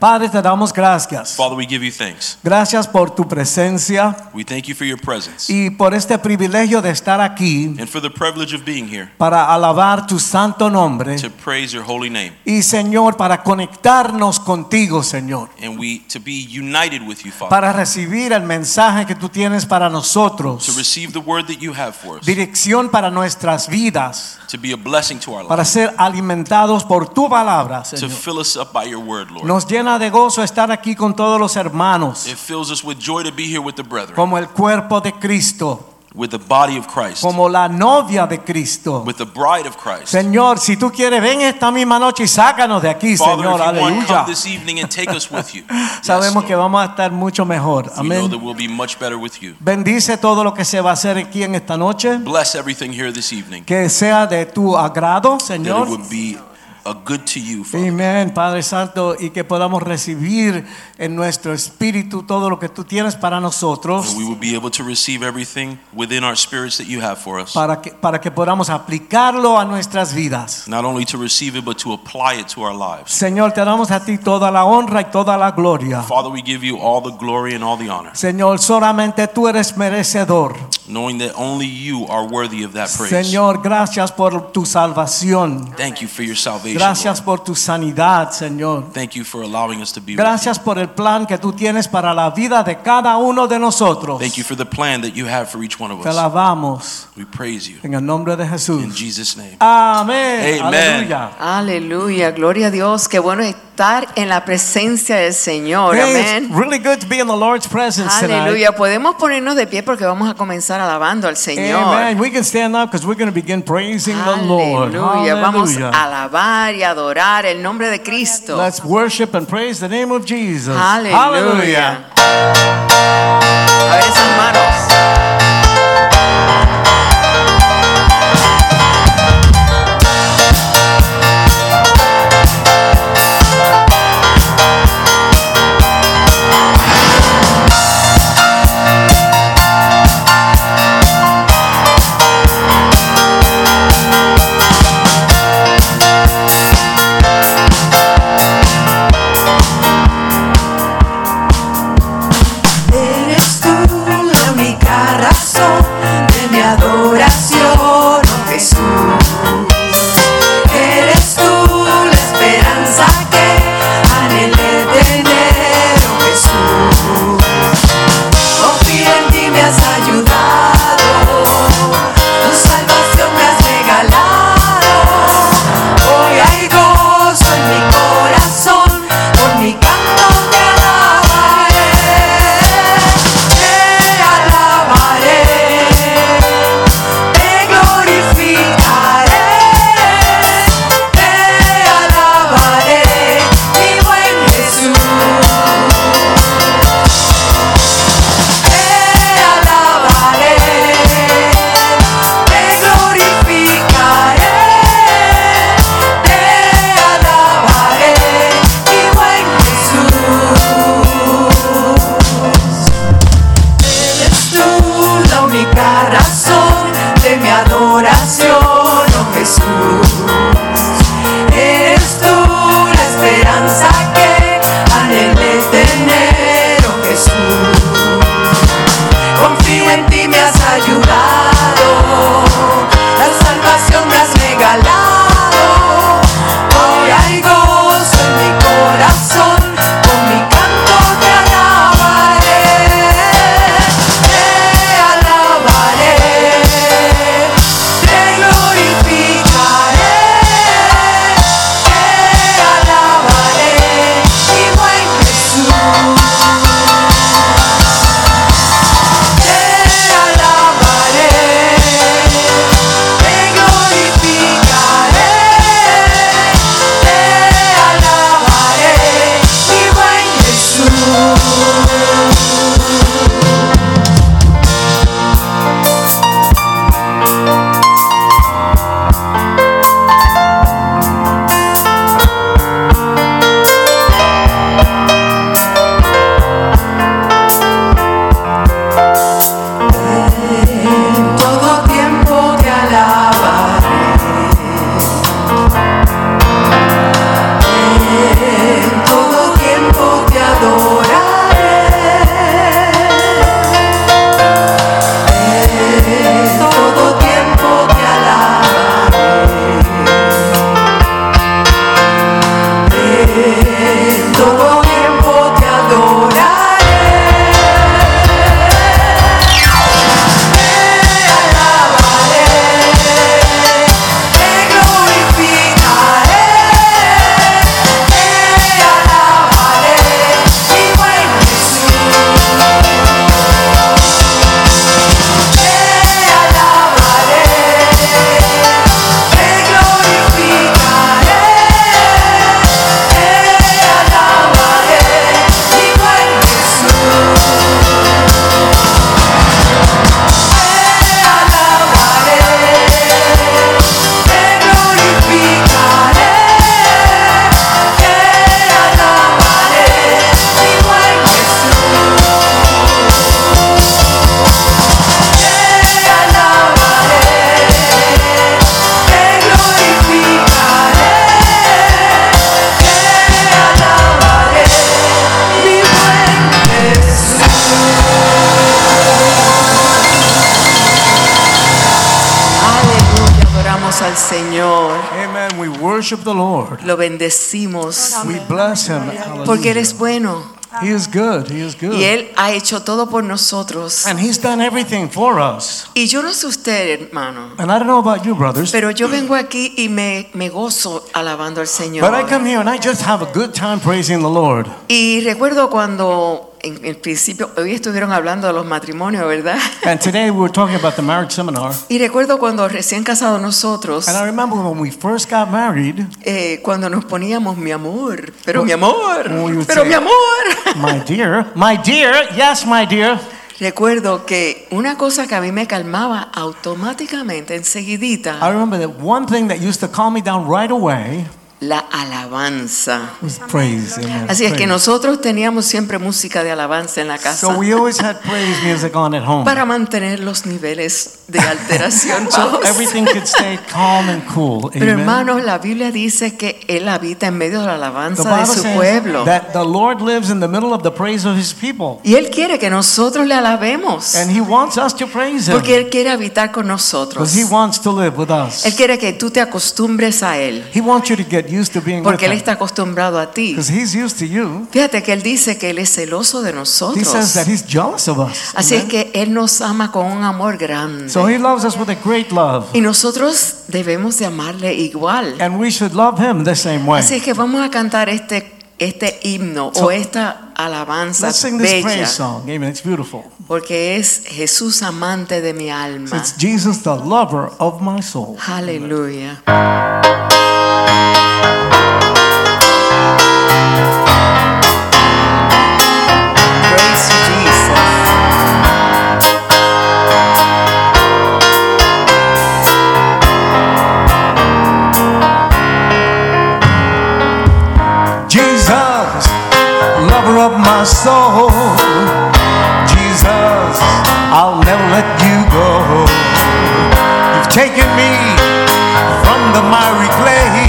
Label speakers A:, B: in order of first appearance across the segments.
A: Padre, te damos gracias.
B: Father, we give you thanks.
A: Gracias por tu presencia
B: We thank you for your presence
A: y por este privilegio de estar aquí
B: and for the privilege of being here
A: para alabar tu santo nombre.
B: to praise your holy name
A: Y Señor, para conectarnos contigo, Señor.
B: and we to be united with you, Father,
A: Para recibir el mensaje que tú tienes para
B: to
A: nosotros.
B: receive the word that you have for us,
A: Dirección para nuestras vidas.
B: to be a blessing to our
A: Para
B: lives,
A: ser alimentados por tu palabra,
B: to
A: Señor.
B: fill us up by your word, Lord.
A: Nos llena de gozo estar aquí con todos los hermanos.
B: It fills us with joy to be here with the brethren,
A: Como el cuerpo de Cristo.
B: with the body of Christ,
A: Como la novia de Cristo.
B: with the bride of Christ.
A: Señor, si tú quieres, ven esta misma noche y sácanos de aquí,
B: Father,
A: Señor.
B: if you want,
A: Aleluya.
B: come this evening and take us with you. Yes,
A: Sabemos
B: Lord.
A: que vamos a estar mucho mejor.
B: we know that
A: Amén.
B: we'll be much better with you.
A: Bendice todo lo que se va a hacer aquí en esta noche.
B: Bless everything here this evening,
A: Que sea de tu agrado,
B: that
A: Señor.
B: it would be a good to you, Father.
A: Amén, Padre Santo, y que podamos recibir en nuestro espíritu todo lo que tú tienes para nosotros,
B: And we will be able to receive everything within our spirits that you have for us.
A: para que, para que podamos aplicarlo a nuestras vidas.
B: Not only to receive it, but to apply it to our lives.
A: Señor, te damos a ti toda la honra y toda la gloria.
B: Father, we give you all the glory and all the honor,
A: Señor, solamente tú eres merecedor.
B: knowing that only you are worthy of that praise.
A: Señor, gracias por tu salvación.
B: Thank you for your salvation.
A: Gracias
B: Lord.
A: por tu sanidad, Señor.
B: Thank you for allowing us to be
A: Gracias por el plan que tú tienes para la vida de cada uno de nosotros.
B: with you. Thank you for the plan that you have for each one of
A: Te
B: us.
A: alabamos
B: We praise you.
A: en el nombre de
B: In
A: Jesús.
B: Jesus' name.
A: Amén.
B: Amen.
A: Aleluya.
C: Aleluya, gloria a Dios. Qué bueno estar en la presencia del Señor.
A: Hey,
C: Amén.
A: it's really good to be in the Lord's presence tonight.
C: Aleluya, podemos ponernos de pie porque vamos a comenzar alabando al Señor.
A: Amen. We can stand up because we're going to begin praising the Lord.
C: Aleluya, vamos a
A: Hallelujah.
C: alabar y adorar el nombre de Cristo.
A: Let's worship and praise the name of Jesus. Hallelujah.
C: Aleluya. A ver esas manos.
D: Eres
E: oh oh
C: Señor.
A: Amen. We worship the Lord.
C: Lo bendecimos
A: We bless him. Hallelujah.
C: porque Él es bueno
A: He is good. He is good.
C: y Él ha hecho todo por nosotros.
A: And he's done everything for us.
C: Y yo no sé usted, hermano,
A: And I don't know about you, brothers,
C: pero yo vengo aquí y me, me gozo alabando al Señor.
A: but I come here and I just have a good time praising the Lord.
C: Y recuerdo cuando en el principio, hoy estuvieron hablando de los matrimonios, ¿verdad?
A: And today we were talking about the marriage seminar.
C: Y recuerdo cuando recién casados nosotros,
A: And I remember when we first got married,
C: eh, cuando nos poníamos mi amor, pero mi amor,
A: Oh, you
C: pero
A: say-
C: mi amor.
A: my dear, my dear, yes, my dear.
C: Recuerdo que una cosa que a mí me calmaba automáticamente,
A: I
C: enseguidita,
A: remember that one thing that used to calm me down right away
C: la alabanza.
A: was praise. Amen.
C: Así es que
A: Praise.
C: nosotros teníamos siempre música de alabanza en la casa.
A: So we always had praise music on at home.
C: para mantener los niveles de
A: So
C: alteración. chavos.
A: everything could stay calm and cool.
C: Pero
A: Amen.
C: hermanos, la Biblia dice que Él habita en medio de la
A: The
C: alabanza de
A: Bible
C: su
A: says
C: pueblo.
A: that the Lord lives in the middle of the praise of his people.
C: Y Él quiere que nosotros le alabemos.
A: And he wants us to praise him.
C: Porque Él quiere habitar con nosotros.
A: Because he wants to live with
C: Él
A: us.
C: quiere que tú te acostumbres a Él.
A: He wants you to get used to being with
C: Porque Él
A: him.
C: está acostumbrado a ti.
A: Because he's used to you.
C: Fíjate que Él dice que Él es celoso de
A: He says that
C: nosotros.
A: he's jealous of us.
C: Así es
A: Amen.
C: que Él nos ama con un amor grande.
A: So he loves us with a great love.
C: Y nosotros debemos de amarle igual.
A: And we should love him the same way.
C: Así es que vamos a cantar este, este himno
A: So,
C: o esta alabanza
A: Let's sing this
C: bella,
A: praise song. Amen. It's beautiful.
C: porque es Jesús amante de mi alma.
A: It's Jesus, the lover of my soul.
C: Aleluya. Praise Jesus.
A: Jesus, lover of my soul. Jesus, I'll never let you go. You've taken me from the miry clay,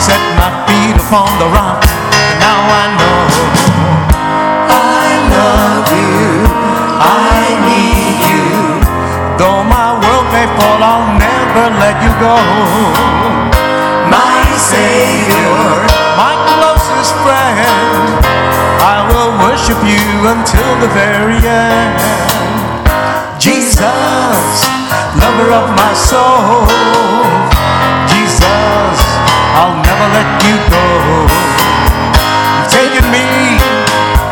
A: set my feet upon the rock. and Now I know I love you. I need you. Though my world may fall, I'll never let you go my Savior, my closest friend. I will worship you until the very end. Jesus, lover of my soul. Jesus, I'll never let you go. You've taken me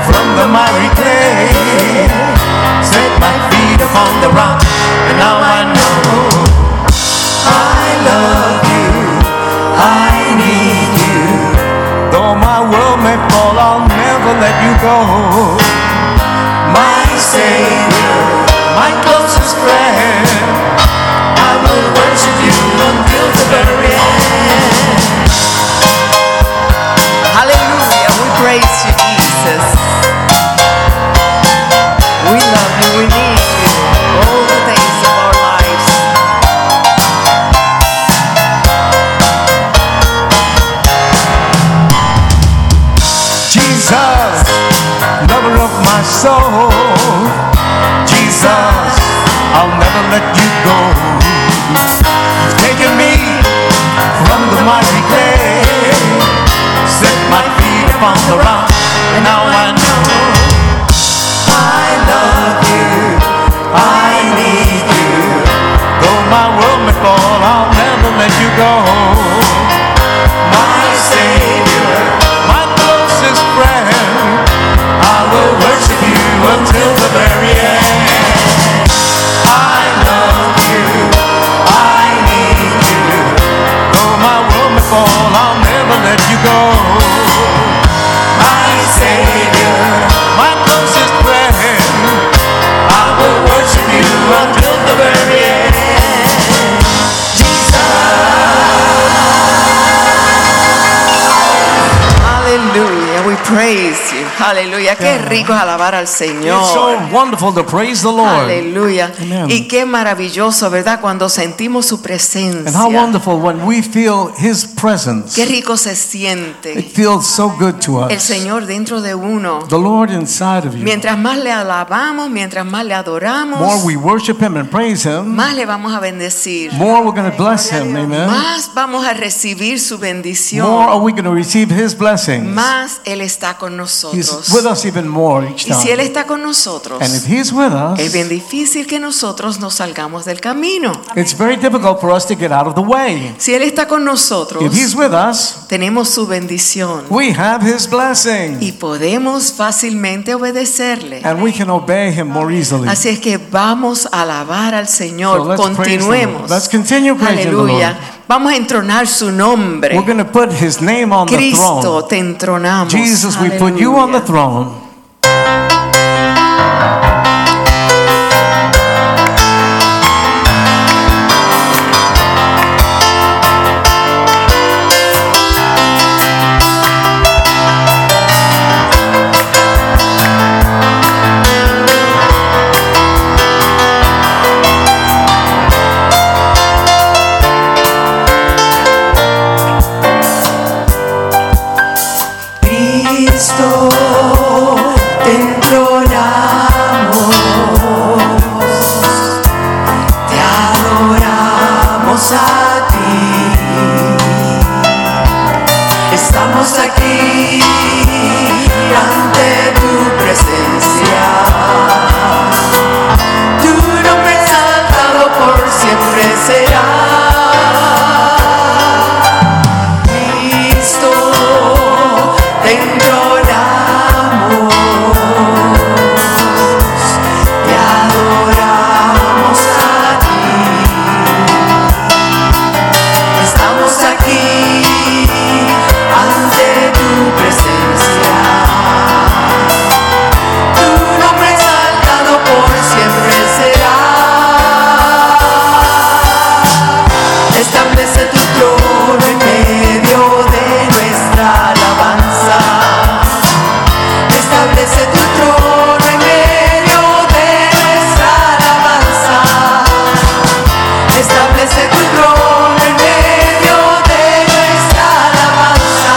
A: from the miry clay, set my feet upon the rock, and now I know I love you. I need you. Though my world may fall, I'll never let you go. My Savior, my closest friend. I will worship you until the very end.
C: Aleluya. We praise you, Jesus. We love you. We need you. All the days of our lives.
A: Jesus, lover of my soul. Jesus, I'll never let you go. You've taken me from the mighty clay, set my feet upon the rock, and now I know. I love you. I need you. Though my world may fall, I'll never let you go my Savior, my closest friend. I will worship you until the very end. I love you, I need you. Though my world may fall, I'll never let you go. My
F: Praise you. Aleluya. Qué rico es alabar al
A: It's so
F: Señor.
A: wonderful to praise the Lord.
F: Aleluya.
A: Amen.
F: Y qué maravilloso, ¿verdad? Cuando sentimos su
A: And how
F: presencia.
A: wonderful when we feel His presence.
F: Qué rico se
A: It
F: siente
A: feels so good to
F: el
A: us.
F: Señor dentro de uno.
A: The Lord inside of you.
F: Mientras más le alabamos, mientras más le adoramos,
A: More we worship Him and praise Him,
F: más le vamos a bendecir.
A: more we're going to bless Him. Amen.
F: Más vamos a recibir su
A: More
F: bendición.
A: are we going to receive His blessings.
F: Más Él está con
A: He's
F: nosotros.
A: with us even more each
F: Y si Él
A: time.
F: está con nosotros,
A: And if He's with
F: es
A: us,
F: bien difícil que nosotros nos salgamos del camino.
A: it's very difficult for us to get out of the way.
F: Si Él está con nosotros,
A: If He's with us,
F: tenemos su bendición
A: we have His blessing.
F: y podemos fácilmente obedecerle.
A: And we can obey Him more easily.
F: Así es que vamos a alabar al
A: So
F: Señor.
A: let's praise the
F: Continuemos.
A: Lord. Let's continue praising the
F: Aleluya. Vamos a entronar su nombre.
A: We're going to put His name on the
F: Cristo,
A: throne.
F: te entronamos.
A: Jesus, we put you on the
F: Aleluya.
A: throne.
C: Cristo, te entronamos, te adoramos a ti. Estamos aquí ante tu presencia. Tu nombre exaltado por siempre será. Cristo te entonamos, te adoramos a ti. Estamos aquí ante tu presencia. Tu nombre exaltado por siempre será. Establece tu trono en medio de nuestra alabanza. Establece tu trono en medio de nuestra alabanza. Establece tu trono en medio de nuestra alabanza.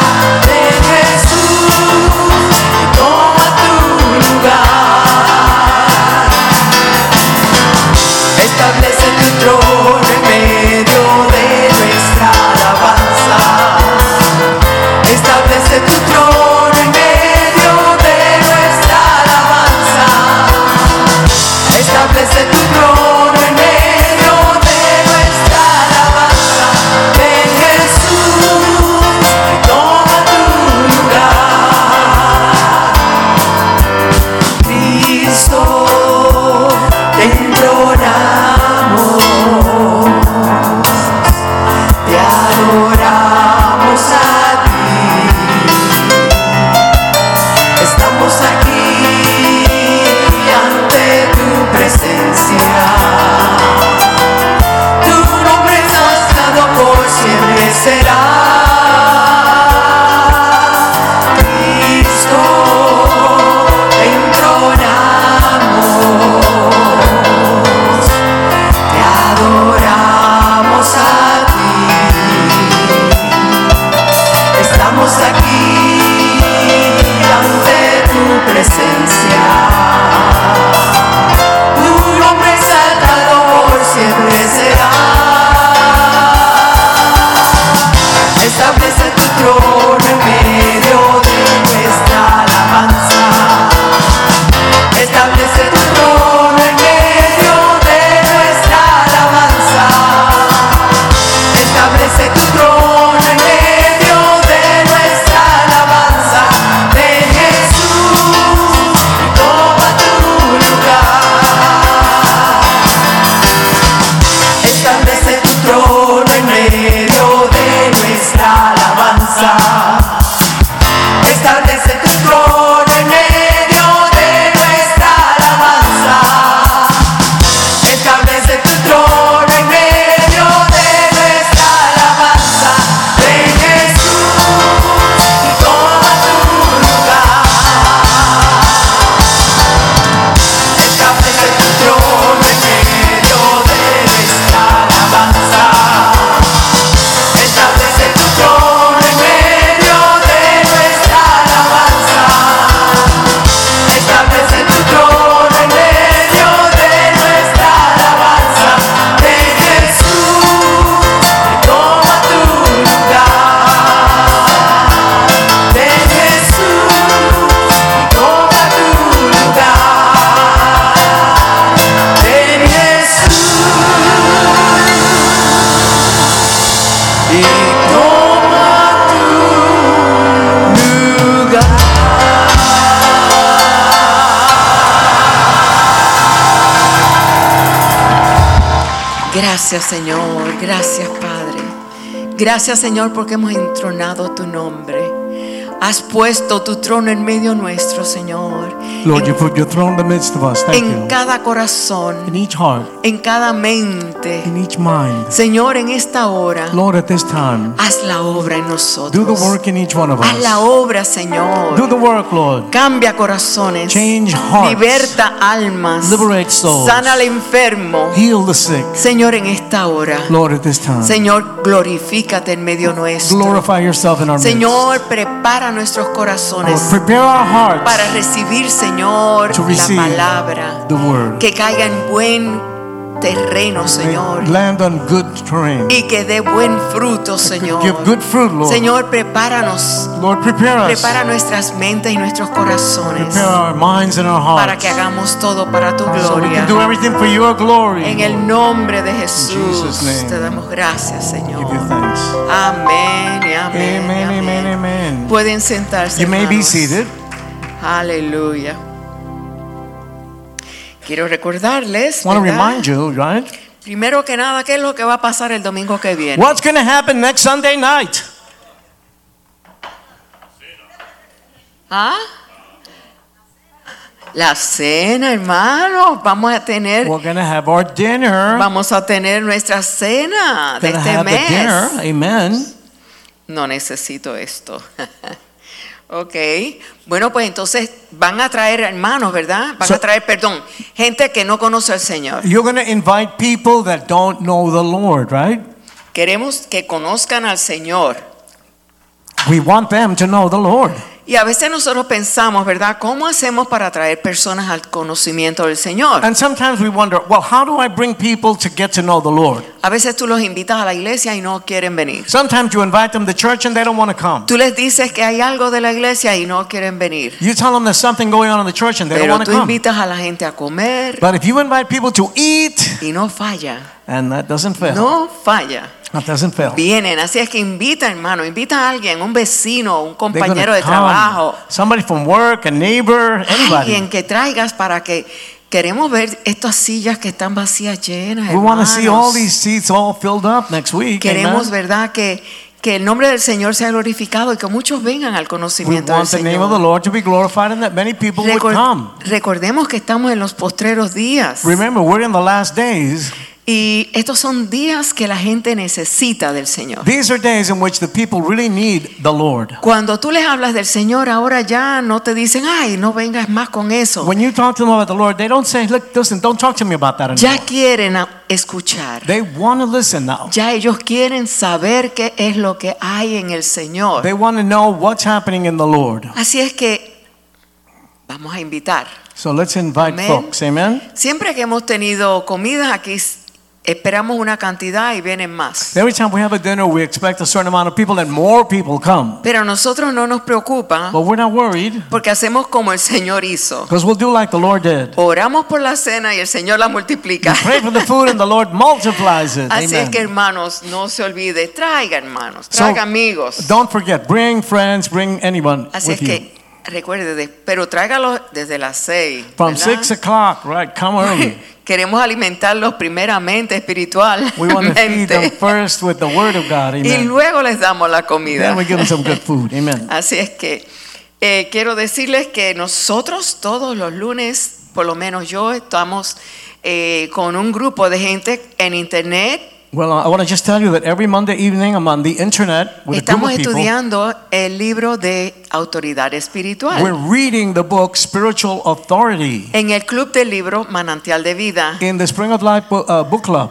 C: De Jesús, toma tu lugar. Establece tu trono en medio de nuestra alabanza. Establece tu trono en medio de nuestra alabanza. Establece tu trono en medio de nuestra alabanza. Ven Jesús, toma tu lugar. Cristo, te entonamos, te adoramos a ti. Estamos aquí ante tu presencia. Tu nombre exaltado por siempre será. Cristo te entronamos, te adoramos a ti. Estamos aquí ante tu presencia. Tu nombre exaltado por siempre será. Esta Gracias Señor, gracias Padre. Gracias Señor porque hemos entronado tu nombre. Has puesto tu trono en medio nuestro, Señor.
A: Lord, you put your throne in the midst of us. Thank
C: En
A: you.
C: cada corazón,
A: In each heart,
C: en cada mente.
A: in each mind.
C: Señor, en esta hora,
A: Lord, at this time,
C: haz la obra en
A: do the
C: nosotros.
A: work in each one of
C: Haz la
A: us.
C: obra,
A: Do
C: Señor.
A: the work, Lord.
C: Cambia corazones.
A: Change hearts.
C: Liberta almas.
A: Liberate souls.
C: Sana al enfermo.
A: Heal the sick.
C: Señor, en esta hora.
A: Lord, at this time,
C: Señor, glorifícate en medio nuestro.
A: glorify yourself in our midst.
C: Señor, prepara nuestros corazones
A: Lord, prepare our
C: para
A: hearts
C: recibir, Señor,
A: Oh, to receive
C: la palabra.
A: the word.
C: Que caiga en buen terreno, Señor.
A: Land on good terrain.
C: Y que dé buen fruto, Señor.
A: Give good fruit, Lord.
C: Señor, prepáranos.
A: Lord, prepare us.
C: Prepara nuestras mentes y nuestros corazones
A: Prepare our minds and our
C: para que
A: hearts.
C: hagamos todo para tu
A: So we
C: gloria.
A: can do everything for your glory.
C: En el nombre de
A: Jesus'
C: Jesús
A: name.
C: te damos gracias,
A: Give you
C: Señor.
A: thanks.
C: Amén y amén. y
A: Amen, amen,
C: amén.
A: amen.
C: Pueden sentarse.
A: You may be
C: hermanos.
A: seated.
C: Aleluya. Quiero recordarles.
A: want to
C: ¿verdad?
A: remind you, right?
C: Primero que nada, ¿qué es lo que va a pasar el domingo que viene?
A: What's going to happen next Sunday night?
C: ¿Ah? La cena, hermanos. Vamos a tener,
A: We're going to have our dinner.
C: vamos a tener nuestra cena de
A: Gonna
C: este
A: have the dinner.
C: mes.
A: Amen.
C: No necesito esto. ok. Bueno, pues entonces van a traer hermanos, ¿verdad? Van
A: So-
C: a traer, perdón, gente que no conoce al Señor.
A: You're going to invite people that don't know the Lord, right?
C: Queremos que conozcan al Señor.
A: We want them to know the Lord.
C: Y a veces nosotros pensamos, ¿verdad? ¿Cómo hacemos para atraer personas al conocimiento del Señor?
A: And sometimes we wonder, well, how do I bring people to get to know the Lord?
C: A veces tú los invitas a la iglesia y no quieren venir.
A: Sometimes you invite them to church and they don't want to come.
C: Tú les dices que hay algo de la iglesia y no quieren venir.
A: You tell them there's something going on in the church and they don't
C: Pero
A: want
C: tú
A: to come.
C: invitas a la gente a comer
A: But if you invite people to eat,
C: y no falla.
A: and that doesn't fail.
C: No falla.
A: That doesn't fail.
C: Vienen, así es que invita, hermano, invita a alguien, un vecino,
A: They're
C: un
A: gonna
C: compañero de
A: come.
C: trabajo,
A: Somebody from work, a neighbor, anybody.
C: alguien que traigas para que queremos ver estas sillas que están vacías llenas.
A: We want to see all
C: hermanos.
A: these seats all filled up next week. amen?
C: Queremos, ¿verdad? Que, que el nombre del Señor sea glorificado y que muchos vengan al
A: We
C: conocimiento del
A: want the name of the
C: Señor.
A: Lord to be glorified and that many people would
C: Recor-
A: come.
C: recordemos que estamos en los postreros días
A: Remember, we're in the last days.
C: y estos son días que la gente necesita del Señor.
A: These are days in which the people really need the Lord.
C: Cuando tú les hablas del Señor, ahora ya no te dicen, ay, no vengas más con eso.
A: When you talk to them about the Lord, they don't say, Look, listen, don't talk to me about that anymore.
C: Ya quieren a- escuchar.
A: They want to listen now.
C: Ya ellos quieren saber qué es lo que hay en el Señor.
A: They want to know what's happening in the Lord.
C: Así es que vamos a invitar.
A: So let's invite
C: Amen.
A: folks. Amen.
C: Siempre que hemos tenido comidas aquí s- esperamos una cantidad y vienen más.
A: Every time we have a dinner, we expect a certain amount of people and more people come.
C: Pero a nosotros no nos preocupa
A: But we're not worried
C: porque hacemos como el Señor hizo.
A: because we'll do like the Lord did.
C: Oramos por la cena y el Señor la multiplica.
A: Pray for the food and the Lord multiplies it.
C: Así es que
A: Amen.
C: hermanos, no se olvide, traiga hermanos,
A: So,
C: traiga amigos.
A: Don't forget, bring friends, bring anyone
C: Así es
A: with you.
C: que recuerde, de- pero tráigalos desde las seis.
A: From
C: ¿verdad?
A: 6 o'clock, right? Come early.
C: Queremos alimentarlos primeramente espiritual.
A: We want to feed them first with the Word of God.
C: y
A: Amen.
C: luego les damos la comida.
A: Then we give them some good food. Amen.
C: Así es que eh, quiero decirles que nosotros todos los lunes, por lo menos yo, estamos eh, con un grupo de gente en internet.
A: Well, I want to just tell you that every Monday evening I'm on the internet with a group
C: Estamos
A: of people.
C: estudiando el libro de autoridad espiritual
A: We're reading the book Spiritual Authority
C: en el club del libro Manantial de Vida.
A: in the Spring of Life bo- uh, book club.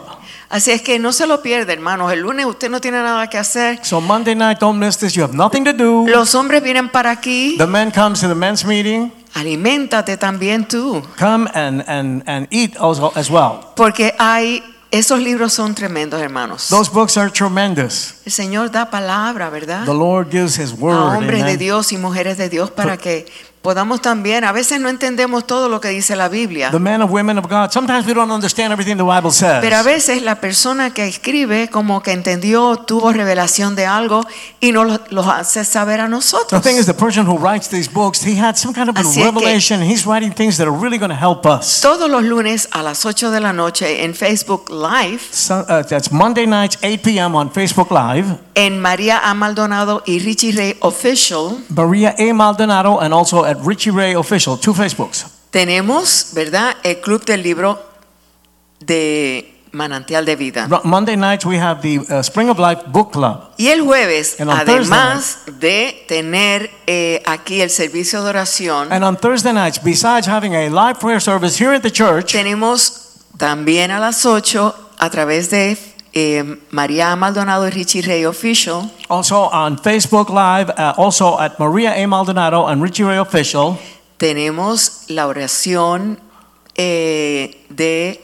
C: Así es que no se lo pierda, hermanos. El lunes usted no tiene nada que hacer.
A: So Monday night, don't miss this. You have nothing to do.
C: Los hombres vienen para aquí.
A: The men comes to the men's meeting.
C: Aliméntate también tú,
A: Come and, and, and eat also, as well.
C: porque hay esos libros son tremendos, hermanos.
A: Those books are tremendous.
C: El Señor da palabra, ¿verdad?
A: The Lord gives His word.
C: Ah. a hombres de
A: Amen.
C: Dios y mujeres de Dios para que podamos también, a veces no entendemos todo lo que dice la Biblia,
A: The men and women of God, sometimes we don't understand everything the Bible says.
C: pero a veces la persona que escribe como que entendió, tuvo revelación de algo y nos lo, los hace saber a
A: The
C: nosotros.
A: thing is, the person who writes these books, he had some kind of a
C: Así es que-
A: revelation. He's writing things that are really going to help us.
C: Todos los lunes a las 8 de la noche en Facebook Live,
A: So, uh, that's Monday nights, 8 p.m. on Facebook Live.
C: en María A. Maldonado y Richie Ray Official,
A: Maria A. Maldonado and also at Richie Ray Official, two Facebooks.
C: tenemos, ¿verdad?, el Club del Libro de Manantial de Vida.
A: Ro- Monday nights, we have the uh, Spring of Life Book Club.
C: Y el jueves,
A: And on
C: además de tener eh, aquí el servicio de oración,
A: And on Thursday nights, besides having a live prayer service here at the church,
C: tenemos también a las 8 a través de eh, María A. Maldonado y Richie Ray Official,
A: also on Facebook Live, uh, also at Maria A. Maldonado and Richie Ray Official,
C: tenemos la oración eh, de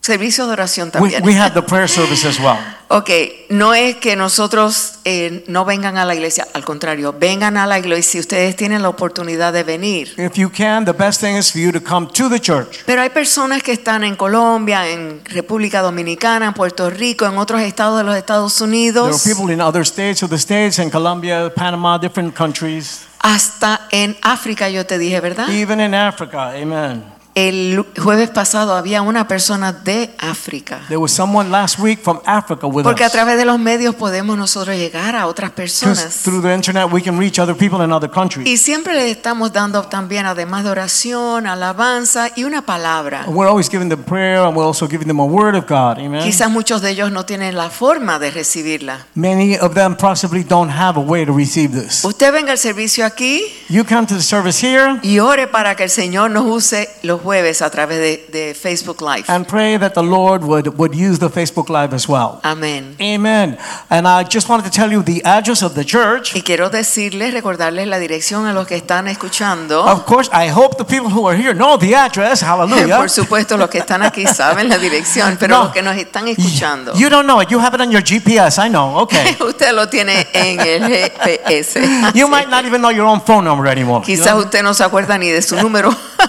C: servicio de oración
A: we,
C: también.
A: we have the prayer service as well.
C: Ok, no es que nosotros eh, no vengan a la iglesia, al contrario, vengan a la iglesia si ustedes tienen la oportunidad de venir.
A: If you can, the best thing is for you to come to the church.
C: Pero hay personas que están en Colombia, en República Dominicana, en Puerto Rico, en otros estados de los Estados
A: There are
C: Unidos,
A: people in other states of the states, in Colombia, Panama, different countries,
C: hasta en África, yo te dije, ¿verdad?
A: even in Africa. Amen.
C: El jueves pasado había una persona de África.
A: There was someone last week from Africa with
C: Porque a
A: us.
C: través de los medios podemos nosotros llegar a otras
A: 'Cause
C: personas.
A: through the internet, we can reach other people in other countries.
C: Y siempre le estamos dando también, además de oración, alabanza y una palabra.
A: We're always giving them prayer, and we're also giving them a word of God. Amen.
C: Quizás muchos de ellos no tienen la forma de recibirla.
A: Many of them possibly don't have a way to receive this.
C: Usted venga al servicio aquí
A: You come to the service here
C: y ore para que el Señor nos use los jueves a través de, de Facebook Live.
A: and pray that the Lord would, would use the Facebook Live as well.
C: Amén.
A: Amen. And I just wanted to tell you the address of the church.
C: Y quiero decirles, recordarles la dirección a los que están escuchando.
A: Of course, I hope the people who are here know the address. Hallelujah.
C: Por supuesto, los que están aquí saben la dirección, pero
A: No.
C: los que nos están escuchando,
A: You don't know it. You have it on your GPS. I know. Okay.
C: usted lo tiene en el GPS.
A: You might not even know your own phone number anymore. You
C: Quizás
A: know?
C: usted no se acuerda ni de su número,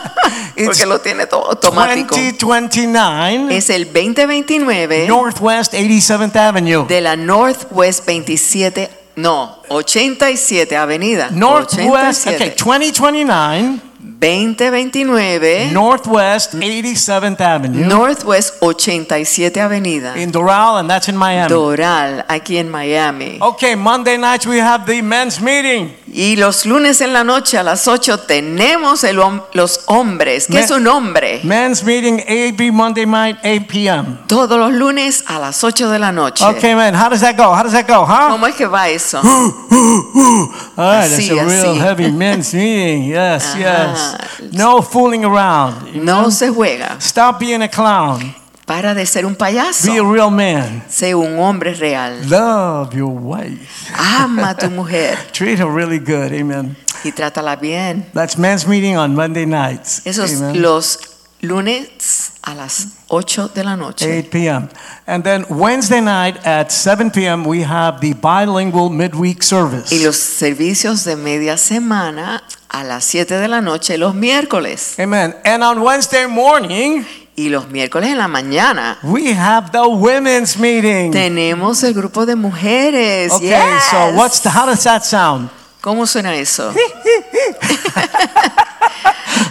A: It's
C: porque lo tiene todo automático.
A: 2029
C: Es el 2029.
A: Northwest 87th Avenue.
C: de la Northwest 27, no, 87 Avenida.
A: Northwest, okay,
C: 87,
A: 2029
C: 2029
A: Northwest 87th Avenue
C: Northwest 87 Avenida.
A: in Doral, and that's in Miami. Oh.
C: Doral, aquí en Miami.
A: Okay, Monday nights we have the men's meeting.
C: Y los lunes en la noche a las 8 tenemos el hom- los hombres. ¿Qué
A: Me-
C: es un hombre?
A: Men's meeting every Monday night, 8 p.m.
C: Todos los lunes a las 8 de la noche.
A: Okay, man, how does that go? How does that go, huh?
C: ¿Cómo es que va eso?
A: Ah. All right, it's a
C: Así,
A: real
C: así.
A: heavy men's meeting. Yes,
C: Uh-huh.
A: yes.
C: Ajá.
A: No fooling around.
C: No se juega.
A: Stop being a clown.
C: Para de ser un
A: Be a
C: payaso.
A: real man.
C: Sé un hombre real.
A: Love your wife.
C: Ama a tu mujer
A: Treat her really good. Amen.
C: y trátala bien.
A: That's men's meeting on Monday nights.
C: Esos
A: Amen.
C: los lunes a las 8 de la noche.
A: 8 p.m. And then Wednesday night at 7 p.m. we have the bilingual midweek service.
C: Y los servicios de media semana a las 7 de la noche los miércoles.
A: Amen. And on Wednesday morning
C: Y los miércoles en la mañana
A: we have the women's meeting.
C: tenemos el grupo de mujeres.
A: Okay,
C: Yes.
A: Mm. so what's the, how does that sound?
C: ¿Cómo suena eso?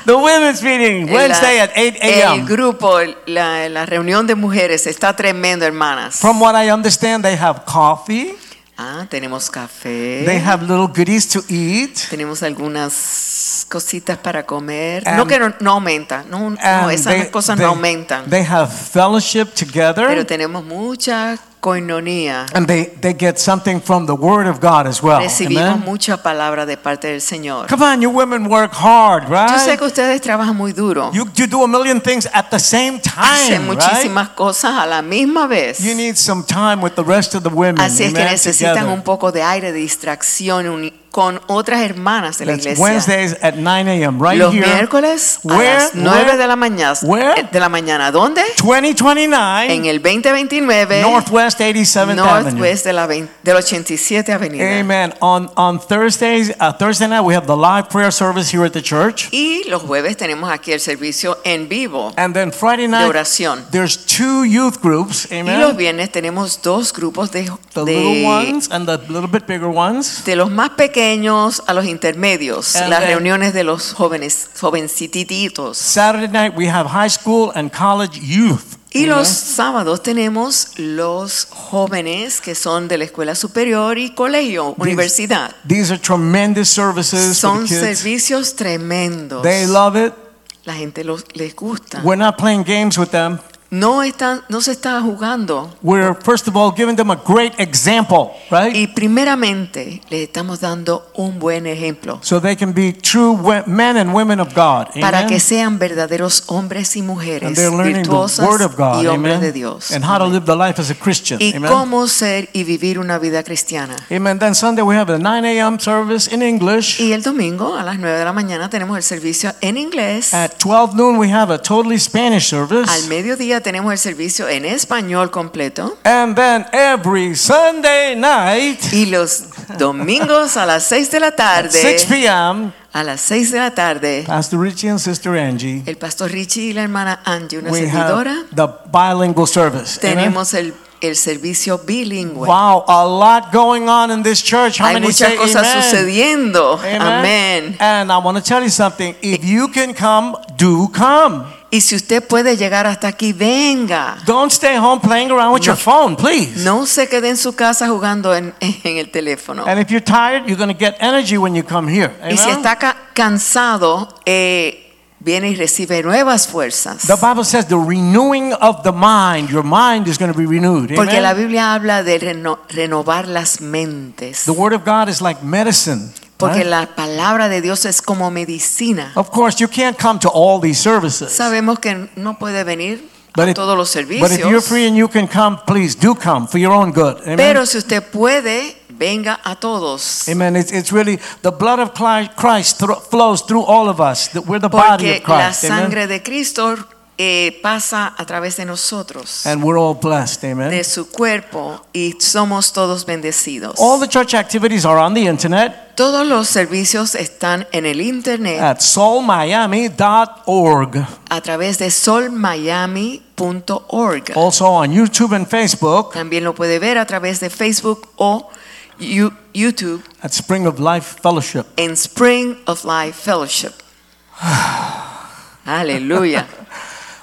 A: The women's meeting Wednesday
C: La-
A: at 8
C: El
A: a.m.
C: grupo, la, la reunión de mujeres está tremendo, hermanas.
A: From what I understand, they have coffee.
C: Ah, tenemos café.
A: They have little goodies to eat.
C: tenemos algunas cositas para comer. no
A: And-
C: que no, no aumenta. No, no,
A: And
C: esas
A: they-
C: cosas
A: they-
C: no aumentan.
A: They have fellowship together.
C: Pero tenemos mucha coinonía.
A: And they, they get something from the Word of God as well.
C: Recibimos
A: Oh, Amen?
C: mucha palabra de parte del Señor.
A: Come on, you women work hard,
C: Yo sé
A: right?
C: que ustedes trabajan muy duro.
A: You, you do a million things at the same
C: Hacen
A: time, right?
C: muchísimas cosas a la misma vez.
A: You need some time with the rest of the women.
C: Así es que
A: amen,
C: necesitan
A: together.
C: un poco de aire, de distracción, un- con otras hermanas de la
A: That's
C: iglesia.
A: Wednesdays at 9 a.m. right
C: Los
A: here.
C: miércoles a
A: Where?
C: las 9
A: Where?
C: de la mañana.
A: Where?
C: eh, De la mañana. ¿Dónde?
A: 2029
C: En el 2029
A: Northwest 87th Avenue.
C: Northwest de la vein- del 87 Avenida.
A: Amen. On on Thursdays, uh, Thursday night we have the live prayer service here at the church.
C: Y los jueves tenemos aquí el servicio en vivo
A: And then Friday
C: de
A: night
C: oración.
A: there's two youth groups.
C: Y los
A: Amen.
C: viernes tenemos dos grupos de,
A: The little
C: de,
A: ones and the little bit bigger ones.
C: de los más pequeños a los intermedios,
A: And
C: las
A: then-
C: reuniones de los jóvenes, jovencitititos.
A: Saturday night we have high school and college youth.
C: Y
A: Amen.
C: los sábados tenemos los jóvenes que son de la escuela superior y colegio, universidad.
A: These are tremendous services for the
C: Son
A: kids.
C: servicios tremendos.
A: They love it.
C: La gente los, les gusta.
A: We're not playing games with them.
C: No, están, no se está jugando.
A: We're first of all giving them a great example, right?
C: Y primeramente les estamos dando un buen ejemplo
A: So they can be true we- men and women of God.
C: para que
A: Amen.
C: sean verdaderos hombres y
A: And
C: mujeres
A: they're learning the
C: virtuosas
A: word of God.
C: y hombres
A: Amen.
C: de Dios.
A: And how to live the life as a Christian.
C: Y
A: Amen.
C: cómo ser y vivir una vida cristiana.
A: Amen. Then Sunday we have a 9 a.m. service in English.
C: Y el domingo a las 9 de la mañana tenemos el servicio en inglés.
A: At 12 noon we have a totally Spanish
C: Al
A: service.
C: mediodía tenemos el servicio en español completo
A: And then every Sunday night,
C: y los domingos a las 6 de la
A: 6
C: tarde,
A: p.m.,
C: a las 6 de la tarde,
A: Pastor Richie and Sister Angie,
C: el pastor Richie y la hermana Angie, una
A: we
C: servidora,
A: have the bilingual service. Amen.
C: tenemos el, el servicio bilingüe.
A: Wow, a lot going on in this church. How
C: Hay
A: many
C: muchas
A: say
C: cosas
A: amen?
C: sucediendo.
A: Amen.
C: Amén.
A: And I want to tell you something. If you can come, do come.
C: Y si usted puede llegar hasta aquí, venga.
A: Don't stay home playing around with your phone, please.
C: No se quede en su casa jugando en, en el teléfono.
A: And if you're tired, you're going to get energy when you come here.
C: Y si
A: Amen?
C: está ca- cansado, eh, viene y recibe nuevas fuerzas.
A: The Bible says the renewing of the mind, your mind is going to be renewed.
C: Porque
A: Amen?
C: la Biblia habla de reno- renovar las mentes.
A: The Word of God is like medicine.
C: Porque
A: right?
C: la palabra de Dios es como medicina.
A: Of course, you can't come to all these services.
C: Sabemos que no puede venir
A: But
C: a
A: if,
C: todos los
A: but if you're
C: servicios.
A: free and you can come, please do come for your own good. Amen?
C: Pero si usted puede, venga a todos.
A: Amen. It's, it's really the blood of Cli- Christ thro- flows through all of us. That We're the body
C: Porque
A: of
C: la
A: Christ. Amen.
C: sangre de Cristo eh, pasa a través de nosotros,
A: And we're all blessed. Amen.
C: de su cuerpo, y somos todos bendecidos.
A: all the church activities are on the internet
C: Todos los servicios están en el internet
A: at soulmiami.org.
C: a través de solmiami.org.
A: Also on YouTube and Facebook
C: También lo puede ver a través de Facebook o Yu- YouTube
A: at Spring of Life Fellowship.
C: en Spring of Life Fellowship. Aleluya,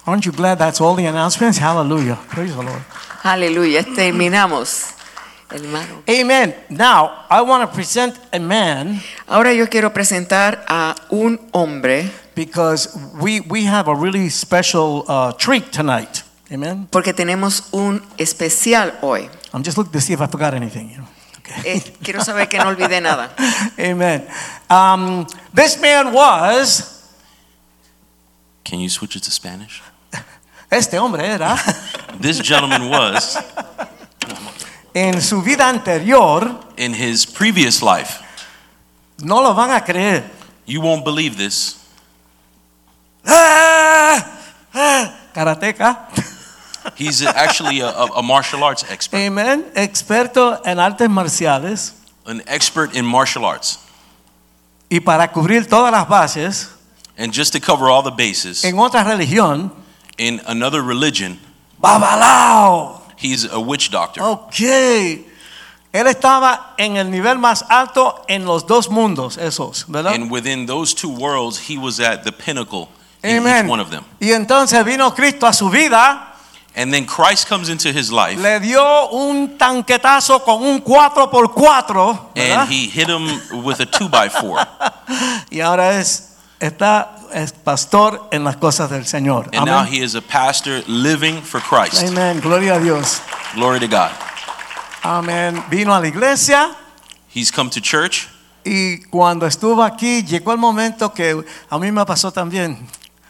A: Aren't you glad that's all the announcements? Hallelujah. Praise the Lord.
C: aleluya. Terminamos, hermano.
A: Amen. Now, I want to present a man
C: Ahora yo quiero presentar a un hombre
A: because we, we have a really special uh, treat tonight. Amen.
C: porque tenemos un especial hoy.
A: I'm just looking to see if I forgot anything. You know. Okay.
C: Eh, quiero saber que no olvide nada.
A: Amen. Um, this man was
B: Can you switch it to Spanish?
A: este hombre era
B: This gentleman was,
A: en su vida anterior.
B: in his previous life,
A: No lo van a creer.
B: you won't believe this,
A: Ah, ah, Karateca.
B: he's actually a, a, a martial arts expert,
A: Amen. Experto en artes marciales.
B: an expert in martial arts.
A: Y para cubrir todas las bases
B: And just to cover all the bases,
A: en otra religión,
B: in another religion,
A: Babalao.
B: he's a witch doctor.
A: Ok. Él estaba en el nivel más alto en los dos mundos, esos, ¿verdad?
B: And within those two worlds, he was at the pinnacle in
A: Amen.
B: each one of them.
A: Y entonces vino Cristo a su vida.
B: And then Christ comes into his life
A: Le dio un tanquetazo con un 4x4, ¿verdad?
B: and he hit him with a two by four.
A: y ahora es, está, es pastor en las cosas del Señor.
B: And now
A: Amén.
B: he is a pastor living for Christ.
A: Amén. Gloria a Dios.
B: Glory to God.
A: Amén. Vino a la iglesia
B: He's come to church.
A: y cuando estuvo aquí llegó el momento que a mí me pasó también.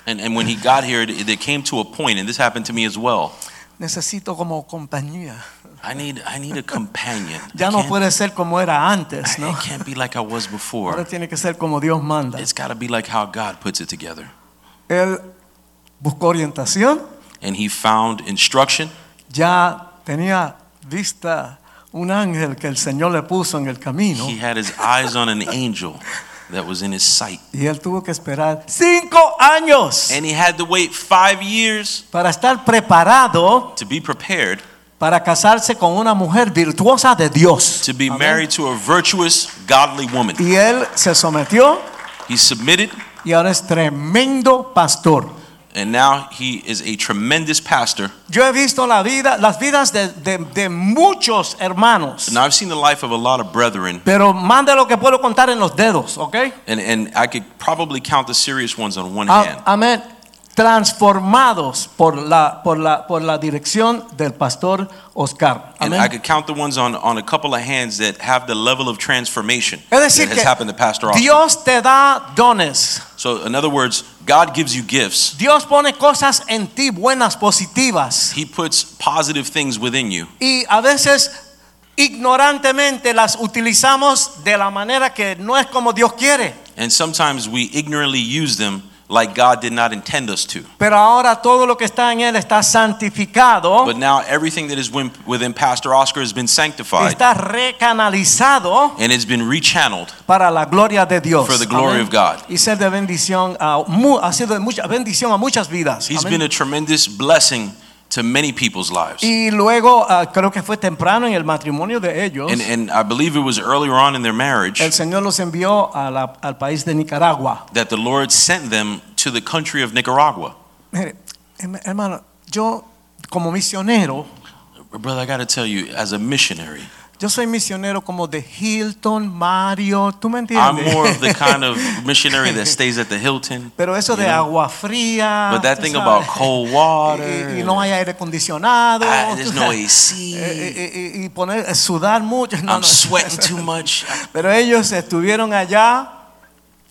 B: And, and when he got here, it, it came to a point, and this happened to me as well.
A: Necesito como compañía.
B: I need, I need a companion. I
A: Ya no
B: can't-
A: puede ser como era antes,
B: I-
A: ¿no?
B: It can't be like I was
A: Ahora
B: before.
A: tiene que ser como Dios manda.
B: It's got to be like how God puts it together.
A: Él buscó orientación,
B: And he found instruction.
A: ya tenía vista un ángel que el Señor le puso en el camino
B: He had his eyes on an angel that was in his sight.
A: y él tuvo que esperar cinco años
B: And he had to wait five years
A: para estar preparado
B: to be prepared
A: para casarse con una mujer virtuosa de Dios.
B: to be
A: Amén.
B: married to a virtuous, godly woman.
A: Y él se sometió
B: He submitted,
A: y ahora es tremendo pastor.
B: and now he is a tremendous pastor.
A: Yo he visto la vida, las vidas de, de- de muchos hermanos,
B: Now, I've seen the life of a lot of brethren,
A: pero más de lo que puedo contar en los dedos, ¿ok?
B: and, and I could probably count the serious ones on one
A: A-
B: hand.
A: Ah, amén. Transformados por la, por, la, por la dirección del pastor Oscar.
B: And I
A: Amén.
B: could count the ones on, on a couple of hands that have the level of transformation
A: Es
B: that
A: decir,
B: has
A: que
B: happened to Pastor Oscar.
A: Dios te da dones.
B: So, in other words, God gives you gifts.
A: Dios pone cosas en ti buenas, positivas.
B: He puts positive things within you,
A: Y a veces ignorantemente las utilizamos de la manera que no es como Dios quiere.
B: and sometimes we ignorantly use them like God did not intend us to.
A: Pero ahora todo lo que está en él está santificado,
B: But now everything that is win- within Pastor Oscar has been sanctified
A: está recanalizado
B: and it's been rechanneled.
A: para la gloria de Dios.
B: For the glory
A: Amén.
B: of God.
A: Y ser de bendición a mu- ha sido de mucha bendición a muchas vidas.
B: He's
A: Amén.
B: been a tremendous blessing to many people's lives.
A: y luego ah, creo que fue temprano en el matrimonio de ellos.
B: And, and I believe it was earlier on in their marriage
A: el Señor los envió a la- al país de Nicaragua.
B: that the Lord sent them to the country of Nicaragua.
A: Mire, hem- hermano, yo como misionero,
B: Brother, I got to tell you, as a missionary,
A: yo soy misionero como de Hilton, Mario, ¿tú me
B: I'm
A: entiendes?
B: more of the kind of missionary that stays at the Hilton.
A: Pero eso de
B: you know?
A: agua fría.
B: But that
A: tú
B: thing
A: sabes,
B: about cold water.
A: Y, y no hay aire acondicionado.
B: Ah,
A: tú
B: there's no
A: sabes,
B: AC.
A: eh, Y, y- y poner eh, sudar mucho. No,
B: I'm
A: no.
B: sweating too much.
A: Pero ellos estuvieron allá.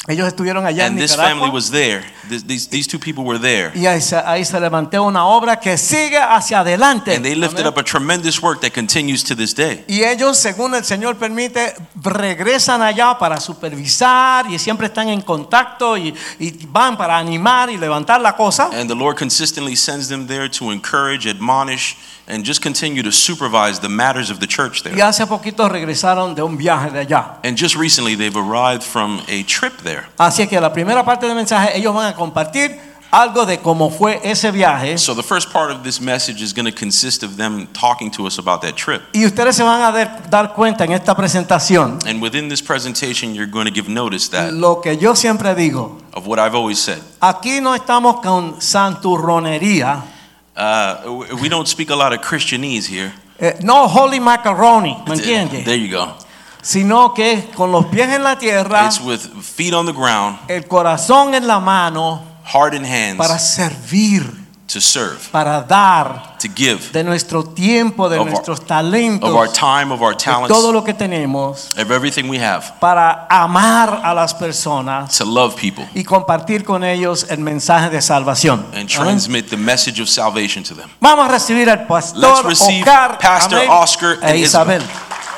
A: Ellos estuvieron allá
B: And
A: en
B: this
A: Nicaragua.
B: family was there. This, these, these two people were there.
A: y ahí se, ahí se levantó una obra que sigue hacia adelante.
B: And they lifted
A: Amén.
B: up a tremendous work that continues to this day.
A: Y ellos, según el Señor permite, regresan allá para supervisar y siempre están en contacto y, y van para animar y levantar la cosa.
B: And the Lord consistently sends them there to encourage, admonish, and just continue to supervise the matters of the church
A: Y
B: there.
A: hace poquito regresaron de un viaje de allá.
B: And just recently, they've arrived from a trip there.
A: Así que la primera parte del mensaje, ellos van a compartir algo de cómo fue ese viaje.
B: So, the first part of this message is going to consist of them talking to us about that trip.
A: Y ustedes se van a dar- dar cuenta en esta presentación
B: And within this presentation, you're going to give notice that
A: lo que yo siempre digo.
B: of what I've always said.
A: Aquí no estamos con santurronería,
B: Uh, w- we don't speak a lot of Christianese here.
A: eh, no holy macaroni, ¿me
B: There
A: entiendes?
B: you go.
A: Sino que con los pies en la tierra,
B: It's with feet on the ground,
A: el corazón en la mano,
B: heart and hands
A: para servir,
B: to serve,
A: para dar
B: to give
A: de nuestro tiempo, de
B: Of our-
A: nuestros talentos,
B: of our time, of our
A: de todo
B: talents,
A: lo que tenemos,
B: of everything we have,
A: para amar a las personas
B: to love people.
A: y compartir con ellos el mensaje de salvación.
B: and
A: Amén.
B: transmit the message of salvation to them.
A: Vamos a recibir al
B: Let's
A: pastor
B: receive
A: Oscar,
B: Pastor
A: amén,
B: Oscar and
A: e Isabel,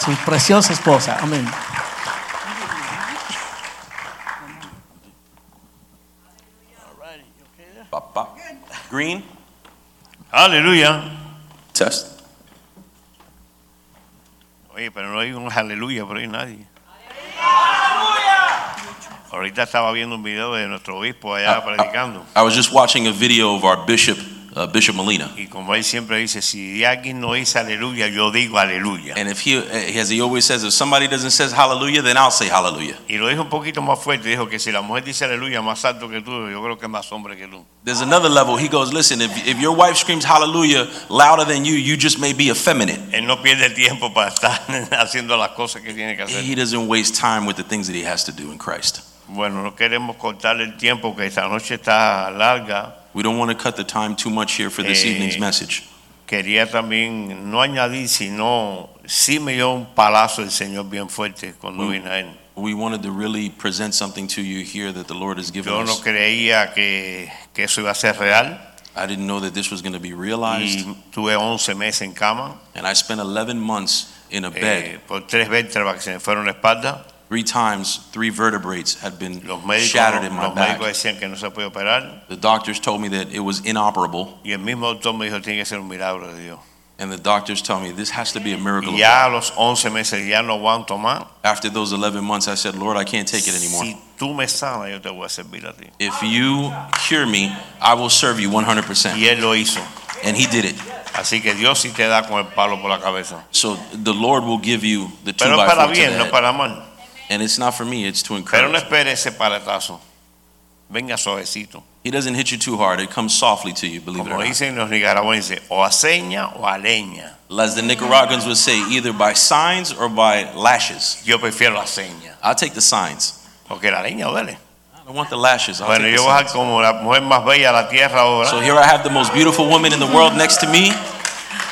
A: su preciosa esposa. Amén.
B: Bop, bop. Green,
G: Aleluya.
B: test.
G: Oye, pero no hay un aleluya por ahí nadie. Ahorita estaba viendo un video de nuestro obispo allá predicando.
B: I was just watching a video of our bishop, uh, Bishop Molina,
G: Y como él siempre dice, si alguien no dice aleluya, yo digo aleluya.
B: and if he, uh, as he always says, if somebody doesn't says hallelujah, then I'll say hallelujah.
G: Y lo dijo un poquito más fuerte. Dijo que si la mujer dice aleluya más alto que tú, yo creo que es más hombre que tú.
B: There's another level. He goes, listen, if, if your wife screams hallelujah louder than you, you just may be effeminate.
G: Él no pierde el tiempo para estar haciendo las cosas que tiene que hacer.
B: He doesn't waste time with the things that he has to do in Christ.
G: Bueno, no queremos cortar el tiempo que esta noche está larga.
B: We don't want to cut the time too much here for this
G: Eh.
B: evening's message.
G: Quería también no añadir, sino sí me dio un palazo el Señor bien fuerte cuando
B: Mm.
G: vine a él.
B: We wanted to really present something to you here that the Lord has given
G: Yo no
B: us.
G: creía que, que eso iba a ser real,
B: I didn't know that this was going to be realized.
G: y tuve 11 meses en cama,
B: And I spent 11 months in a bed.
G: eh, por tres vértebras que se me fueron la espalda.
B: Three times, three vertebrates had been
G: Los médicos,
B: shattered in my
G: los
B: back.
G: médicos decían que no se podía operar
B: The doctors told me that it was inoperable,
G: y el mismo doctor me dijo, tiene que ser un milagro de Dios.
B: and the doctors tell me this has to be a miracle.
G: Y
B: of
G: ya
B: God.
G: a los 11 meses ya no aguanto más.
B: After those 11 months, I said, Lord, I can't take it anymore.
G: Si tú me sanas, yo te voy a servir a ti.
B: If you cure me, I will serve you 100%.
G: Y él lo hizo.
B: And he did it.
G: Así que Dios sí te da con el palo por la cabeza.
B: So the Lord will give you the two
G: Pero es
B: by
G: para
B: four to the
G: bien, no
B: head.
G: para mal.
B: And it's not for me, it's to
G: Pero
B: encourage.
G: no espere ese paletazo. Venga suavecito.
B: He doesn't hit you too hard. It comes softly to you, believe it or
G: Como
B: not.
G: dicen los nicaragüenses, o a seña o a leña.
B: As the Nicaraguans would say, either by signs or by lashes.
G: Yo prefiero la seña,
B: I'll take the signs.
G: porque la leña duele.
B: I don't want the lashes. I'll
G: Bueno,
B: take
G: yo
B: the
G: voy a
B: signs.
G: ser como la mujer más bella de la tierra ahora.
B: So here I have the most beautiful woman in the world next to me.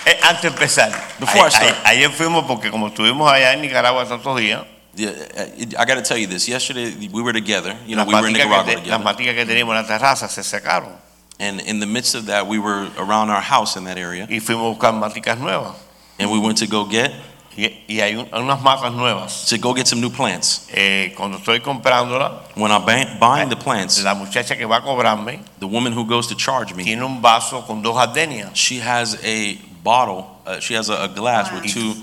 G: Eh, antes de empezar,
B: Before I
G: a-
B: start.
G: a- ayer fuimos porque como estuvimos allá en Nicaragua tantos días,
B: Yeah, I- I got to tell you this. Yesterday we were together. You know,
G: las,
B: we were in
G: maticas
B: Nicaragua
G: que te- las
B: together,
G: maticas que teníamos en la terraza se secaron
B: and in the midst of that, we were around our house in that area,
G: y fuimos a buscar maticas nuevas.
B: and we went to go get
G: Y, y hay un- unas matas nuevas.
B: to go get some new plants.
G: Eh, cuando estoy comprándola,
B: When I'm buy- buying the plants,
G: la muchacha que va a cobrarme
B: the woman who goes to charge me,
G: tiene un vaso con dos gardenias.
B: she has a bottle. Uh, she has a, a glass with two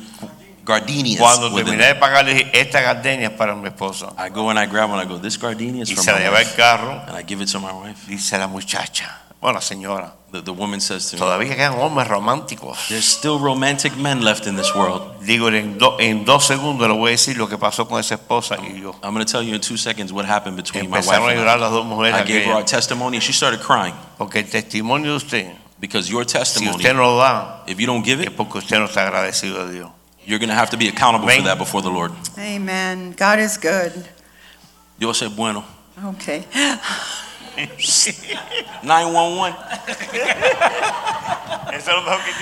B: gardenias.
G: Cuando
B: within
G: terminé
B: it.
G: de pagarle, dije, esta gardenia es para mi esposa.
B: I go and I grab one. I go, this gardenia is
G: Y
B: from
G: se la
B: my
G: lleva el
B: wife,
G: carro,
B: and I give it to my wife.
G: dice la muchacha. Bueno, la señora.
B: The, the woman says to me,
G: Todavía quedan hombres románticos.
B: "There's still romantic men left in this world."
G: Digo, en, do- en dos segundos le voy a decir lo que pasó con esa esposa y yo.
B: I'm going to tell you in two seconds what happened between my wife
G: Empezaron a
B: and
G: llorar
B: I.
G: las dos mujeres.
B: I gave her
G: aquellas.
B: our testimony, and she started crying
G: Porque el testimonio de usted,
B: because your
G: si
B: testimony,
G: usted no lo da,
B: if you don't give
G: es
B: it,
G: porque usted no está agradecido a Dios.
B: you're going to have to be accountable for
G: Ven.
B: that before the Lord.
H: Amen. God is good.
B: Dios es bueno.
H: Okay.
B: 911.
G: Eso es lo mejor que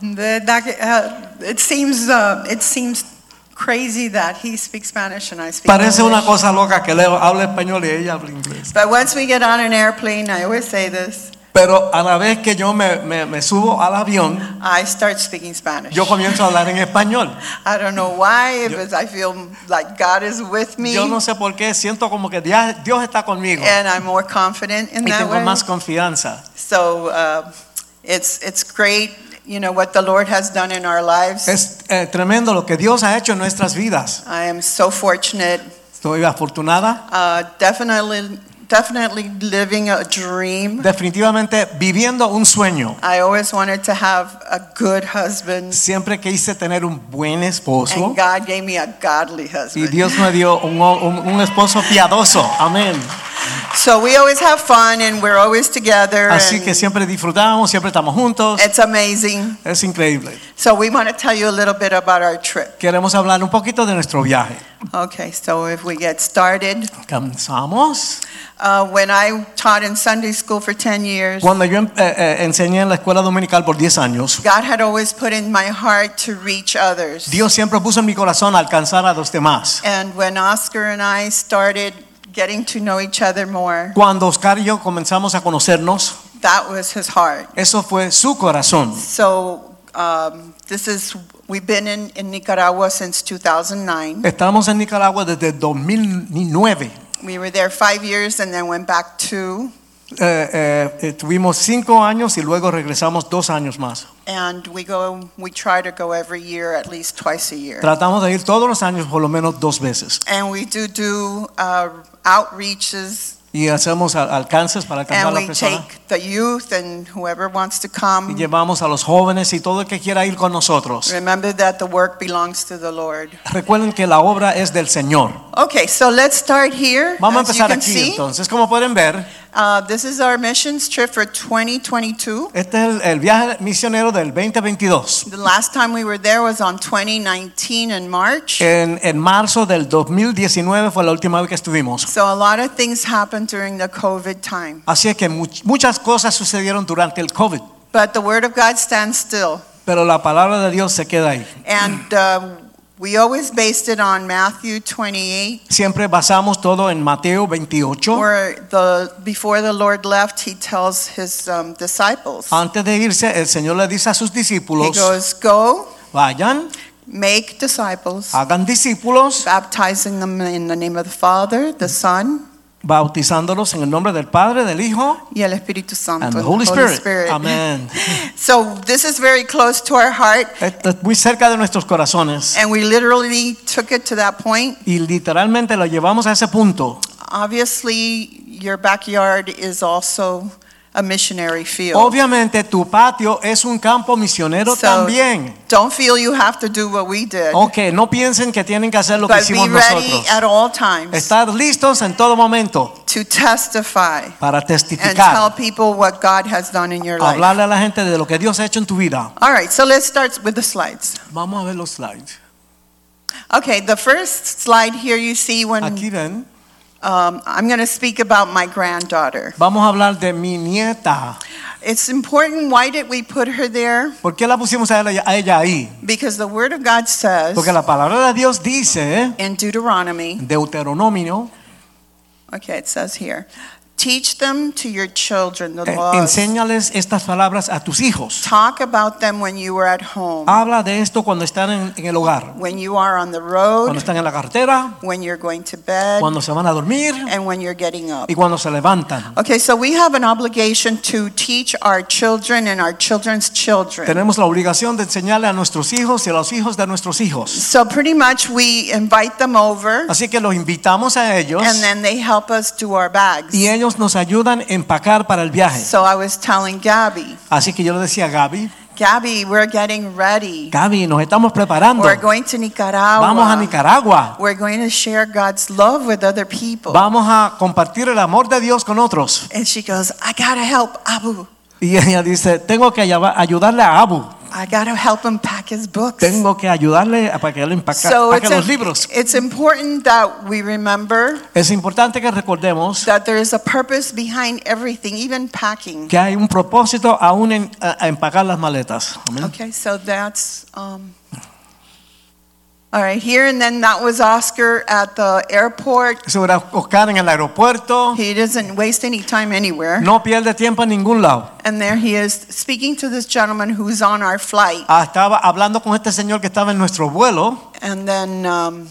G: tiene.
H: The, doc- uh, it seems uh, it seems crazy that he speaks Spanish and I speak
A: Parece una
H: English.
A: cosa loca que Leo habla español y ella habla inglés.
H: But once we get on an airplane, I always say this,
A: Pero a la vez que yo me, me- me subo al avión,
H: I start speaking Spanish.
A: yo comienzo a hablar en español.
H: I don't know why, if it's, I feel like God is with me
A: Yo no sé por qué, siento como que dia- Dios está conmigo
E: Eh,
H: and I'm more confident in
A: y
H: that
A: tengo
H: way.
A: más confianza.
H: So uh, it's it's great, you know, what the Lord has done in our lives.
A: Es eh, tremendo lo que Dios ha hecho en nuestras vidas.
H: I am so fortunate.
A: Estoy afortunada,
H: Uh, definitely, definitely living a dream.
A: definitivamente viviendo un sueño.
H: I always wanted to have a good husband,
A: Siempre quise tener un buen esposo
H: and God gave me a godly
A: y
H: husband.
A: Dios me dio un, un- un esposo piadoso. Amén.
H: So we always have fun, and we're always together.
A: Así
H: and
A: que siempre disfrutamos, siempre estamos juntos.
H: it's amazing.
A: Es increíble.
H: So we want to tell you a little bit about our trip.
A: Queremos hablar un poquito de nuestro viaje.
H: Okay, so if we get started,
A: Comenzamos.
H: uh, when I taught in Sunday school for 10 years,
A: Cuando yo em- eh, eh, enseñé en la escuela dominical por 10 años,
H: God had always put in my heart to reach others.
A: Dios siempre puso en mi corazón alcanzar a los demás.
H: And when Oscar and I started getting to know each other more,
A: Cuando Oscar y yo comenzamos a conocernos,
H: that was his heart.
A: eso fue su corazón.
H: So um, this is, we've been in, in Nicaragua since 2009.
A: Estamos en Nicaragua desde 2009.
H: We were there five years and then went back two.
A: Eh, eh, eh, tuvimos cinco años y luego regresamos dos años más.
H: And we go, we try to go every year, at least twice a year.
A: Tratamos de ir todos los años por lo menos dos veces
H: And we do do uh, outreaches
A: y hacemos al- alcances para alcanzar
H: and
A: a la
H: we
A: persona.
H: take Mm. the youth and whoever wants to
A: Y
H: come.
A: llevamos a los jóvenes y todo el que quiera ir con nosotros.
H: Remember that the work belongs to the Lord.
A: Recuerden que la obra es del Señor.
H: Okay, so let's start here.
A: Vamos a
H: As you
A: empezar
H: can
A: aquí
H: see,
A: entonces. Como pueden ver,
H: uh, this is our missions trip for 2022.
A: este es el, el viaje misionero del 2022.
H: The last time we were there was on 2019 in March.
A: En, en marzo del 2019 fue la última vez que estuvimos.
H: So a lot of things happened during the COVID time.
A: Así es que much- muchas cosas sucedieron durante el COVID.
H: But the Word of God stands still.
A: Pero la palabra de Dios se queda ahí.
H: And uh, We always based it on Matthew 28,
A: Siempre basamos todo en Mateo 28.
H: where the before the Lord left, he tells his um, disciples,
A: Antes de irse, el Señor le dice a sus
H: he
A: discípulos,
H: goes, "Go
A: vayan,
H: make disciples,
A: hagan discípulos,
H: baptizing them in the name of the Father, the Son,
A: bautizándolos en el nombre del Padre, del Hijo
H: y el Espíritu Santo."
A: and the
H: and
A: Holy Spirit.
H: Spirit.
A: Amén.
H: So this is very close to our heart,
A: Esto es muy cerca de nuestros corazones.
H: and we literally took it to that point.
A: Y literalmente lo llevamos a ese punto.
H: Obviously, your backyard is also a missionary field.
A: Obviamente tu patio es un campo misionero también.
H: Don't feel you have to do what we did.
A: Ok, no piensen que tienen que hacer lo que
H: But be
A: hicimos
H: ready
A: nosotros.
H: at all times
A: Estar listos en todo momento
H: to testify
A: para
H: and tell
A: testificar,
H: people what God has done in your life.
A: hablarle a la gente de lo que Dios ha hecho en tu vida.
H: All right, so let's start with the slides.
A: Vamos a ver los slides.
H: Okay, the first slide here you see when
A: Aquí ven,
H: um, I'm going to speak about my granddaughter.
A: vamos a hablar de mi nieta.
H: It's important. Why did we put her there?
A: ¿Por qué la pusimos a ella, a ella ahí?
H: Because the Word of God says
A: Porque la palabra de Dios dice,
H: in Deuteronomy,
A: en Deuteronomio,
H: okay, it says here, teach them to your children the
A: eh,
H: laws.
A: enséñales estas palabras a tus hijos.
H: Talk about them when you are at home,
A: Habla de esto cuando están en, en el hogar,
H: when you are on the
A: cuando
H: road,
A: están en la carretera,
H: when you're going to bed,
A: cuando se van a dormir
H: and when you're getting up.
A: y cuando se levantan.
H: Okay, so we have an obligation to teach our children and our children's children.
A: Tenemos la obligación de enseñarle a nuestros hijos y a los hijos de nuestros hijos.
H: So pretty much we invite them over
A: Así que los invitamos a ellos
H: and then they help us do our bags.
A: y ellos nos ayudan a empacar para el viaje.
H: So I was telling Gabby,
A: Así que yo le decía a Gaby,
H: Gabby, we're getting ready.
A: Gaby, nos estamos preparando.
H: We're going to Nicaragua.
A: Vamos a Nicaragua.
H: We're going to share God's love with other people.
A: Vamos a compartir el amor de Dios con otros.
H: And she goes, I gotta help Abu.
A: Y ella dice, tengo que ayava- ayudarle a Abu.
H: I gotta help him pack his books.
A: Tengo que ayudarle a para que él empaca,
H: so
A: empaque
H: it's,
A: los
H: im-
A: libros.
H: it's important that we remember
A: Es importante que recordemos
H: that there is a purpose behind everything, even packing.
A: que hay un propósito aún en a- a empacar las maletas. Amén.
H: Okay, so that's um, all right here, and then that was Oscar at the airport.
A: Eso era Oscar en el aeropuerto.
H: He doesn't waste any time anywhere,
A: No pierde tiempo en ningún lado.
H: and there he is speaking to this gentleman who's on our flight,
A: Ah, Estaba hablando con este señor que estaba en nuestro vuelo.
H: and then um,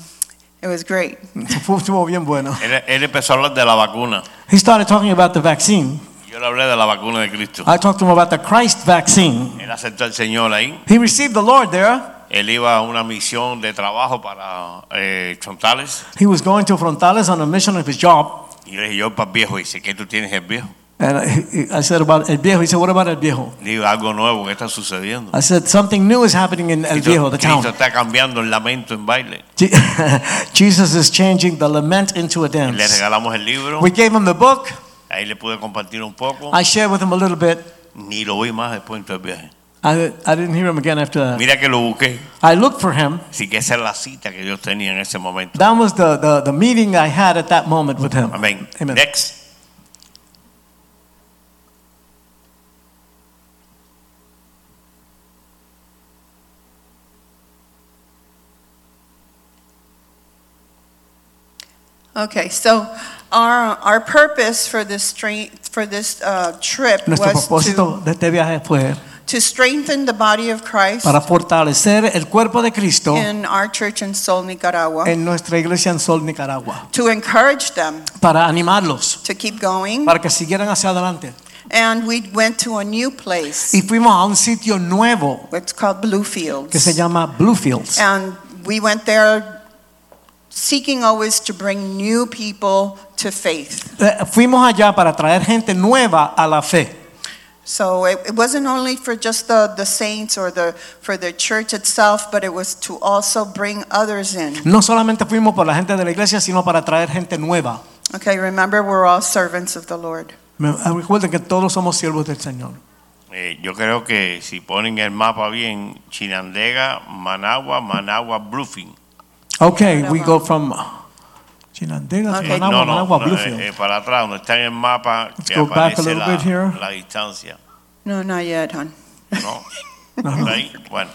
H: it was great.
A: Fue- Estuvo bien bueno.
G: Él, él empezó a hablar de la vacuna.
A: He started talking about the vaccine.
G: Yo le hablé de la vacuna de Cristo.
B: Ah.
A: I talked to him about the Christ vaccine.
G: Él aceptó al Señor ahí.
A: He received the Lord there.
G: Él iba a una misión de trabajo para eh, Chontales.
A: He was going to Frontales on a mission of his job.
G: Y yo le dije, yo para el viejo. Y dice, ¿qué tú tienes el viejo?
A: And I, he- I said about El Viejo. He said, what about El Viejo?
G: Digo, algo nuevo que está sucediendo.
A: I said, something new is happening in El
G: Cristo-
A: Viejo, the
G: Cristo
A: town.
G: está cambiando el lamento en baile.
A: Je- Jesus is changing the lament into a
G: Le
A: dance.
G: regalamos el libro.
A: We gave him the book.
G: Ahí le pude compartir un poco.
A: I shared with him a little bit.
G: Ni lo vi más después en todo el viaje.
A: I, I didn't hear him again after that.
G: Mira que lo busqué.
A: I looked for him.
G: Así que esa es la cita que Dios tenía en ese momento.
A: That was the, the, the meeting I had at that moment with him.
G: Amén.
A: Amen.
G: Next.
H: Okay, so our our purpose for this stra- for this uh, trip
A: Nuestro
H: was to,
A: propósito de este viaje fue
H: to strengthen the body of Christ
A: para fortalecer el cuerpo de Cristo
H: in our church in Seoul, Nicaragua.
A: en nuestra iglesia en Sol, Nicaragua,
H: to encourage them
A: para animarlos,
H: to keep going.
A: para que siguieran hacia adelante.
H: And we went to a new place.
A: Y fuimos a un sitio nuevo
H: It's called
A: que se
H: Bluefields.
A: llama Bluefields.
H: And we went there seeking always to bring new people to faith.
A: Eh, Fuimos allá para traer gente nueva a la fe.
H: So it, it wasn't only for just the, the saints or the for the church itself, but it was to also bring others in.
A: No solamente fuimos por la gente de la iglesia, sino para traer gente nueva.
H: Okay, remember we're all servants of the Lord.
A: Me- ah, Recuerden que todos somos siervos del Señor.
G: Eh, yo creo que si ponen el mapa bien, Chinandega, Managua, Managua, Bluffing.
A: Okay, we go from Chinandega,
H: Okay.
G: Eh,
A: Managua,
G: no, no,
A: Managua,
G: no,
A: Bluefield.
G: eh, eh, para atrás, donde está en el mapa,
A: Let's
G: que
A: go back a
G: aparece
A: little
G: la,
A: bit here.
G: la distancia.
H: No, not yet, hon.
G: No,
A: No, no.
G: Ahí, bueno.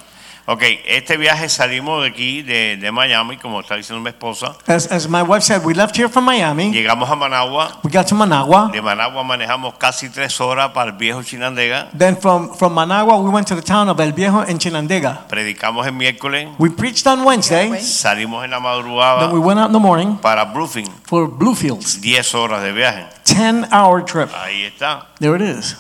G: Ok, este viaje salimos de aquí, de, de Miami, como está diciendo mi esposa.
A: As, as my wife said, we left here from Miami.
G: Llegamos a Managua.
A: We got to Managua.
G: De Managua manejamos casi tres horas para el viejo Chinandega.
A: Then from, from Managua, we went to the town of El Viejo in Chinandega.
G: Predicamos el miércoles.
A: We preached on Wednesday.
G: Salimos en la
A: Then we
G: madrugada
A: went out in the morning
G: para Brooklyn.
A: for Bluefields.
G: 10 horas de viaje.
A: 10 hour trip.
G: Ahí está.
A: There it is.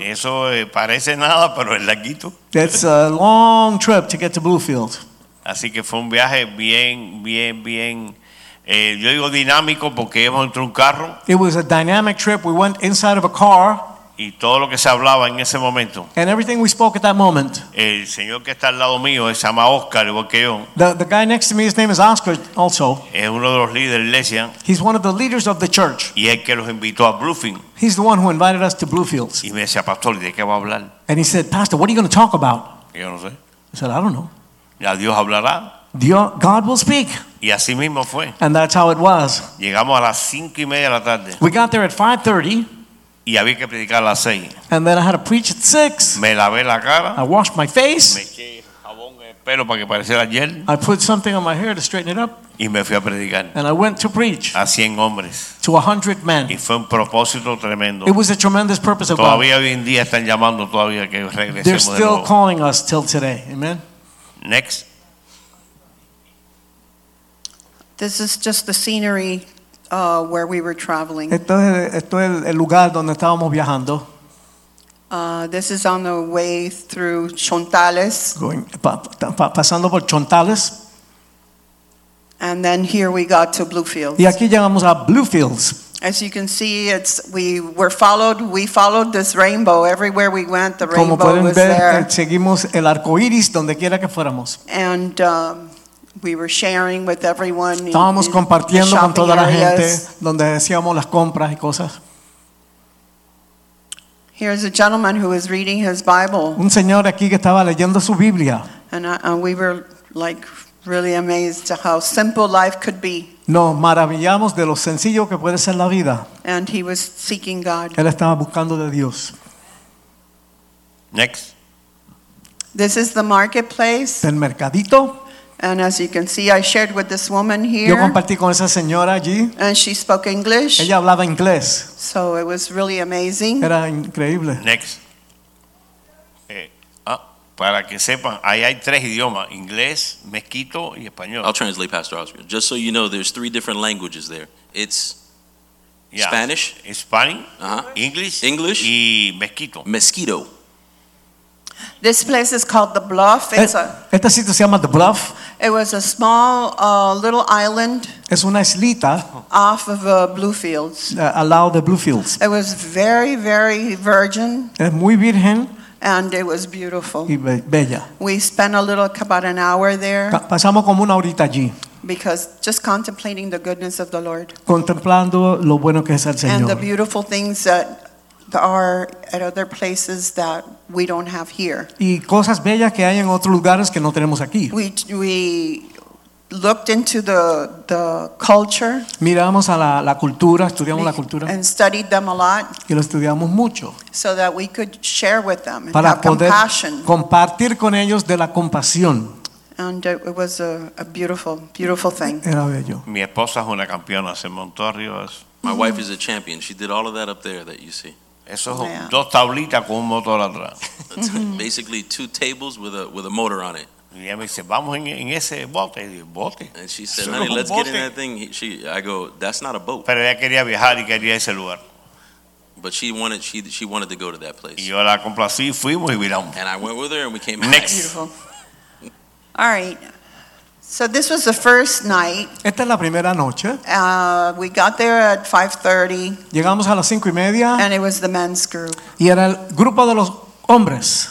G: Eso eh, parece nada, pero es larguito.
A: That's a long trip to get to Bluefield.
G: Así que fue un viaje bien, bien, bien. eh, yo digo dinámico porque íbamos entre un carro
A: It was a dynamic trip. We went inside of a car,
G: y todo lo que se hablaba en ese momento.
A: and everything we spoke at that moment.
G: El señor que está al lado mío se llama Oscar, igual que yo.
A: The, the guy next to me, his name is Oscar, also.
G: Es uno de los líderes de la iglesia
A: He's one of the leaders of the church.
G: y es el que los invitó a Bluefin.
A: He's the one who invited us to Bluefields.
G: Y me decía, pastor, ¿y ¿de qué va a hablar?
A: And he said, Pastor, what are you going to talk about?
G: Y yo no sé.
A: I said, I don't know.
G: Ya Dios hablará.
A: Dio- God will speak.
G: Y así mismo fue.
A: And that's how it was.
G: Llegamos a las cinco y media de la tarde
A: We got there at 5.30,
G: y había que predicar a las seis.
A: and then I had to preach at 6.
G: Me lavé la cara,
A: I washed my
G: me
A: face.
G: eché jabón en el pelo para que pareciera ayer
A: I put something on my hair to straighten it up,
G: y me fui a predicar
A: and I went to preach
G: a 100 hombres.
A: to a 100 men.
G: Y fue un propósito tremendo.
A: It was a tremendous purpose of God.
G: Todavía hoy en día están llamando todavía que
A: They're
G: regresemos de
A: still
G: nuevo.
A: calling us till today. Amen.
G: Next.
H: This is just the scenery uh, where we were traveling.
A: Esto es, esto es el- el lugar donde estábamos viajando,
H: Uh, This is on the way through Chontales,
A: going- pa- pa- pa- pasando por Chontales.
H: and then here we got to
A: Y
H: Bluefields.
A: aquí llegamos a Bluefields.
H: As you can see, it's, we were followed, we followed this rainbow everywhere we went, the
A: Como
H: rainbow
A: pueden
H: was
A: ver,
H: there.
A: eh, seguimos el arco iris donde quiera que fuéramos.
H: And um, we were sharing with everyone. in-
A: Estábamos
H: in
A: compartiendo
H: the
A: con toda la
H: shopping
A: gente
H: areas.
A: donde hacíamos las compras y cosas.
H: Here's a gentleman who was reading his Bible,
A: Un señor aquí que estaba leyendo su Biblia
H: and I- and we were like really amazed at how simple life could be.
A: nos maravillamos de lo sencillo que puede ser la vida.
H: And he was seeking God.
A: Él estaba buscando de Dios.
G: Next.
H: This is the marketplace,
A: Del mercadito,
H: and as you can see, I shared with this woman
A: yo
H: here,
A: compartí con esa señora allí.
H: and she spoke English,
A: Ella hablaba inglés,
H: so it was really amazing.
A: era increíble.
G: Next. Eh, ah, para que sepan, ahí hay tres idiomas, inglés, mezquito y español.
B: I'll translate, Pastor Oscar. Just so you know, there's three different languages there. It's
G: Yeah.
B: Spanish,
G: Spanish,
B: uh-huh,
G: English,
B: English.
G: y mezquito.
B: mosquito.
H: This place is called the Bluff.
A: Eh,
H: It's a,
A: Este sitio se llama The Bluff,
H: it was a small uh, little island
A: es una islita
H: off of uh, Bluefields.
A: eh, al lado de Bluefields.
H: It was very, very virgin,
A: Es muy virgen
H: and it was beautiful.
A: y be- bella.
H: We spent a little, about an hour there,
A: Pa- Pasamos como una horita allí,
H: because just contemplating the goodness of the Lord
A: contemplando lo bueno que es el
H: and the
A: Señor.
H: beautiful things that are at other places that we don't have here.
A: y cosas bellas que hay en otros lugares que no tenemos aquí.
H: We, we looked into the, the culture
A: Miramos a la, la cultura, estudiamos la cultura
H: and studied them a lot
A: y lo estudiamos mucho
H: so that we could share with them and
A: para
H: have
A: poder
H: compassion.
A: compartir con ellos de la compasión.
H: And it it was a, a beautiful, beautiful thing.
A: Era bello.
G: Mi esposa es una campeona, se montó arriba. de Eso,
B: My wife is a champion. She did all of that up there that you see.
G: Eso es
H: Yeah.
G: dos tablitas con un motor atrás.
B: That's basically two tables with a with a motor on it.
G: Y ella me dice, vamos en, en ese bote. Y yo, bote.
B: And she said,
G: Eso
B: "Honey,
G: es un
B: let's get in
G: bote".
B: that thing." He- She, I go, "That's not a boat,"
G: Pero ella quería viajar y quería ese lugar.
B: but she wanted she she wanted to go to that
G: Y
B: place.
G: yo la complací, fuimos y miramos.
B: And I went with her, and we came back.
G: Next.
H: Beautiful. All right. So this was the first night.
A: Esta es la primera noche.
H: Uh, we got there at 5:30,
A: Llegamos a las cinco y media
H: and it was the men's group.
A: y era el grupo de los hombres.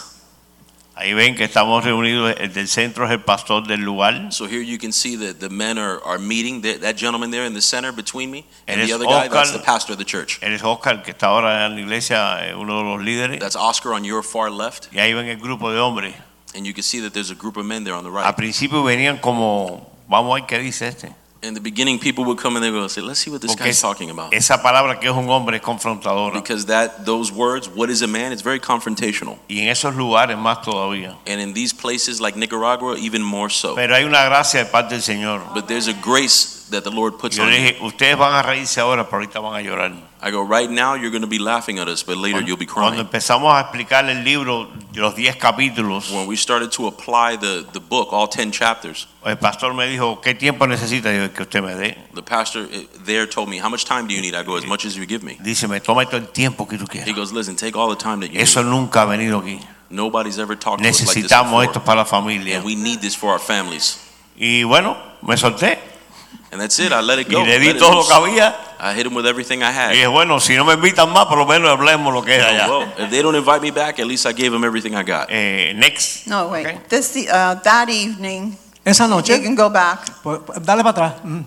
G: Ahí ven que estamos reunidos. El del centro es el pastor del lugar.
B: So here you can see that the men are, are meeting. That, that gentleman there in the center between me and
G: Eres
B: the other guy, that's
G: Oscar.
B: the pastor of the church.
G: Él es Oscar, que está ahora en la iglesia, eh, uno de los líderes.
B: That's Oscar on your far left,
G: Y ahí ven el grupo de hombres.
B: and you can see that there's a group of men there on the right.
G: Al principio venían como, vamos a ver qué dice este.
B: In the beginning, people would come and they would say, "Let's see what this
G: Porque
B: guy's
G: es-
B: talking about,"
G: esa palabra que es un hombre es confrontadora.
B: because that those words, "What is a man," it's very confrontational.
G: Y en esos lugares más todavía.
B: And in these places like Nicaragua, even more so.
G: Pero hay una gracia de parte del Señor.
B: But there's a grace that the Lord puts
G: Yo
B: on
G: le
B: you.
G: dije, ustedes van a reírse ahora, pero ahorita van a llorar.
B: I go, right now you're going to be laughing at us, but later you'll be
G: Cuando
B: crying.
G: empezamos a explicar el libro, los 10 capítulos,
B: When we started to apply the, the book, all 10 chapters,
G: el pastor me dijo, ¿qué tiempo necesita? Digo, que usted me dé.
B: the pastor eh, there told me, How much time do you need? I go, As much as you give me.
G: Dice, me toma todo el tiempo que tú
B: He
G: quieras.
B: goes, Listen, take all the time that you
G: Eso
B: need.
G: nunca ha venido aquí.
B: Nobody's ever talked to us like this
G: Necesitamos esto
B: before.
G: para la familia.
B: And we need this for our families.
G: Y bueno, me solté
B: And that's it. I let it
G: y
B: go.
G: le
B: Let
G: di
B: it
G: todo lo
B: loose.
G: que había.
B: I hit him with everything I
G: Y
B: had.
G: dije, bueno, si no me invitan más, por lo menos hablemos lo que es allá.
B: Well, Oh, if they don't invite me back, at least I gave them everything I got.
G: Eh, next.
H: No, wait.
G: Ok.
H: This uh, that evening,
A: Esa
H: you
A: noche,
H: can go back.
A: pues, dale para atrás. Mm.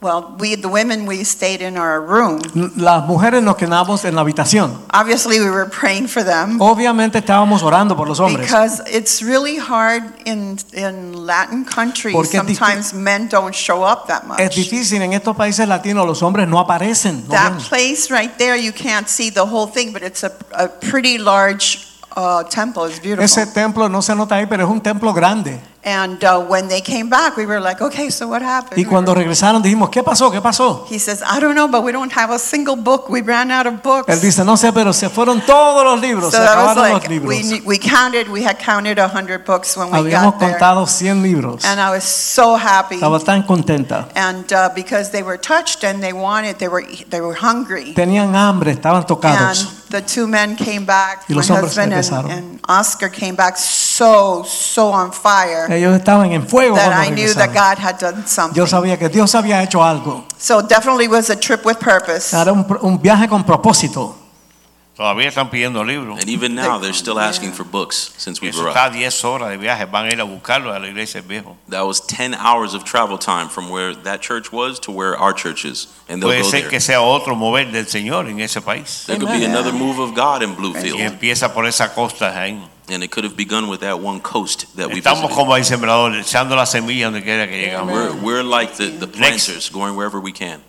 H: Well, we the women we stayed in our room.
A: Las mujeres nos quedamos en la habitación.
H: Obviously, we were praying for them
A: Obviamente estábamos orando por los Oh, hombres.
H: because it's really hard in in Latin countries.
A: Porque es difí-
H: Sometimes men don't show up that
A: Es
H: much.
A: difícil en estos países latinos, los hombres no aparecen. no
H: That
A: ven.
H: place right there, you can't see the whole thing, but it's a, a pretty large uh, temple. It's
A: Ese
H: beautiful.
A: templo no se nota ahí, pero es un templo grande.
H: And uh, when they came back, we were like, okay, so what happened?
A: Y cuando regresaron dijimos, ¿qué pasó? ¿Qué pasó?
H: He says, I don't know, but we don't have a single book. We ran out of books.
A: Él dice, no sé, pero se fueron todos los libros,
H: So
A: se
H: that was
A: acabaron los
H: like,
A: libros.
H: we, knew- we counted, we had counted 100 books when we
A: Habíamos
H: got there.
A: contado 100 libros.
H: And I was so happy.
A: Estaba tan contenta.
H: And uh, because they were touched and they wanted, they were, they were hungry.
A: Tenían hambre, estaban
H: And
A: tocados.
H: the two men came back,
A: Y
H: my
A: los hombres
H: husband and,
A: regresaron.
H: and Oscar came back so, so on fire
A: Ellos estaban en fuego
H: that
A: cuando
H: I knew that
A: regresaron.
H: God had done something.
A: Yo sabía que Dios había hecho algo.
H: So definitely was a trip with purpose.
A: Era un, pro- un viaje con propósito.
G: Todavía están pidiendo libros.
B: And even now, they're still asking for books since we've
G: Eso está a
B: arrived.
G: 10 horas de viaje. Van a ir a buscarlo a la iglesia del viejo.
B: That was 10 hours of travel time from where that church was to where our church is. And they'll
G: Puede
B: go
G: ser
B: there.
G: que sea otro mover del Señor en ese país.
B: There could be
H: Amen.
B: another move of God in
G: Y
B: Bluefield.
G: empieza por esa costa ahí.
B: And it could have begun with that one coast that we
G: Estamos
B: visited.
G: como el sembrador, echando la semilla donde quiera que llegamos.
B: We're, we're like the, the planters, going wherever we can.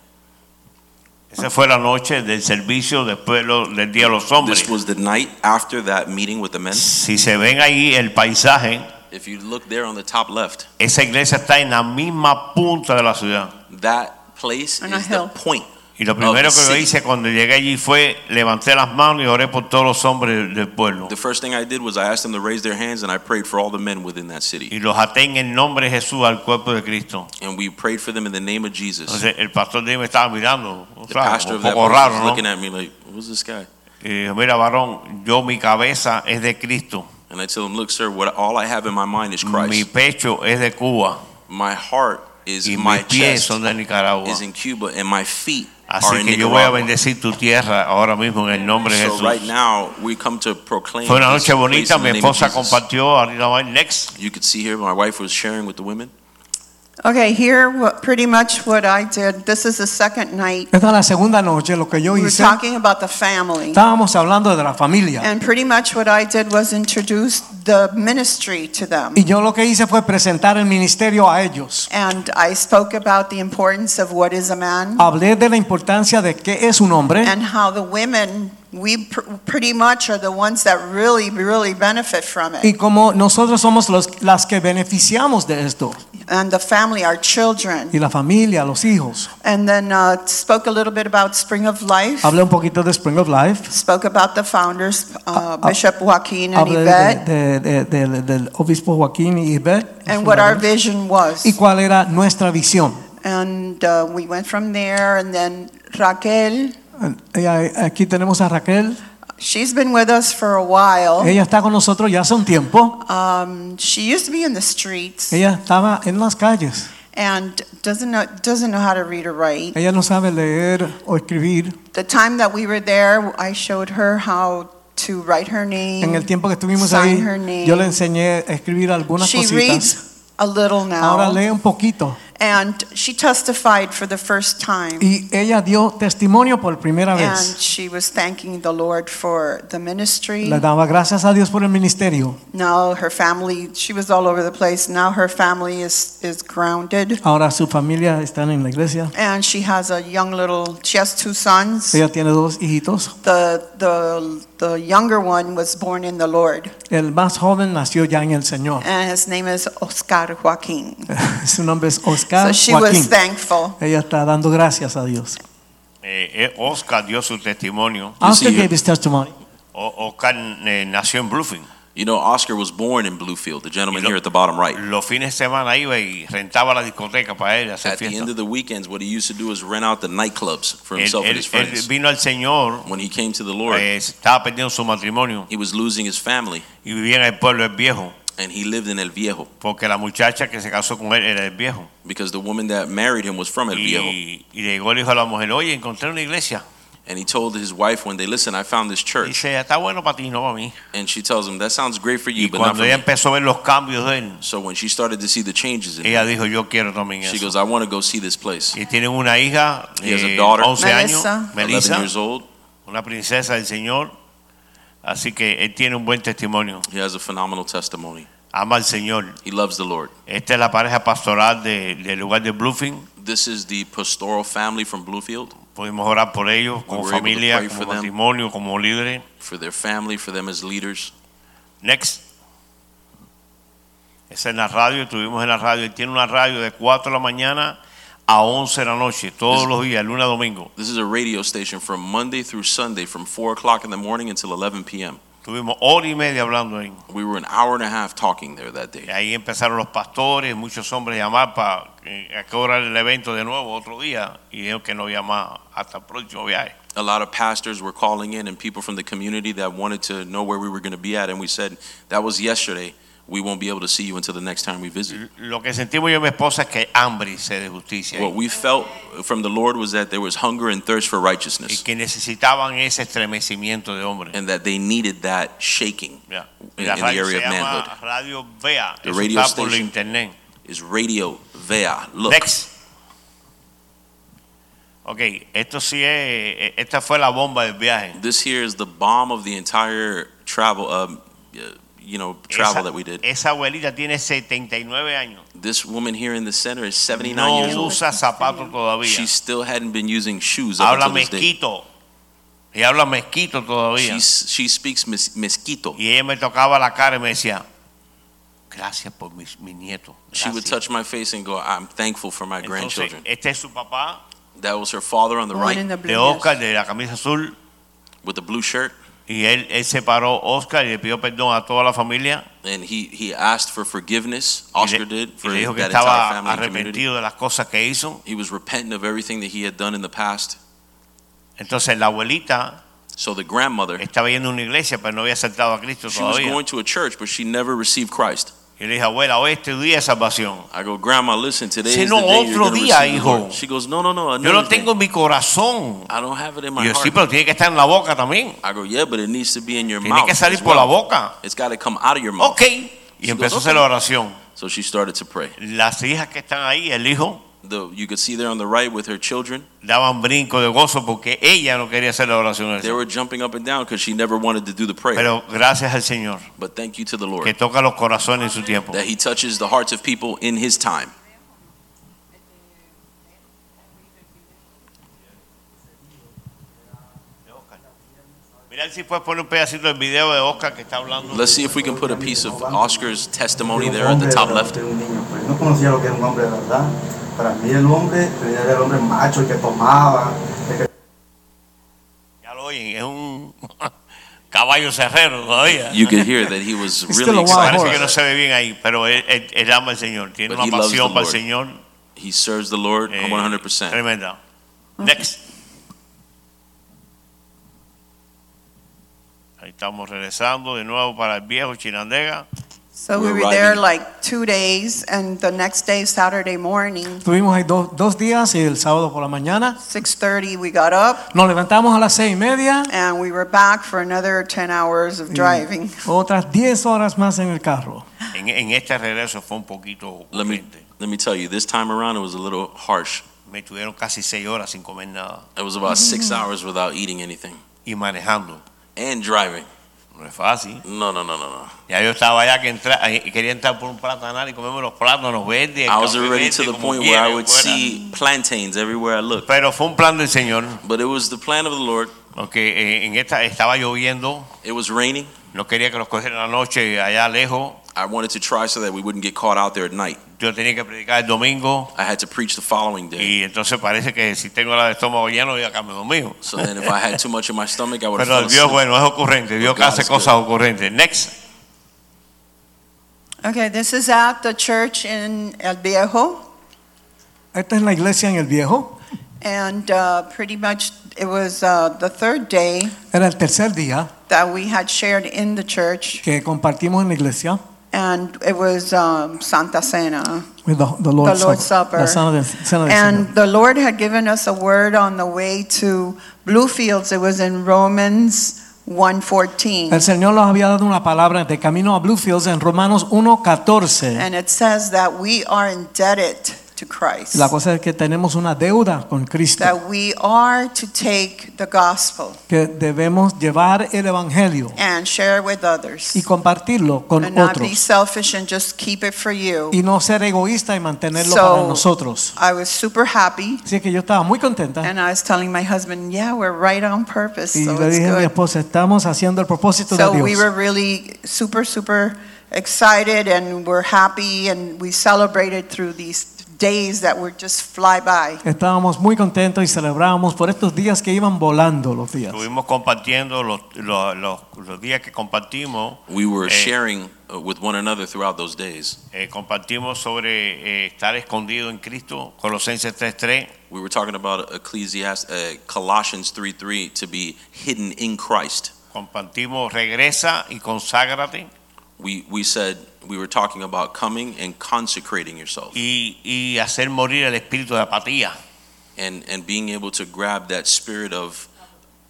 G: Esa fue la noche del servicio después lo- del Día de los Hombres.
B: This was the night after that meeting with the men.
G: Si se ven ahí el paisaje,
B: If you look there on the top left,
G: esa iglesia está en la misma punta de la ciudad.
B: that place
H: On a
B: is the
H: hill.
B: point.
G: Y lo primero que yo
B: sí.
G: hice cuando llegué allí fue levanté las manos y oré por todos los hombres del pueblo.
B: The first thing I did was I asked them to raise their hands and I prayed for all the men within that city.
G: Y los até en el nombre de Jesús al cuerpo de Cristo.
B: And we prayed for them in the name of Jesus.
G: Entonces el pastor de ahí me estaba mirando, o
B: The
G: sea,
B: pastor
G: un
B: of that
G: poco
B: place
G: raro,
B: was
G: ¿no?
B: looking at me like, who's this guy?
G: Y dijo, mira, varón, yo mi cabeza es de Cristo,
B: And I tell him, look, sir, what all I have in my mind is
G: mi
B: Christ.
G: pecho es de Cuba
B: My heart is
G: y
B: my
G: mis pies
B: chest
G: son de Nicaragua.
B: is in Cuba and my feet are
G: Así
B: in
G: que yo voy a
B: Nicaragua.
G: bendecir tu tierra ahora mismo en el nombre de
B: So
G: Jesús.
B: right now we come to proclaim.
G: Fue una
B: this
G: noche
B: place
G: bonita,
B: in
G: mi
B: the name of
G: esposa
B: Jesus.
G: compartió, ahorita va el next.
B: You could see here my wife was sharing with the women.
H: Okay, here, what, pretty much what I did. This is the second night.
A: Esta es la segunda noche, lo que yo
H: We were
A: hice.
H: talking about the family.
A: Estábamos hablando de la familia.
H: And pretty much what I did was introduce the ministry to them.
A: Y yo lo que hice fue presentar el ministerio a ellos.
H: And I spoke about the importance of what is a man
A: Hablé de la importancia de qué es un hombre.
H: and how the women, we pr- pretty much are the ones that really, really benefit from
A: Y
H: it.
A: como nosotros somos los, las que beneficiamos de esto,
H: And the family, our children.
A: y la familia, los hijos.
H: And then uh, spoke a little bit about Spring of Life.
A: Hablé un poquito de Spring of Life,
H: Spoke about the founders, uh,
A: Ah, ah.
H: Bishop Joaquin and
A: hablé de-
H: Yvette,
A: de- de- de- del obispo Joaquín y Yvette,
H: and what our vision was.
A: y cuál era nuestra visión.
H: And uh, we went from there. And then Raquel,
A: Y ahí- Aquí tenemos a Raquel,
H: she's been with us for a while.
A: ella está con nosotros ya hace un tiempo,
H: Um, she used to be in the streets
A: ella estaba en las calles,
H: and doesn't know, doesn't know how to read or write.
A: ella no sabe leer o escribir.
H: The time that we were there, I showed her how to write her
A: En el
H: name.
A: tiempo que estuvimos
H: Sign
A: ahí,
H: her name.
A: yo le enseñé a escribir algunas
H: She
A: cositas.
H: reads a little
A: Ahora
H: now,
A: lee un poquito
H: And she testified for the first time.
A: Y ella dio testimonio por primera
H: And
A: vez.
H: she was thanking the Lord for the ministry.
A: Le daba gracias a Dios por el ministerio.
H: Now her family, she was all over the place. Now her family is, is grounded.
A: Ahora su familia está en la iglesia.
H: And she has a young little, she has two sons.
A: Ella tiene dos hijitos.
H: The, the, the younger one was born in the Lord.
A: El más joven nació ya en el Señor.
H: And his name is Oscar Joaquin.
A: Su nombre es
H: So
A: Oscar
H: she
A: Joaquín.
H: was thankful.
A: Ella está dando gracias a Dios.
G: Eh, eh, Oscar dio su testimonio.
A: Oscar
B: see,
A: gave his testimony.
G: O- Oscar eh, nació en Bluffing.
B: You know, Oscar was born in Bluefield, the gentleman
G: You know-
B: here at the bottom right.
G: Los fines de semana iba y rentaba la discoteca para él hacer
B: At the end
G: fiesta.
B: of the weekends, what he used to do is rent out the nightclubs for
G: Él,
B: himself and
G: él-
B: his
G: él
B: friends.
G: vino al Señor,
B: When he came to the Lord,
G: eh, estaba perdiendo su matrimonio
B: he was losing his family,
G: y vivía en el pueblo del viejo,
B: and he lived in El Viejo
G: porque la muchacha que se casó con él era del viejo.
B: because the woman that married him was from El Viejo.
G: Y, y llegó y le dijo a la mujer, oye, encontré una iglesia.
B: And he told his wife one day, Listen, I found this church.
G: Dice, está bueno para ti, no para mí.
B: And she tells him, That sounds great for you,
G: Y
B: but not
G: cuando
B: for
G: ella
B: me.
G: empezó a ver los cambios de él,
B: So when she started to see the changes in him,
G: ella dijo, yo quiero también
B: she
G: eso.
B: goes, I want to go see this place.
G: Y tienen una hija
B: He has a
G: eh,
B: daughter.
G: 11 años,
H: Melissa.
B: 11
G: Melissa,
B: years old.
G: una princesa del Señor. Así que él tiene un buen testimonio.
B: He has a phenomenal testimony.
G: Ama al Señor.
B: He loves the Lord.
G: Esta es la pareja pastoral de- del lugar de Bluffing.
B: This is the pastoral family from Bluefield
G: Pudimos orar por ellos, como
B: were able to
G: familia,
B: pray
G: como
B: for them.
G: matrimonio, como líderes.
B: for their family, for them as leaders.
G: Next. Es en la radio, estuvimos en la radio. Él tiene una radio de 4 de la mañana a 11 de la noche, todos
B: This-
G: los días, lunes a domingo.
B: This is a radio station from Monday through Sunday from 4 o'clock in the morning until 11 p.m.
G: Tuvimos hora y media hablando ahí.
B: We were an hour and a half talking there that
G: Y
B: day.
G: ahí empezaron los pastores, muchos hombres a llamar para eh, a qué hora era el evento de nuevo, otro día. Y dijeron que no llamaba hasta el próximo viaje.
B: A lot of pastors were calling in and people from the community that wanted to know where we were going to be at. And we said, That was yesterday. We won't be able to see you until the next time we visit.
G: Lo que sentimos yo y mi esposa es que hay hambre y sed de justicia. ahí.
B: What we felt from the Lord was that there was hunger and thirst for
G: y
B: righteousness
G: que necesitaban ese estremecimiento de hombre.
B: and that they needed that shaking.
G: Ya.
B: in-
G: la
B: in the
G: radio
B: area
G: se
B: of
G: llama
B: manhood.
G: Radio Vea.
B: The
G: Eso
B: radio
G: está por
B: station.
G: internet.
B: Is radio vea. Look.
G: Next. Ok, esto sí es, e, esta fue la bomba del viaje.
B: This here is the bomb of the entire travel, um, uh, you know, travel
G: esa,
B: that we did.
G: esa abuelita tiene 79 años.
B: This woman here in the center is 79
G: No
B: years old.
G: usa zapatos todavía.
B: She still hadn't been using shoes up
G: Habla
B: until this day.
G: mezquito. Y habla mezquito todavía.
B: She's, she speaks mes- mezquito.
G: Y ella me tocaba la cara y me decía, gracias por mis- mi, nieto.
B: She would
G: gracias".
B: touch my face and go, I'm thankful for my
G: Entonces,
B: grandchildren.
G: este es su papá,
B: That was her father on the
I: Born in
B: right
I: the
G: de
I: blue.
G: Oscar, de la camisa azul.
B: with the blue shirt,
G: Y él, él separó a Oscar y le pidió perdón a toda la familia.
B: and he, he asked for forgiveness.
G: Y le-
B: Oscar did
G: y
B: for
G: le dijo que
B: that entire
G: estaba
B: family and community.
G: arrepentido de las cosas que hizo.
B: He was repentant of everything that he had done in the past.
G: Entonces la abuelita
B: So the grandmother,
G: estaba yendo a una iglesia, pero no había aceptado a Cristo
B: she was
G: todavía.
B: going to a church, but she never received Christ.
G: Y le dije, abuela, hoy es tu día de salvación.
B: I go, Grandma, listen, today
G: Dice,
B: is
G: "No,
B: the day you're
G: otro
B: gonna
G: día,
B: receive the
G: hijo.
B: Lord." She goes, no, no, no.
G: Yo lo
B: another day.
G: tengo en mi corazón.
B: I don't have it in my
G: Y yo,
B: heart.
G: sí, pero tiene que estar en la boca también.
B: I go, yeah, but it needs to be in your
G: Tiene
B: mouth.
G: que salir
B: as
G: por la
B: well.
G: boca.
B: It's got to come out of your mouth.
G: Ok. Y empezó a hacer la oración.
B: So she started to pray.
G: Las hijas que están ahí, el hijo,
B: The, you could see there on the right with her children,
G: daban brinco de gozo porque ella no quería hacer la oración.
B: they were jumping up and down because she never wanted to do the prayer.
G: Pero gracias al Señor
B: but thank you to the Lord
G: que toca los corazones en su tiempo.
B: that He touches the hearts of people in His time.
G: Mira si puedes poner un pedacito del video de Oscar que está hablando.
B: Let's see if we can put a piece of Oscar's testimony there at the top left.
J: Un niño, pues, no conocía lo que era un hombre de verdad. Para mí el hombre era el hombre macho, el que tomaba, el que
G: Ya lo oyen, es un caballo cerrero todavía.
B: You could hear that he was
A: He's still
B: really
A: a wild
B: excited.
G: Parece que no se ve bien ahí, pero él, él- él ama al Señor, tiene
B: But
G: una
B: he loves
G: pasión
B: the
G: para el
B: Lord.
G: Señor
B: He serves the Lord
G: eh,
B: 100%.
G: tremenda. Next. Ahí estamos regresando de nuevo para el viejo Chinandega.
H: So we
B: We're
H: were there
B: riding.
H: like two days, and the next day, Saturday morning,
A: Estuvimos ahí dos, dos días y el sábado por la mañana.
H: 6:30, we got up
A: Nos levantamos a las seis y media,
H: and we were back for another 10 hours
B: Mm.
H: of driving.
A: otras diez horas más en el carro.
G: En, en este regreso fue un poquito
B: Let me,
G: urgente.
B: let me tell you, this time around it was a little harsh.
G: Me tuvieron casi seis horas sin comer nada
B: It was about six hours without eating anything
G: y manejando.
B: and driving.
G: No es fácil.
B: No, no, no, no, no.
G: Ya yo estaba allá que entra, eh, quería entrar por un platanal y comerme los plátanos verdes. el
B: I was
G: café
B: already
G: verde,
B: to the
G: como
B: point where I
G: quiera,
B: would
G: fuera.
B: see plantains everywhere I looked.
G: Pero fue un plan del Señor,
B: But it was the plan of the Lord.
G: porque eh, en esta estaba lloviendo,
B: It was raining.
G: no quería que los cogieran la noche allá lejos.
B: I wanted to try so that we wouldn't get caught out there at night.
G: Yo tenía que predicar el domingo
B: I had to preach the following day.
G: y entonces parece que si tengo la de estómago lleno, ya cambio dormido.
B: So then if I had too much in my stomach, I would have
G: Pero
B: fell
G: Dios,
B: asleep.
G: bueno, es ocurrente. Dios
B: God
G: hace
B: is good.
G: cosas ocurrentes. Next.
H: Okay, this is at the church in El Viejo,
A: Esta es la iglesia en el viejo.
H: and uh, pretty much it was uh, the third day
A: Era el tercer día
H: that we had shared in the church,
A: que compartimos en la iglesia.
H: and it was um, Santa Cena.
A: with the, the Lord's,
H: The Lord's
A: Supper. La
H: Supper.
A: Cena del- Cena del Señor.
H: And the Lord had given us a word on the way to Bluefields. It was in Romans
A: El
H: 1:14.
A: Señor nos había dado una palabra de camino a Bluefields en Romanos 1.14.
H: And it says that we are indebted to Christ.
A: La cosa es que tenemos una deuda con Cristo,
H: That we are to take the gospel
A: que debemos llevar el Evangelio
H: and share with
A: y
H: others.
A: compartirlo con
H: And not be
A: otros.
H: selfish and just keep it for you.
A: Y no ser egoísta y mantenerlo
H: So-
A: para nosotros.
H: I was super happy.
A: Así que yo estaba muy contenta.
H: And I was telling my husband, yeah, we're right on purpose.
A: Y
H: So
A: le
H: it's
A: dije a mi
H: good.
A: esposa, estamos haciendo el propósito de
H: So we were
A: Dios.
H: really super, super excited and we're happy and we celebrated through these days that were just fly by.
A: Estábamos muy contentos y celebrábamos por estos días que iban volando los días.
G: Estuvimos compartiendo los, los, los- los días que compartimos.
B: We were
G: Eh.
B: sharing uh, with one another throughout those days.
G: eh, compartimos sobre eh, estar escondido en Cristo, Colosenses 3.3.
B: We were talking about Ecclesiastes, uh, Colossians 3 3, to be hidden in Christ.
G: Compartimos regresa y conságrate.
B: We, we said, we were talking about coming and consecrating yourself
G: y, y hacer morir el espíritu de apatía.
B: and, and being able to grab that spirit of,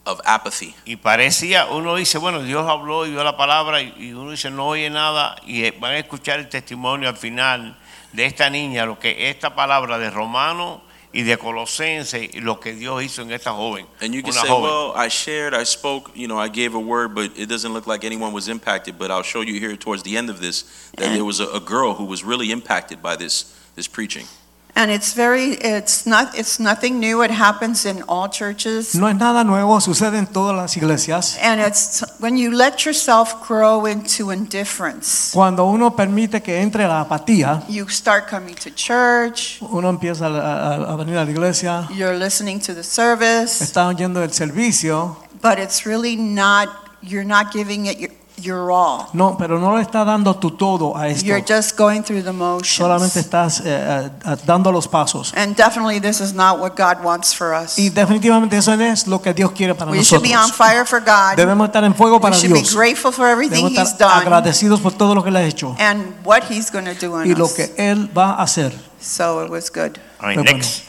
B: of apathy.
G: Y parecía, uno dice, bueno, Dios habló y dio la palabra, y, y uno dice, no oye nada, y eh, van a escuchar el testimonio al final de esta niña, lo que esta palabra de Romano y de Colosense, y lo que Dios hizo en esta joven.
B: And you can
G: Una
B: say,
G: joven.
B: well, I shared, I spoke, you know, I gave a word, but it doesn't look like anyone was impacted. But I'll show you here towards the end of this that there was a, a girl who was really impacted by this, this preaching.
H: And it's very, it's not, it's nothing new. It happens in all churches.
A: No es nada nuevo, sucede en todas las iglesias.
H: And it's when you let yourself grow into indifference,
A: Cuando uno permite que entre la apatía,
H: you start coming to church,
A: uno empieza a, a- a venir a la iglesia,
H: you're listening to the service,
A: está oyendo el servicio,
H: but it's really not, you're not giving it your, your all.
A: no, pero no le está dando tu todo a esto.
H: You're just going through the
A: Solamente
H: motions.
A: estás eh, eh, eh, dando los pasos.
H: And definitely, this is not what God wants for us.
A: Y definitivamente eso no es lo que Dios quiere para
H: We should
A: nosotros.
H: be on fire for God.
A: Debemos estar en fuego
H: We
A: para
H: should be
A: Dios.
H: grateful for everything
A: Debemos
H: He's
A: estar
H: done
A: agradecidos por todo lo que Él ha hecho
H: and what He's going to do
A: y
H: in
A: lo
H: us.
A: que Él va a hacer.
H: So it was good.
G: All right,
A: Muy bueno.
G: next.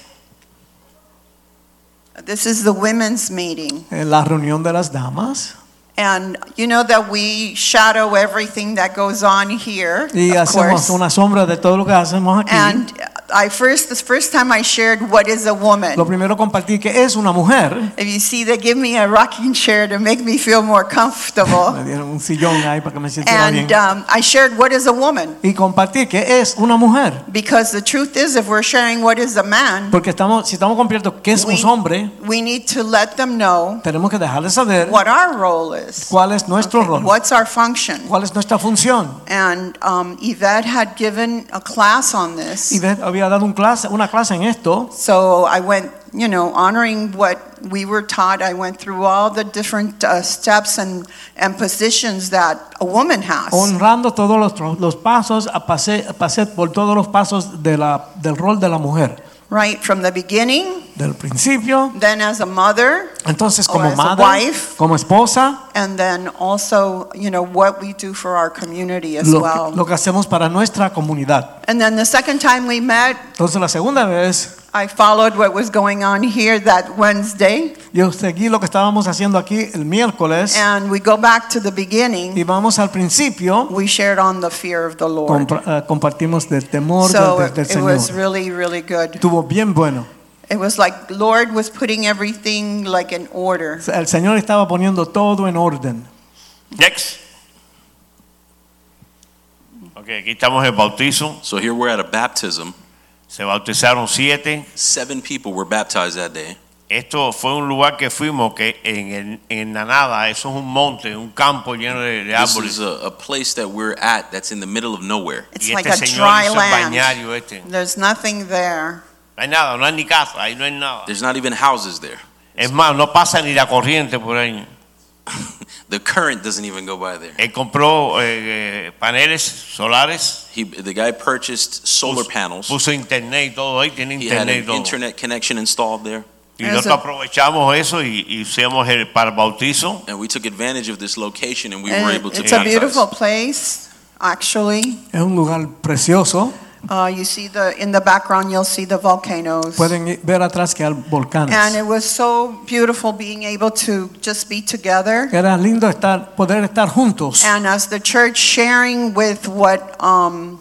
H: This is the women's meeting.
A: En Eh, la reunión de las damas.
H: And you know that we shadow everything that goes on here,
A: Y
H: of
A: hacemos
H: course.
A: una sombra de todo lo que hacemos aquí.
H: And I first, the first time I shared what is a
A: Lo
H: woman.
A: primero compartir que es una mujer.
H: If you see, they give me a rocking chair to make me feel more
A: Me
H: comfortable.
A: dieron un sillón ahí para que me sintiera bien.
H: And um, I shared what is a woman.
A: Y compartir que es una mujer.
H: Because the truth is, if we're sharing what is a man,
A: Porque estamos, si estamos compartiendo que es un
H: We-
A: hombre,
H: we need to let them know
A: tenemos que dejarles saber
H: what our role is.
A: cuál es nuestro rol,
H: What's our function?
A: cuál es nuestra función.
H: And um, Yvette had given a class on
A: Y
H: this.
A: ve- había dado un clase, una clase en esto.
H: So I went, you know, honoring what we were taught, I went through all the different uh, steps and, and positions that a woman has.
A: Honrando todos los, tro- los pasos, a pasé, pasé por todos los pasos de la- del rol de la mujer.
H: right from the beginning,
A: del principio.
H: then as a mother,
A: Entonces,
H: O
A: como
H: as a
A: madre,
H: wife.
A: como esposa,
H: and then also, you know, what we do for our community as
A: lo,
H: well.
A: lo que hacemos para nuestra comunidad.
H: And then the second time we met,
A: Entonces, la segunda vez,
H: I followed what was going on here that Wednesday,
A: yo seguí lo que estábamos haciendo aquí el miércoles
H: and we go back to the beginning.
A: y vamos al principio.
H: We shared on the fear of the Lord.
A: compra- eh, compartimos del temor
H: So
A: del,
H: it,
A: del
H: it was
A: Señor.
H: really, really good.
A: Estuvo bien bueno.
H: It was like Lord was putting everything like in order.
A: El Señor estaba poniendo todo en orden.
G: Next. Ok, aquí estamos en bautizo.
B: So here we're at a baptism.
G: Se bautizaron siete.
B: Seven people were baptized that day.
G: Esto fue un lugar que fuimos que en, el- en la nada, eso es un monte, un campo lleno de, de
B: This
G: árboles.
B: is a, a place that we're at that's in the middle of nowhere.
H: It's
G: Y
H: like
G: este
H: a
G: señor
H: dry
G: hizo el
H: land.
G: bañario este. No
H: There's nothing there.
G: hay nada, no hay ni casa, ahí no hay nada.
B: There's not even houses there.
G: Es más, no pasa ni la corriente por ahí.
B: The current doesn't even go by there.
G: Él compró eh, eh, paneles solares,
B: He, the guy purchased solar panels.
G: puso internet y todo ahí, tiene
B: He had
G: internet y
B: an
G: todo.
B: internet connection installed there,
G: Y
H: Eso.
G: nosotros aprovechamos eso y, y hicimos el para el bautizo.
B: and we took advantage of this location, and we were
H: And
B: able to.
H: it's a
B: baptize.
H: beautiful place, actually.
A: Es un lugar precioso.
H: Uh, you see the in the background, you'll see the volcanoes.
A: Pueden i- ver atrás que hay volcanes.
H: And it was so beautiful being able to just be together.
A: Era lindo estar, poder estar juntos.
H: And as the church sharing with what um,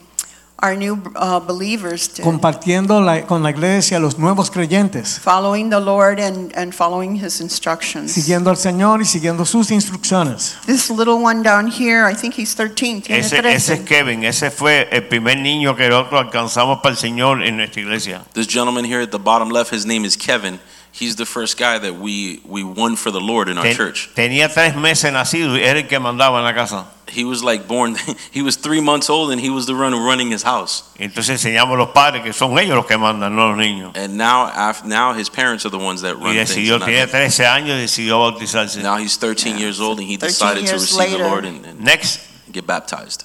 H: our new uh, believers did,
A: compartiendo la- con la iglesia los nuevos creyentes,
H: following the Lord and, and following his instructions.
A: siguiendo al Señor y siguiendo sus instrucciones.
H: This little one down here, I think he's 13. tiene
G: Ese,
H: 13.
G: ese es Kevin, ese fue el primer niño que nosotros alcanzamos para el Señor en nuestra iglesia.
B: This gentleman here at the bottom left, his name is Kevin. He's the first guy that we we won for the Lord in our
G: Ten-
B: church.
G: tenía tres meses nacido y era el que mandaba en la casa.
B: He was like born. he was three months old, and he was the one running his house.
G: Entonces enseñamos a los padres que son ellos los que mandan, no los niños.
B: And now, af now his parents are the ones that
G: Y
B: run things.
G: decidió,
B: not
G: tenía
B: him.
G: 13 años y decidió bautizarse.
B: Now he's 13 years old, and he
H: 13
B: decided to
H: years
B: receive the
H: later.
B: Lord and, and
G: Next,
B: get baptized.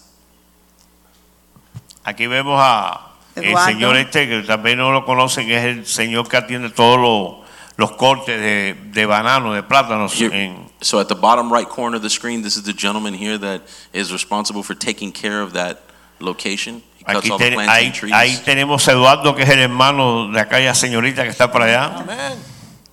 G: aquí vemos a el
H: Eduardo.
G: señor este que también no lo conocen, es el señor que atiende todos los, los cortes de, de banano, de plátanos.
B: Here-
G: en-
B: so at the bottom right corner of the screen, this is the gentleman here that is responsible for taking care of that location. He cuts
G: aquí
B: all the
G: ten-
B: plants
G: ahí,
B: and trees.
G: ahí tenemos a Eduardo que es el hermano de aquella señorita que está para allá.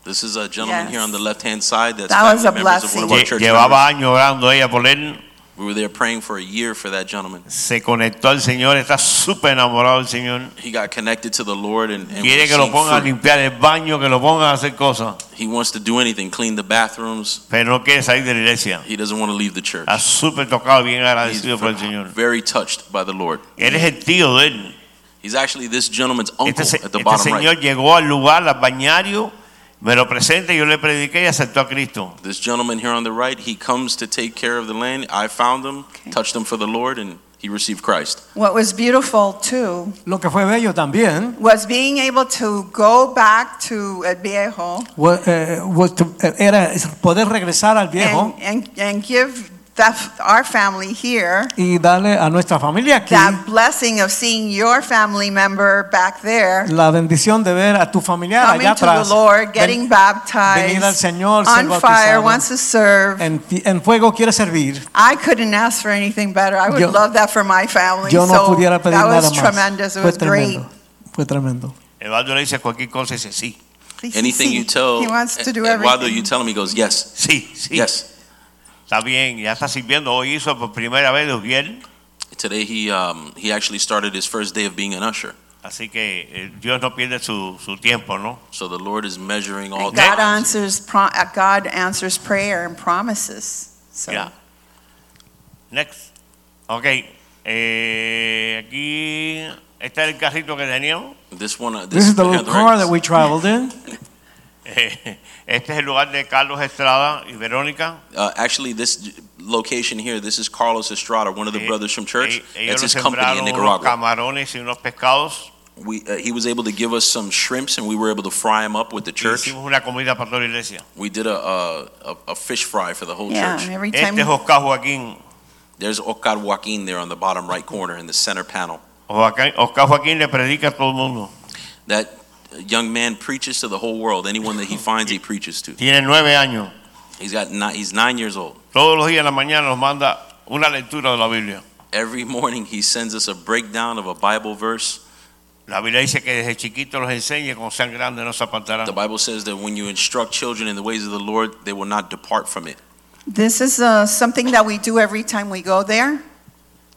B: This is a gentleman here
H: Yes.
B: on the left-hand side. That's
H: That was
B: family
H: a
B: members of one of our
G: Lle-
B: church
G: Llevaba
B: members.
G: años orando ella por él,
B: We were there praying for a year for that gentleman.
G: se conectó al Señor, está súper enamorado del Señor.
B: He got connected to the Lord and, and
G: Quiere
B: we've
G: que lo
B: seen
G: pongan a
B: fruit.
G: limpiar el baño, que lo pongan a hacer cosas,
B: he wants to do anything, clean the bathrooms.
G: pero no quiere salir de la iglesia.
B: He doesn't want to leave the church.
G: Está súper tocado, bien
B: He's
G: agradecido por el Señor.
B: very touched by the Lord.
G: Él es el tío de él.
B: He's actually this gentleman's uncle
G: Este, se-
B: at the
G: este
B: bottom
G: señor
B: right.
G: llegó al lugar, al bañario, me lo presenta, yo le prediqué y aceptó a Cristo.
B: This gentleman here on the right, he comes to take care of the land. I found him, touched him for the Lord, and he received Christ.
H: What was beautiful too
A: Lo que fue bello también
H: was being able to go back to El Viejo
A: wa- eh, was to- eh, era es poder regresar al viejo
H: and, and, and give that, our family here
A: y darle a nuestra familia aquí
H: that blessing of seeing your family member back there
A: la bendición de ver a tu familiar
H: coming
A: allá
H: to the
A: atrás
H: Lord, getting
A: venir al
H: baptized,
A: Señor, ser
H: on fire,
A: bautizado. Eh.
H: wants to serve.
A: en, fi- en fuego quiere servir.
H: I couldn't ask for anything better. I would
A: Yo-
H: love that for my family.
A: Yo no
H: so
A: pudiera pedir
H: that
A: nada
H: was
A: más.
H: tremendous. It
A: fue
H: was great.
A: tremendo. Fue tremendo.
G: Eduardo le dice cualquier cosa y dice, sí,
H: Please
B: Anything
H: see.
B: you tell,
H: he wants to do
B: Eduardo, you
H: everything.
B: tell him, he goes, yes,
G: sí, sí.
B: yes.
G: Está bien, ya está sirviendo. Hoy hizo por primera vez de Ujiel,
B: Today he um, he actually started his first day of being an usher.
G: así que eh, Dios no pierde su, su tiempo, ¿no?
B: So the Lord is measuring all
H: God
B: that.
H: answers, pro- uh, God answers prayer and promises. So
G: Ya. Next. Ok. eh, aquí está el carrito que teníamos.
B: This one, uh,
A: This is the little
B: hand
A: car that
B: raised.
A: we traveled in.
G: Este es el lugar de Carlos Estrada y Verónica.
B: Uh, actually, this j- location here, this is Carlos Estrada, one of the
G: Eh,
B: brothers from
G: eh,
B: church.
G: Ellos
B: That's
G: nos
B: his company in
G: sembraron unos
B: Nicaragua.
G: camarones y unos pescados.
B: We, uh, he was able to give us some shrimps, and we were able to fry them up with the
G: y
B: church.
G: Hicimos una comida para toda la iglesia.
B: We did a a, a, a fish fry for the whole
H: yeah,
B: church.
H: every time.
G: Este es Oscar Joaquín.
B: There's Ocar Joaquin there on the bottom right corner in the center panel.
G: Joaquín- Oscar Joaquín le predica a todo el mundo.
B: That young man preaches to the whole world. Anyone that he finds, he preaches to.
G: Tiene nueve años.
B: He's got nine, he's nine years old.
G: Todos los días en la mañana nos manda una lectura de la Biblia.
B: Every morning he sends us a breakdown of a Bible verse.
G: La Biblia dice que desde chiquito los enseñe, cuando sean grandes no se apartarán.
B: The Bible says that when you instruct children in the ways of the Lord, they will not depart from it.
H: This is uh, something that we do every time we go there.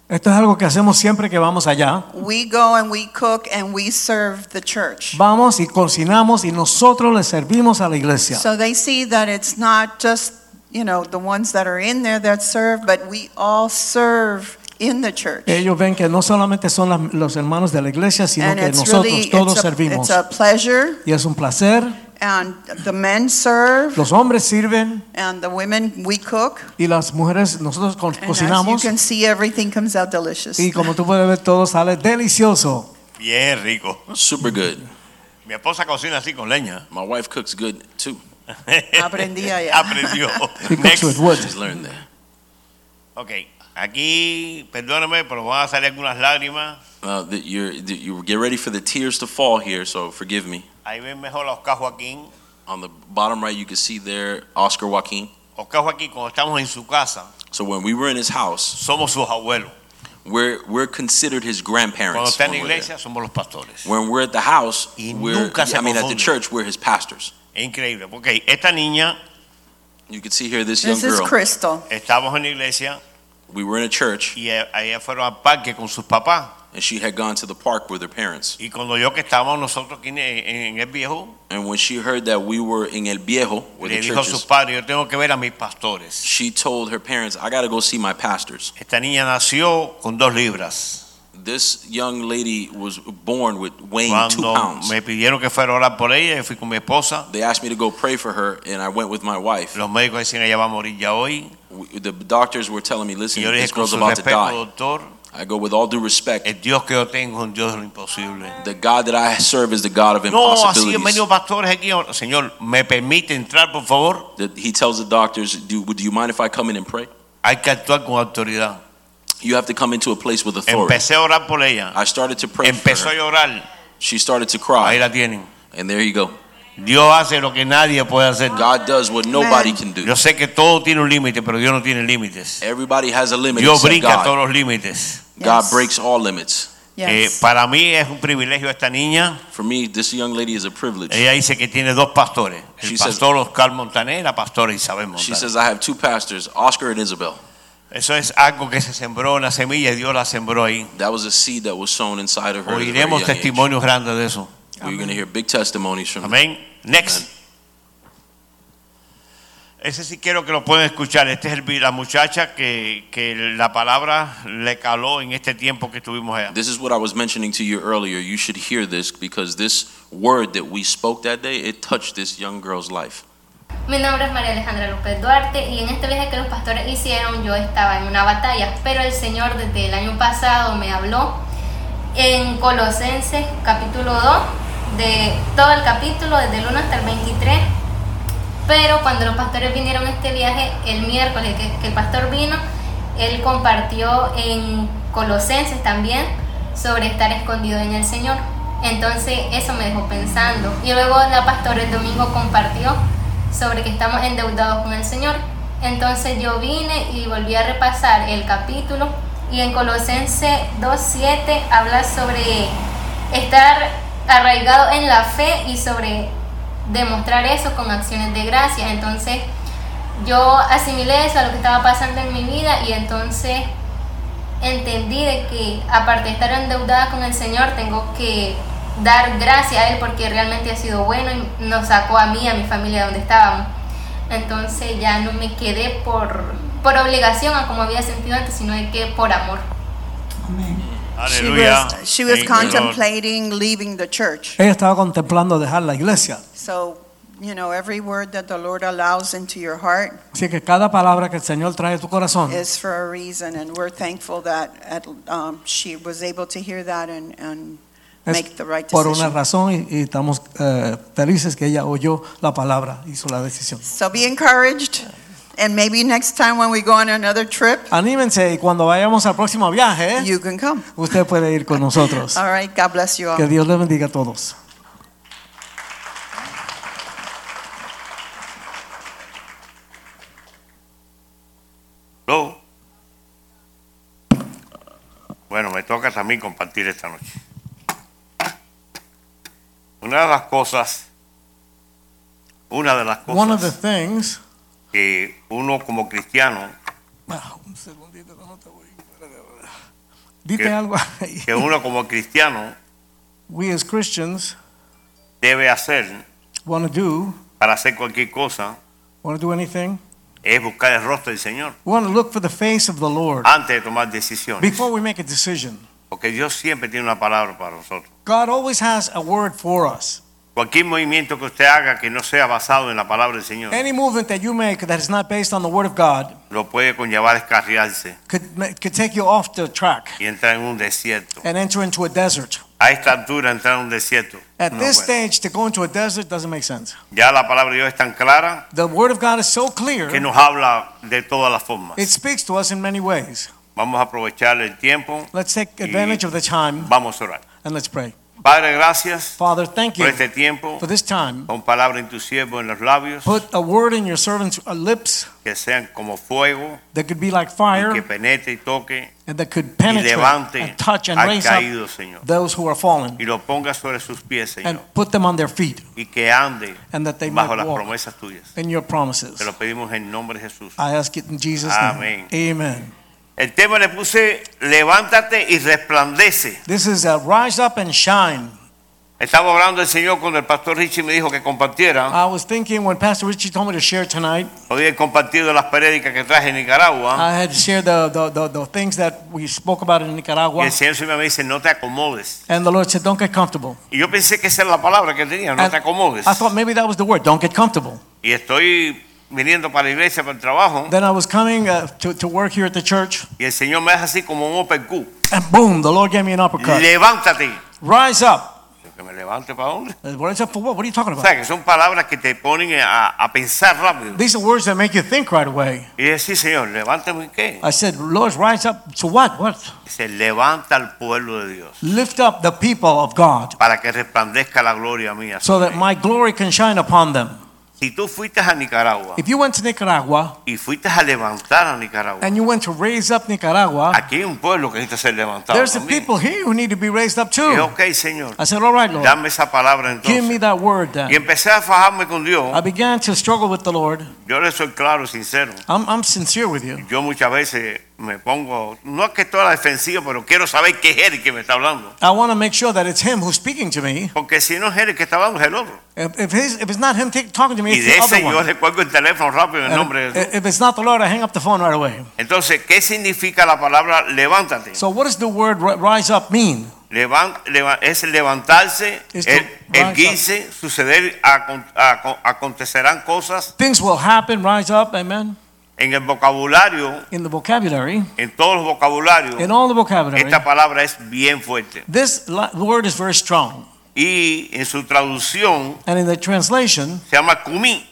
A: Esto es algo que hacemos siempre que vamos allá.
H: We go and we cook and we serve the church.
A: Vamos y cocinamos y nosotros le servimos a la iglesia.
H: So they see that it's not just, you know, the ones that are in there that serve, but we all serve in the church.
A: Ellos ven que no solamente son las- los hermanos de la iglesia, sino
H: And
A: que
H: it's
A: nosotros
H: really
A: todos
H: it's a,
A: servimos.
H: it's a pleasure
A: y es un placer.
H: and the men serve
A: Los hombres sirven
H: and the women we cook.
A: y las mujeres nosotros co-
H: And as you
A: cocinamos
H: can see everything comes out delicious.
A: y como tú puedes ver todo sale delicioso.
G: Bien rico.
B: Super good.
G: Mi esposa cocina así con leña.
B: My wife cooks good too.
H: Aprendí allá.
G: Aprendió.
A: She cooks
G: Next.
A: with wood.
B: She's learned that.
G: Ok, aquí, perdóname, pero van a salir algunas lágrimas.
B: Uh, that you're, that you get ready for the tears to fall here, so forgive me.
G: Ahí ven mejor a Oscar Joaquín.
B: On the bottom right, you can see there Oscar Joaquin.
G: Oscar Joaquín, cuando estamos en su casa,
B: So when we were in his house,
G: somos sus abuelos.
B: we're we're considered his
G: Cuando
B: grandparents.
G: está en la
B: when we're there.
G: iglesia, somos los pastores.
B: When we're at the house,
G: Y
B: we're,
G: nunca se
B: I mean, at the
G: confunde.
B: church, we're his pastors.
G: Es increíble, porque esta niña,
B: You can see here this young
H: This is
B: girl.
H: Crystal.
G: estábamos en la iglesia
B: We were in a church,
G: y eh, ella fueron al parque con sus papás.
B: and she had gone to the park with her parents.
G: Y cuando yo que estábamos nosotros aquí en, en el viejo,
B: And when she heard that we were in El Viejo, where
G: le
B: the
G: dijo a
B: church
G: sus
B: is,
G: padres, yo tengo que ver a mis pastores.
B: she told her parents, I got to go see my pastors.
G: Esta niña nació con dos libras.
B: This young lady was born with weighing two
G: Cuando
B: pounds.
G: me pidieron que fuera a orar por ella, yo fui con mi esposa.
B: They asked me to go pray for her, and I went with my wife.
G: Los médicos decían, ella va a morir ya hoy.
B: We- The doctors were telling me, listen,
G: Y yo le
B: this
G: dije, con
B: girl's
G: su
B: about to
G: respeto,
B: die.
G: doctor,
B: I go, with all due respect,
G: el Dios que yo tengo es un Dios de lo imposible.
B: the God that I serve is the God of
G: No, así han
B: impossibilities.
G: venido pastores aquí. Señor, ¿me permite entrar, por favor?
B: That he tells the doctors, do, do you mind if I come in and pray?
G: Hay que actuar con autoridad.
B: You have to come into a place with authority.
G: Empecé a orar por ella.
B: I started to pray for
G: Empezó a
B: her.
G: llorar.
B: She started to
G: Ahí
B: cry,
G: la tienen.
B: and there you go.
G: Dios hace lo que nadie puede hacer.
B: God does what nobody can do.
G: Yo sé que todo tiene un límite, pero Dios no tiene límites.
B: Everybody has a limit
G: Dios
B: except
G: brinca todos
B: God.
G: los límites.
B: God
H: Yes.
B: breaks all limits.
G: Eh,
H: Yes.
G: para mí es un privilegio esta niña.
B: For me, this young lady is a privilege.
G: Ella dice que tiene dos pastores. El
B: She says-
G: pastor Oscar Montaner y la pastora Isabel
B: She
G: Montaner.
B: says, I have two pastors, Oscar and Isabel.
G: Eso es algo que se sembró, una semilla y Dios la sembró ahí.
B: That was a seed that was sown inside of her. at a very
G: Oiremos
B: young age.
G: testimonios grandes de eso.
B: We're going to hear big testimonies from
G: Amén. Next. Ese sí quiero que lo puedan escuchar. Esta es el- la muchacha que, que la palabra le caló en este tiempo que estuvimos allá.
B: This is what I was mentioning to you earlier. You should hear this because this word that we spoke that day, it touched this young girl's life.
E: Mi nombre es María Alejandra López Duarte y en este viaje que los pastores hicieron yo estaba en una batalla, pero el Señor desde el año pasado me habló en Colosenses capítulo 2, de todo el capítulo, desde el 1 hasta el 23. Pero cuando los pastores vinieron a este viaje, el miércoles que, que el pastor vino, él compartió en Colosenses también sobre estar escondido en el Señor. Entonces eso me dejó pensando. Y luego la pastora el domingo compartió sobre que estamos endeudados con el Señor. Entonces yo vine y volví a repasar el capítulo y en Colosenses 2.7 habla sobre estar arraigado en la fe y sobre demostrar eso con acciones de gracia. Entonces yo asimilé eso a lo que estaba pasando en mi vida y entonces entendí de que aparte de estar endeudada con el Señor, tengo que dar gracias a Él porque realmente ha sido bueno y nos sacó a mí, y a mi familia donde estábamos. Entonces ya no me quedé por, por obligación a como había sentido antes, sino de que por amor.
H: She
G: Aleluya.
H: was, she was
G: Thank you, Lord.
H: contemplating leaving the church.
A: Ella estaba contemplando dejar la iglesia.
H: So, you know, every word that the Lord allows into your heart
A: Así que cada palabra que el Señor trae a tu corazón,
H: is for a reason, and we're thankful that at, um, she was able to hear that and, and
A: Es
H: make the right
A: por una
H: decision.
A: razón y, y estamos eh, felices que ella oyó la palabra, hizo la decisión.
H: So be encouraged, and maybe next time when we go on another trip,
A: Anímense y cuando vayamos al próximo viaje,
H: you can come.
A: usted puede ir con nosotros.
H: All right, God bless you all.
A: Que Dios les bendiga a todos.
G: Bueno, me toca también compartir esta noche. Una de las cosas, una de las
A: One of the
G: cosas
A: things.
G: que uno como cristiano,
A: Ah, un segundito, que no te voy. Dite
G: Que-
A: algo ahí.
G: que uno como cristiano
A: We as Christians
G: debe hacer
A: want to do,
G: para hacer cualquier cosa,
A: want to do anything.
G: es buscar el rostro del Señor
A: We want to look for the face of the Lord
G: antes de tomar decisiones.
A: before we make a decision.
G: Porque Dios siempre tiene una palabra para nosotros.
A: God always has a word for us.
G: Cualquier movimiento que usted haga que no sea basado en la palabra del Señor,
A: Any movement that you make that is not based on the word of God
G: lo puede conllevar a descarriarse
A: could ma- could take you off the track
G: y entrar en un desierto.
A: and enter into a desert.
G: A esta altura entrar en un desierto.
A: At
G: no
A: this
G: puede.
A: stage, to go into a desert doesn't make sense.
G: Ya la palabra de Dios es tan clara
A: The word of God is so clear;
G: que nos habla de todas las formas.
A: it speaks to us in many ways.
G: Vamos a aprovechar el tiempo.
A: Let's take advantage of the time
G: Vamos a orar.
A: and let's pray.
G: Padre, gracias
A: Father, thank
G: por
A: you
G: este tiempo.
A: for this time.
G: Con palabra en tu siervo en los labios
A: Put a word in your servant's uh, lips
G: que sean como fuego
A: that could be like
G: y que
A: fire
G: penetre y toque
A: and that could
G: y
A: penetrate
G: levante
A: and touch and
G: al
A: raise up
G: caído, Señor.
A: those who are fallen
G: Y lo ponga sobre sus pies,
A: and
G: Señor.
A: put them on their feet
G: Y que ande
A: and that they
G: bajo
A: might
G: las
A: walk
G: promesas tuyas.
A: in your promises.
G: Te lo pedimos en nombre de Jesús.
A: I ask it in Jesus' name.
G: Amén.
A: Amen.
G: El tema le puse levántate y resplandece.
A: This is uh, Rise Up and Shine.
G: Estaba hablando el Señor cuando el pastor Richie me dijo que compartiera.
A: I was thinking when Pastor Richie told me to share tonight,
G: Hoy he compartido las prédicas que traje en Nicaragua.
A: I had shared the, the, the, the things that we spoke about in
G: Y
A: Nicaragua.
G: el Señor siempre me dice, no te acomodes.
A: And the Lord said, Don't get comfortable.
G: Y yo pensé que esa era la palabra que tenía, no
A: And
G: te acomodes.
A: I thought maybe that was the word, don't get comfortable.
G: Y estoy viniendo para la iglesia, para el trabajo.
A: Then I was coming uh, to, to work here at the church,
G: Y el Señor me hace así como un open Q.
A: and boom, the Lord gave me an uppercut.
G: Levántate.
A: Rise up.
G: Yo, Que me levante para dónde.
A: Uh, Rise up for what? What are you talking
G: O
A: about?
G: sea, que son palabras que te ponen a, a pensar rápido.
A: These are words that make you think right away.
G: Y dice, sí, Señor, levántame qué.
A: I said, Lord, rise up to what? What?
G: Se levanta al pueblo de Dios
A: Lift up the people of God
G: para que resplandezca la gloria mía.
A: so
G: sobre
A: that my glory can shine upon them.
G: Si tú fuiste a Nicaragua
A: If you went to Nicaragua
G: y fuiste a levantar a Nicaragua,
A: and you went to raise up Nicaragua,
G: aquí hay un pueblo que necesita ser levantado.
A: there's the
G: también.
A: people here who need to be raised up
G: Y
A: too.
G: ok, Señor,
A: I said, All right, Lord,
G: dame esa palabra
A: give me
G: entonces.
A: that word then.
G: Y empecé a fajarme con
A: I
G: Dios.
A: began to struggle with the Lord.
G: Yo le soy claro, y sincero.
A: I'm, I'm sincere with you.
G: Yo muchas veces me pongo, no es que toda la defensiva, pero quiero saber qué es él que me está hablando.
A: I want to make sure that it's Him who's speaking to me.
G: Porque si no es él que está hablando, es el otro.
A: If, if, his, if it's not Him t- talking to me,
G: Y
A: it's
G: de
A: the
G: ese
A: other
G: yo
A: one. Eh,
G: le cuelgo el teléfono rápido en
A: And
G: nombre de Jesús.
A: if, if it's not the Lord, I hang up the phone right away.
G: Entonces, ¿qué significa la palabra levántate?
A: So, what does the word ri- rise up mean?
G: Levan- leva- es levantarse,
A: It's
G: el,
A: to
G: el
A: rise
G: guise, suceder, acon- aco- acontecerán cosas
A: Things will happen, rise up, amen.
G: en el vocabulario,
A: In the vocabulary,
G: en todos los vocabularios.
A: in all the vocabulary,
G: Esta palabra es bien fuerte.
A: this li- word is very strong.
G: Y en su traducción
A: And in the translation,
G: se llama kumi,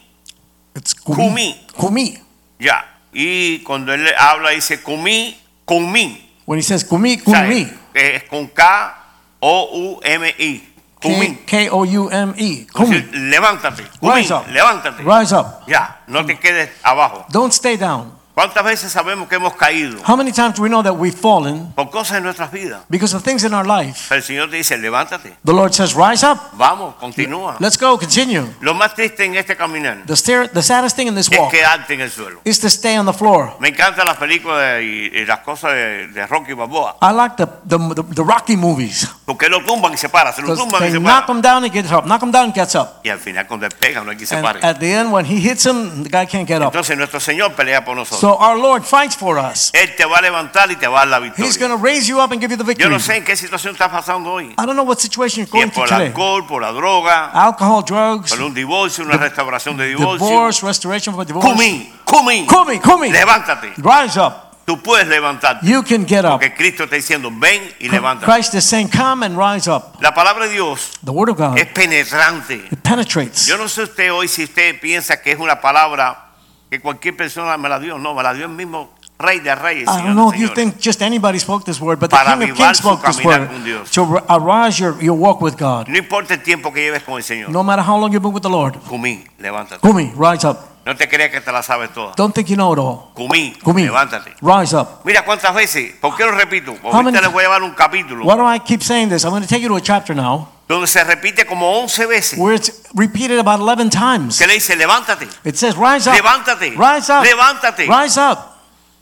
A: it's
G: Kumi.
A: Kumi.
G: ya. Y cuando él habla dice kumi, kumi.
A: When he says kumi,
G: O sea,
A: kumi.
G: es- es con K-O-U-M-I,
A: K-
G: kumi.
A: K-O-U-M-E.
G: Es
A: E. Kumi.
G: decir, Levántate, kumi,
A: Rise up.
G: levántate.
A: Rise up.
G: Ya, no te quedes abajo.
A: Don't stay down.
G: ¿Cuántas veces sabemos que hemos caído
A: How many times do we know that we've fallen
G: por cosas en nuestras vidas?
A: because of things in our life?
G: Pero el Señor te dice, levántate,
A: The Lord says, rise up.
G: vamos, continúa.
A: Let's go, continue.
G: Lo más triste en este caminar
A: The, stare, the saddest thing in this
G: es
A: walk
G: quedarte en el suelo.
A: is to stay on the floor.
G: Me encantan las películas de- y, y las cosas de, de Rocky Balboa,
A: I like the, the, the, the Rocky movies
G: porque lo tumban y se para, se lo
A: because
G: tumban y
A: they
G: se
A: knock
G: para.
A: him down and gets up. Knock him down and gets up.
G: Y al final cuando él pega no hay quien se
A: And
G: pare.
A: at the end, when he hits him, the guy can't get up.
G: Entonces nuestro Señor pelea por nosotros.
A: So our Lord fights for us.
G: él te va a levantar y te va a dar la
A: He's
G: victoria.
A: going to raise you up and give you the
G: Yo
A: victory.
G: no sé en qué situación estás pasando hoy.
A: I don't know what situation you're
G: Si
A: going
G: es
A: through
G: por el
A: today.
G: alcohol, por la droga,
A: Alcohol, drugs,
G: por un divorcio, una restauración de divorcio.
A: divorce, restoration for divorce.
G: Kumi, Kumi,
A: Kumi, Kumi.
G: levántate.
A: Rise up.
G: Tú puedes levantarte.
A: You can get up.
G: Porque Cristo está diciendo, ven y levántate.
A: Christ is saying, Come and rise up.
G: La palabra de Dios
A: The Word of God
G: es penetrante.
A: it penetrates.
G: Yo no sé usted hoy si usted piensa que es una palabra que cualquier persona me la dio. No, me la dio el mismo Rey de Reyes.
A: I
G: Señor
A: don't
G: de
A: know if you
G: señores.
A: think just anybody spoke this word, but the
G: Para
A: King of
G: avivar
A: Kings
G: su
A: spoke this
G: caminar
A: word
G: con Dios.
A: to ar- arouse your, your walk with God.
G: No importa el tiempo que lleves con el Señor.
A: No matter how long you've been with the Lord.
G: Cumín, levántate.
A: Kumi, rise up.
G: No te creas que te la sabes toda.
A: Don't think you know it all.
G: Comí,
A: Come in.
G: levántate.
A: Rise up.
G: Mira cuántas veces, ¿por qué lo repito? Porque
A: How many-
G: ahorita les voy a llevar un capítulo
A: Why do I keep saying this? I'm going to take you to a chapter now
G: donde se repite como 11 veces.
A: where it's repeated about 11 times.
G: Se le dice, levántate,
A: It says, Rise up.
G: levántate,
A: Rise up.
G: levántate.
A: Rise up.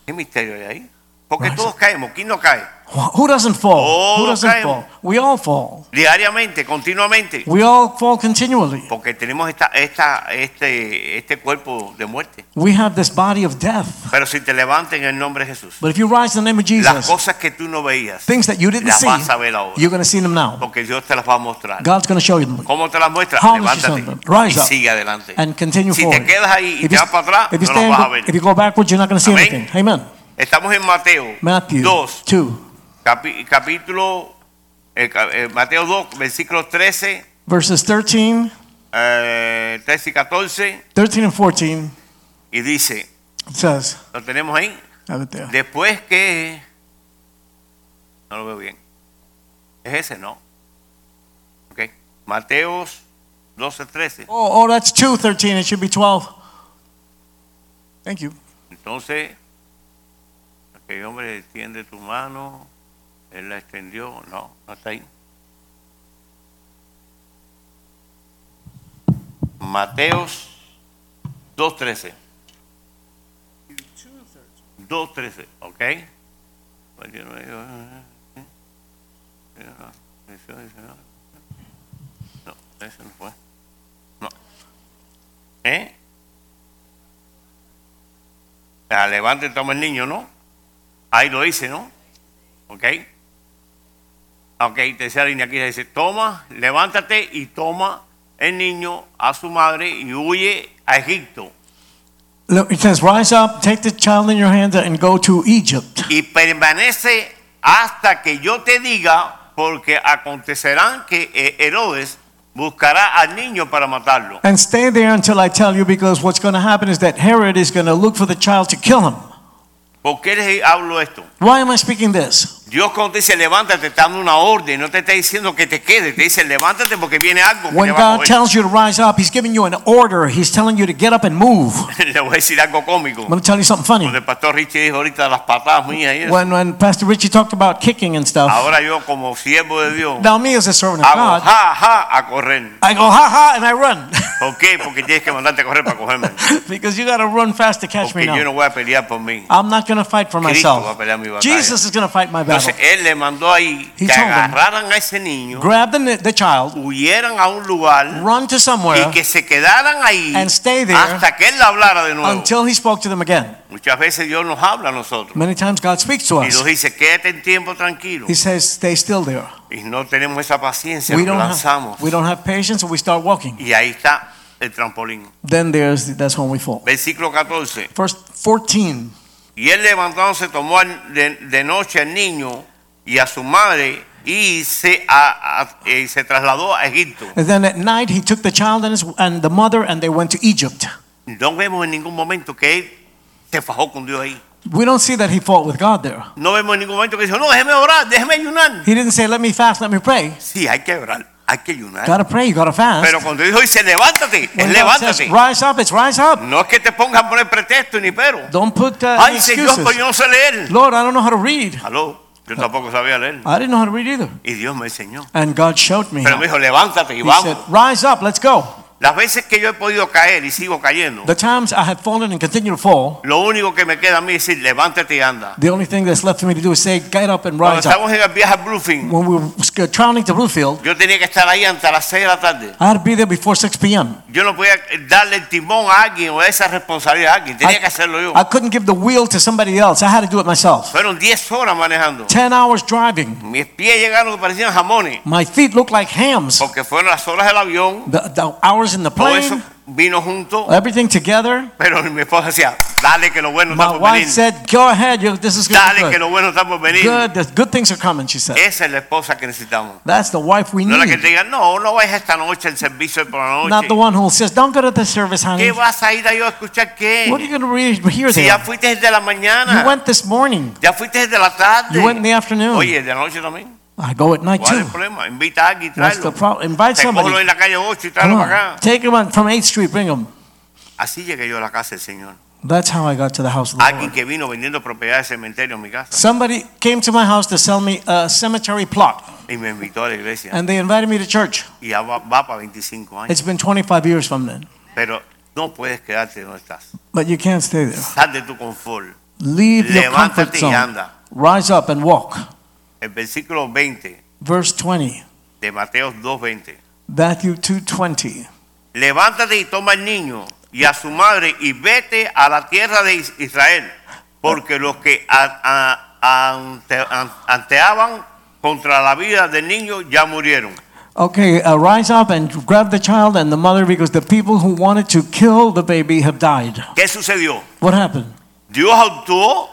G: ¿Qué misterio hay ahí? Porque todos caemos, ¿quién no cae?
A: Wh- Who doesn't fall? Who
G: Todos
A: doesn't
G: caemos.
A: fall? We all fall.
G: Diariamente, continuamente.
A: We all fall continually.
G: Porque tenemos esta, esta, este, este cuerpo de muerte.
A: We have this body of death.
G: Pero si te levantas en el nombre de Jesús,
A: But if you rise in the name of
G: las
A: Pues, Jesus,
G: cosas que tú no veías,
A: things that you didn't
G: las
A: see,
G: vas a ver ahora.
A: you're going to see them now.
G: Porque Dios te las va a mostrar.
A: God's going to show you them.
G: ¿Cómo te las muestra?
A: How does he
G: Levántate
A: show them? Rise
G: y
A: up
G: sigue adelante.
A: And continue
G: Si te
A: forward.
G: quedas ahí y te vas para atrás,
A: if you
G: no las vas a ver.
A: stand, if you go backwards, you're not going to see
G: Amén.
A: anything. Amen.
G: Estamos en Mateo
A: Matthew
G: 2,
A: 2,
G: capi- capítulo, eh, ca- eh, Mateo 2, versículos 13,
A: verses 13,
G: eh, 13 y 14,
A: 13 and 14.
G: y dice,
A: It says,
G: ¿lo tenemos ahí?
A: have it there.
G: Después que... No lo veo bien. Es ese, ¿no? Ok. Mateos 12, 13.
A: Oh, oh, that's 2, 13. It should be 12. Thank you.
G: Entonces, aquel hombre extiende tu mano, él la extendió, no, no está ahí. Mateos 2.13. 2.13, ok. Pues yo no digo, eh, eh, eh, eso, eso, No, No, eso no fue. No. ¿Eh? Ah, levante, toma el niño, ¿no? Ahí lo dice, ¿no? ¿Ok? Ok, tercera línea aquí dice, toma, levántate y toma el niño a su madre y huye a Egipto
A: Look, It says, rise up, take the child in your hand, and go to Egypt.
G: y permanece hasta que yo te diga, porque acontecerán que eh, Herodes buscará al niño para matarlo.
A: And stay there until I tell you, because what's going to happen is that Herod is going to look for the child to kill him.
G: ¿Por qué les hablo esto?
A: Why am I speaking this?
G: Dios cuando te dice levántate, está dando una orden, no te está diciendo que te quedes, te dice levántate porque viene algo que
A: When
G: te va a
A: God
G: comer.
A: tells you to rise up, He's giving you an order. He's telling you to get up and move.
G: Le voy a decir algo cómico.
A: I'm going to tell you something funny.
G: Cuando el pastor Richie dijo ahorita las patadas mías y eso.
A: When, when Pastor Richie talked about kicking and stuff,
G: Ahora yo como siervo de Dios
A: now me as a servant of
G: hago
A: God,
G: ja, ja a correr.
A: I go, ha ha, and I run.
G: ¿Por qué? Porque tienes que mandarte a correr para cogerme.
A: because you got to run fast to catch
G: Porque
A: me
G: yo no
A: now.
G: voy a pelear por mí.
A: I'm not going to fight for
G: Cristo va a
A: Ah, myself.
G: pelear mi batalla.
A: Jesus is going to fight my battle.
G: Entonces él le mandó ahí
A: He
G: que
A: told them.
G: agarraran a ese niño,
A: Grab the, ni- the child,
G: huyeran a un lugar
A: run to
G: y
A: somewhere
G: que se quedaran ahí
A: And stay there
G: hasta que él le hablara de nuevo.
A: until he spoke to them again.
G: Muchas veces Dios nos habla a nosotros
A: Many times God speaks to
G: y nos
A: us.
G: dice quédate en tiempo tranquilo
A: He says, stay still there.
G: y no tenemos esa paciencia,
A: We
G: nos
A: don't, have,
G: lanzamos
A: we don't have patience, and we start walking.
G: y ahí está el trampolín.
A: Then there's that's when we fall.
G: Versículo 14.
A: Verse 14.
G: Y él levantándose tomó al- de, de noche al niño y a su madre y se, a- a- eh, se trasladó a Egipto.
A: And then at night he took the child and, his, and the mother and they went to Egypt.
G: No vemos en ningún momento que él se fajó con Dios ahí.
A: We don't see that he fought with God there.
G: No vemos en ningún momento que dijo, no, déjeme orar, déjeme ayunar.
A: He didn't say, let me fast, let me pray.
G: Sí, hay que orar, hay que ayunar.
A: Gotta pray, you gotta fast.
G: Eh, Pero cuando dijo, dice, levántate, es
A: When God says,
G: levántate.
A: rise up, it's rise up.
G: No es que te pongan por el pretexto ni pero.
A: Don't put uh, any
G: Ay, Señor,
A: excuses.
G: pero yo no sé leer.
A: Lord, I don't know how to read.
G: Aló, yo tampoco sabía leer.
A: I didn't know how to read either.
G: Y Dios me enseñó.
A: And God showed me.
G: Pero me dijo, levántate y
A: He said,
G: vamos.
A: rise up, let's go.
G: Las veces que yo he podido caer y sigo cayendo,
A: The times I had fallen and continue to fall,
G: lo único que me queda a mí es decir, levántate y anda.
A: the only thing that's left for me to do is say, get up and
G: Cuando
A: rise up.
G: estamos en el viaje a Bluefin,
A: When we were traveling to Bluefield,
G: yo tenía que estar ahí hasta las 6 de la tarde.
A: I had to be there before 6 p.m.
G: Yo no podía eh, darle el timón a alguien o esa responsabilidad a alguien. Tenía que hacerlo yo.
A: I couldn't give the wheel to somebody else. I had to do it myself.
G: Fueron 10 horas manejando.
A: 10 hours driving.
G: Mis pies llegaron que parecían jamones.
A: My feet looked like hams.
G: Porque fueron las horas del avión.
A: The, the hours in the
G: Todo eso
A: plane,
G: vino junto.
A: everything together.
G: Pero mi esposa decía, dale que lo bueno está
A: My
G: por
A: wife
G: venir.
A: said, Go ahead, you, this is going
G: Dale
A: to be
G: que
A: good.
G: lo bueno está por venir.
A: Good, the good things are coming, she said.
G: Esa es la esposa que necesitamos.
A: That's the wife we
G: No la que te
A: need.
G: diga, no, no vayas esta noche al servicio de por la
A: Mm. Not the
G: noche.
A: one who says, Don't go to the service,
G: ¿Qué
A: honey.
G: vas a ir a yo a escuchar
A: What are you
G: qué?
A: going to re- hear
G: Si ya
A: there?
G: fuiste desde la
A: You
G: mañana,
A: went this morning.
G: ya fuiste desde la tarde.
A: You went in the afternoon.
G: Oye, de la noche también.
A: I go at night
G: ¿Cuál es
A: too.
G: el problema? Invita a alguien y
A: That's the
G: tráelo.
A: problem. Invite
G: Te cógelo en
A: somebody.
G: la calle 8 y tráelo
A: Come
G: para
A: on.
G: acá.
A: Take him on from 8th Street, bring him.
G: Así llegué yo a la casa del Señor.
A: That's how I got to the house of the
G: Alguien
A: Lord.
G: que vino vendiendo propiedades de cementerio en mi casa
A: Somebody came to my house to sell me a cemetery plot,
G: y me invitó a la iglesia.
A: and they invited me to church.
G: y ya va, va para 25 años.
A: It's been 25 years from then,
G: Pero no puedes quedarte donde estás.
A: but you can't stay there.
G: Sal de tu confort.
A: Leave your comfort
G: Levántate y
A: zone.
G: anda.
A: Rise up and walk.
G: El versículo 20
A: Verse 20,
G: de Mateo 2.20.
A: Matthew 2:20.
G: Levántate y toma al niño y a su madre y vete a la tierra de Is- Israel. Porque los que a- a- ante- an- anteaban contra la vida del niño ya murieron.
A: Okay, uh, rise up and grab the child and the mother because the people who wanted to kill the baby have died.
G: ¿Qué sucedió?
A: What happened? uh,
G: Dios actuó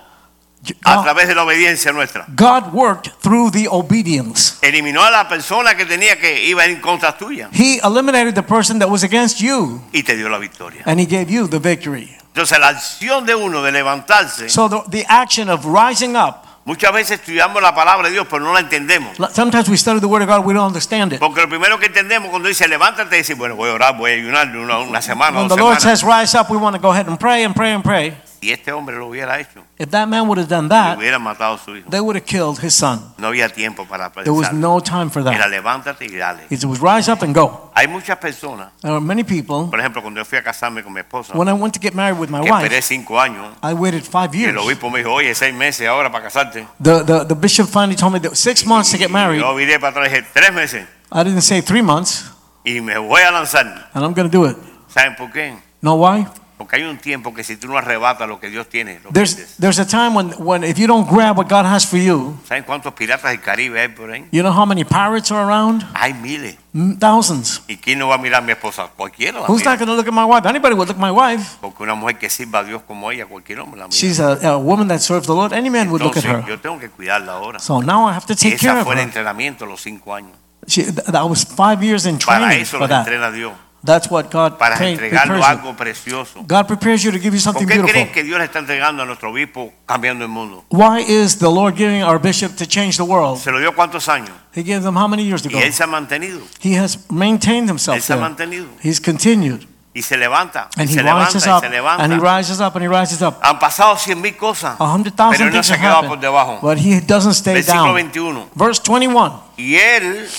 G: a través de la obediencia nuestra.
A: God worked through the obedience.
G: Eliminó a la persona que tenía que iba en contra tuya
A: He eliminated the person that was against you
G: y te dio la victoria.
A: and he gave you the victory.
G: Entonces la acción de uno de levantarse,
A: So the, the action of rising up,
G: muchas veces estudiamos la palabra de Dios pero no la entendemos.
A: like, sometimes we study the word of God, we don't understand it.
G: Porque lo primero que entendemos cuando dice levántate es decir, bueno, voy a orar, voy a ayunar una, una semana,
A: When
G: dos
A: the Lord
G: semanas.
A: says rise up, we want to go ahead and pray and pray and pray.
G: Si este hombre lo hubiera hecho,
A: If that man would have done
G: le
A: that,
G: hubieran matado a su hijo.
A: they would have killed his son.
G: No había tiempo para
A: There was
G: pensar.
A: no time for
G: Era
A: that.
G: levántate y dale.
A: It was rise up and go.
G: Hay muchas personas,
A: There are many people,
G: por ejemplo, cuando yo fui a casarme con mi esposa,
A: when I went to get married with my
G: que esperé
A: wife,
G: cinco años,
A: I waited five
G: y
A: years.
G: el obispo me dijo, oye, seis meses ahora para casarte.
A: The, the, the bishop finally told me that six months to get
G: Y
A: married.
G: yo viré para atrás y dije, tres meses.
A: I didn't say three months,
G: Y me voy a lanzar.
A: and I'm going to do it.
G: ¿Saben por qué?
A: Know why?
G: Porque hay un tiempo que si tú no arrebatas lo que Dios tiene, lo
A: There's,
G: pierdes.
A: there's a time when, when if you don't grab what God has for you,
G: ¿Saben cuántos piratas del Caribe hay por ahí?
A: you know how many pirates are around?
G: Hay miles.
A: Mm, Thousands.
G: ¿Y quién no va a mirar a mi esposa? Cualquiera la
A: Who's
G: mira.
A: not going to look at my wife? Anybody would look at my wife.
G: Porque una mujer que sirva a Dios como ella, cualquier hombre la mira.
A: She's a, a woman that serves the Lord. Any man would look at
G: Entonces,
A: her.
G: yo tengo que cuidarla ahora.
A: So now I have to
G: Y
A: take care
G: ese
A: of
G: fue el
A: her.
G: entrenamiento los cinco años.
A: She, th- that was five years in
G: Para
A: training
G: eso
A: for
G: los
A: that.
G: entrena Dios.
A: That's what God
G: Para
A: trained-
G: entregarnos
A: prepares you.
G: algo precioso.
A: God prepares you to give you
G: ¿Por
A: something
G: qué
A: beautiful.
G: creen que Dios le está entregando a nuestro obispo cambiando el mundo?
A: Why is the Lord giving our bishop to change the world?
G: Se lo dio cuántos años.
A: He gave them how many years
G: Y
A: ago?
G: él se ha mantenido.
A: He has maintained
G: Él
A: himself
G: se ha
A: there.
G: mantenido.
A: He's continued.
G: Y se levanta. Y
A: And he
G: se levanta.
A: rises
G: Y
A: up.
G: se
A: And he
G: levanta.
A: rises up and he rises up.
G: Han pasado cien mil cosas.
A: A hundred
G: Pero
A: thousand
G: él no
A: things
G: se ha
A: have
G: quedado por
A: happened.
G: debajo.
A: But he doesn't stay
G: Versículo
A: down.
G: 21.
A: Verse 21.
G: Y él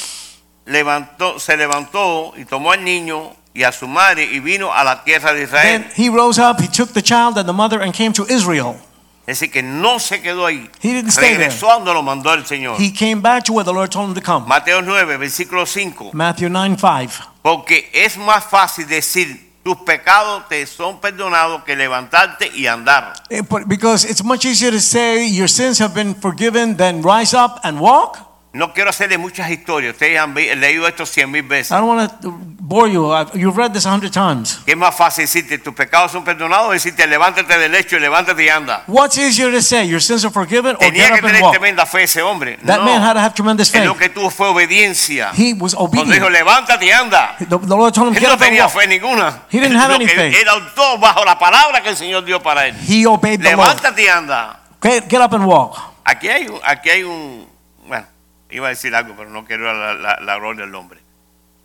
G: levantó, se levantó y tomó al niño y a su madre y vino a la tierra de Israel.
A: Then he rose up, he took the child and the mother and came to Israel.
G: Es decir, que no se quedó ahí.
A: He didn't stay there.
G: Regresó a donde lo mandó el Señor.
A: He came back to where the Lord told him to come.
G: Mateo 9, versículo 5.
A: Matthew 9 5.
G: Porque es más fácil decir tus pecados te son perdonados que levantarte y andar.
A: Eh, but- Because it's much easier to say your sins have been forgiven than rise up and walk.
G: No quiero hacerle muchas historias. Ustedes han vi- leído esto cien mil veces.
A: I don't want to bore you. I've, you've read this a hundred times.
G: ¿Qué es más fácil decirte tus pecados son perdonados o decirte levántate del lecho y levántate y anda?
A: What's easier to say? Your sins are forgiven or
G: Tenía
A: get
G: que
A: up and
G: tener
A: walk?
G: tremenda fe ese hombre.
A: That
G: no.
A: man had to have tremendous
G: Él lo
A: faith.
G: que tuvo fue obediencia.
A: He was
G: Cuando dijo
A: obedient.
G: levántate y anda.
A: The, the Lord told him,
G: Él
A: get
G: no
A: up and
G: tenía
A: walk.
G: fe ninguna.
A: He didn't have
G: Lo que
A: any faith.
G: Él actuó bajo la palabra que el Señor dio para él.
A: He obeyed the Lord.
G: Levántate y anda.
A: Get, get up and walk.
G: Aquí hay, un- aquí hay un. Bueno, iba a decir algo, pero no quiero la, la, la gloria del hombre.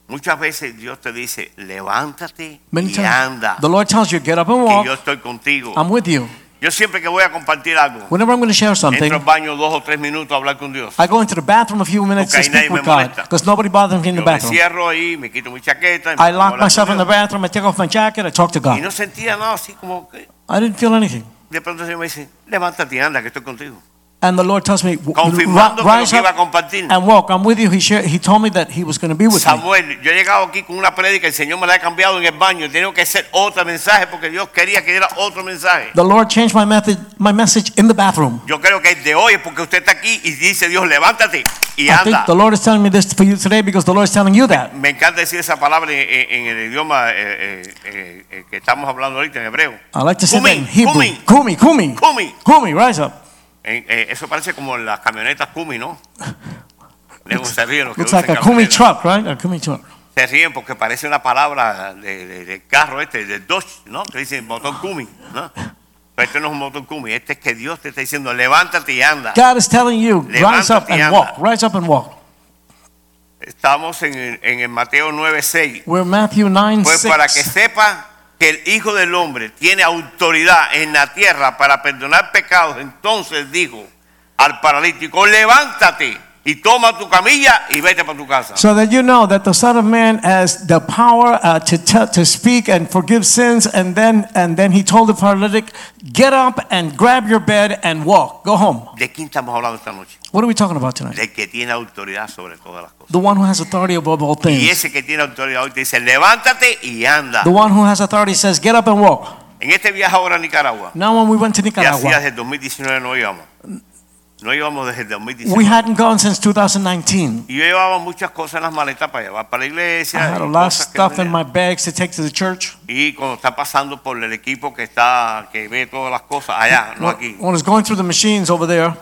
G: Muchas veces Dios te dice, levántate
A: Many
G: y
A: times,
G: anda.
A: the Lord tells you, get up and
G: Que yo
A: walk.
G: estoy contigo.
A: I'm with you.
G: Yo siempre que voy a compartir algo,
A: Whenever I'm going to share something,
G: entro al baño dos o tres minutos a hablar con Dios.
A: I go into the bathroom a few minutes to
G: Okay,
A: speak
G: nadie me
A: with God
G: molesta.
A: because nobody bothers me in the
G: Yo me
A: bathroom.
G: cierro ahí, me quito mi chaqueta. y
A: I
G: me pongo a hablar
A: lock
G: con
A: myself in the
G: Dios.
A: bathroom, I take off my jacket, I talk to
G: Y
A: God.
G: no sentía nada así como que
A: I didn't feel anything.
G: de pronto el Señor me dice, levántate y anda que estoy contigo.
A: And the Lord tells me, w- w-
G: Confirmando que lo
A: rise
G: que iba a
A: up
G: compartir.
A: and walk. I'm with you. He, shared, he told me that he was going to be with me.
G: Samuel, yo he llegado aquí con una prédica, el Señor me la ha cambiado en el baño, tengo que hacer otro mensaje porque Dios quería que diera otro mensaje.
A: The Lord changed my method, my message in the bathroom.
G: Yo creo que el de hoy es porque usted está aquí y dice Dios, levántate y
A: I think
G: anda.
A: the Lord is telling me this for you today because the Lord is telling you that.
G: Me encanta decir esa palabra en, en- en el idioma eh, eh, eh, eh, que estamos hablando ahorita en hebreo.
A: I like to say that in
G: Kumi,
A: Hebrew.
G: Kumi,
A: Kumi, Kumi.
G: Kumi.
A: Kumi, rise up.
G: En- eh, eso parece como las camionetas Kumi, ¿no? Le se ríen los que
A: Looks like a
G: usan
A: Kumi
G: camionetas.
A: truck, right? A Kumi truck.
G: Se ríen porque parece una palabra de, de- de carro este, de Dodge, ¿no? Que dicen motor Kumi, ¿no? Pero este no es un motor Kumi, este es que Dios te está diciendo, levántate y anda.
A: God is telling you, rise up
G: Levántate
A: and
G: y anda.
A: walk. Rise up and walk.
G: Estamos en, el- en el Mateo 9.6.
A: We're Matthew 9,
G: Pues
A: 6.
G: para que sepa que el Hijo del Hombre tiene autoridad en la tierra para perdonar pecados, entonces dijo al paralítico, levántate y toma tu camilla y vete para tu casa.
A: So that you know that the Son of Man has the power uh, to, tell, to speak and forgive sins, and then and then he told the paralytic, get up and grab your bed and walk, go home.
G: ¿De quién estamos hablando esta noche?
A: What are we talking about tonight?
G: Del que tiene autoridad sobre todas las cosas.
A: The one who has authority above all
G: Y
A: things.
G: ese que tiene autoridad hoy te dice, levántate y anda.
A: The one who has authority says, get up and walk.
G: En este viaje ahora a Nicaragua,
A: Now when we went to
G: que hacía
A: Nicaragua,
G: desde 2019 no íbamos. No íbamos desde el 2019.
A: we hadn't gone since 2019.
G: Y yo llevaba muchas cosas en las maletas para llevar para la
A: I
G: iglesia.
A: had a
G: y
A: lot of
G: cosas que
A: stuff
G: no
A: in my bags to take to the church.
G: Y cuando está pasando por el equipo que está, que ve todas las cosas allá, no aquí.
A: When I was going through the machines over there,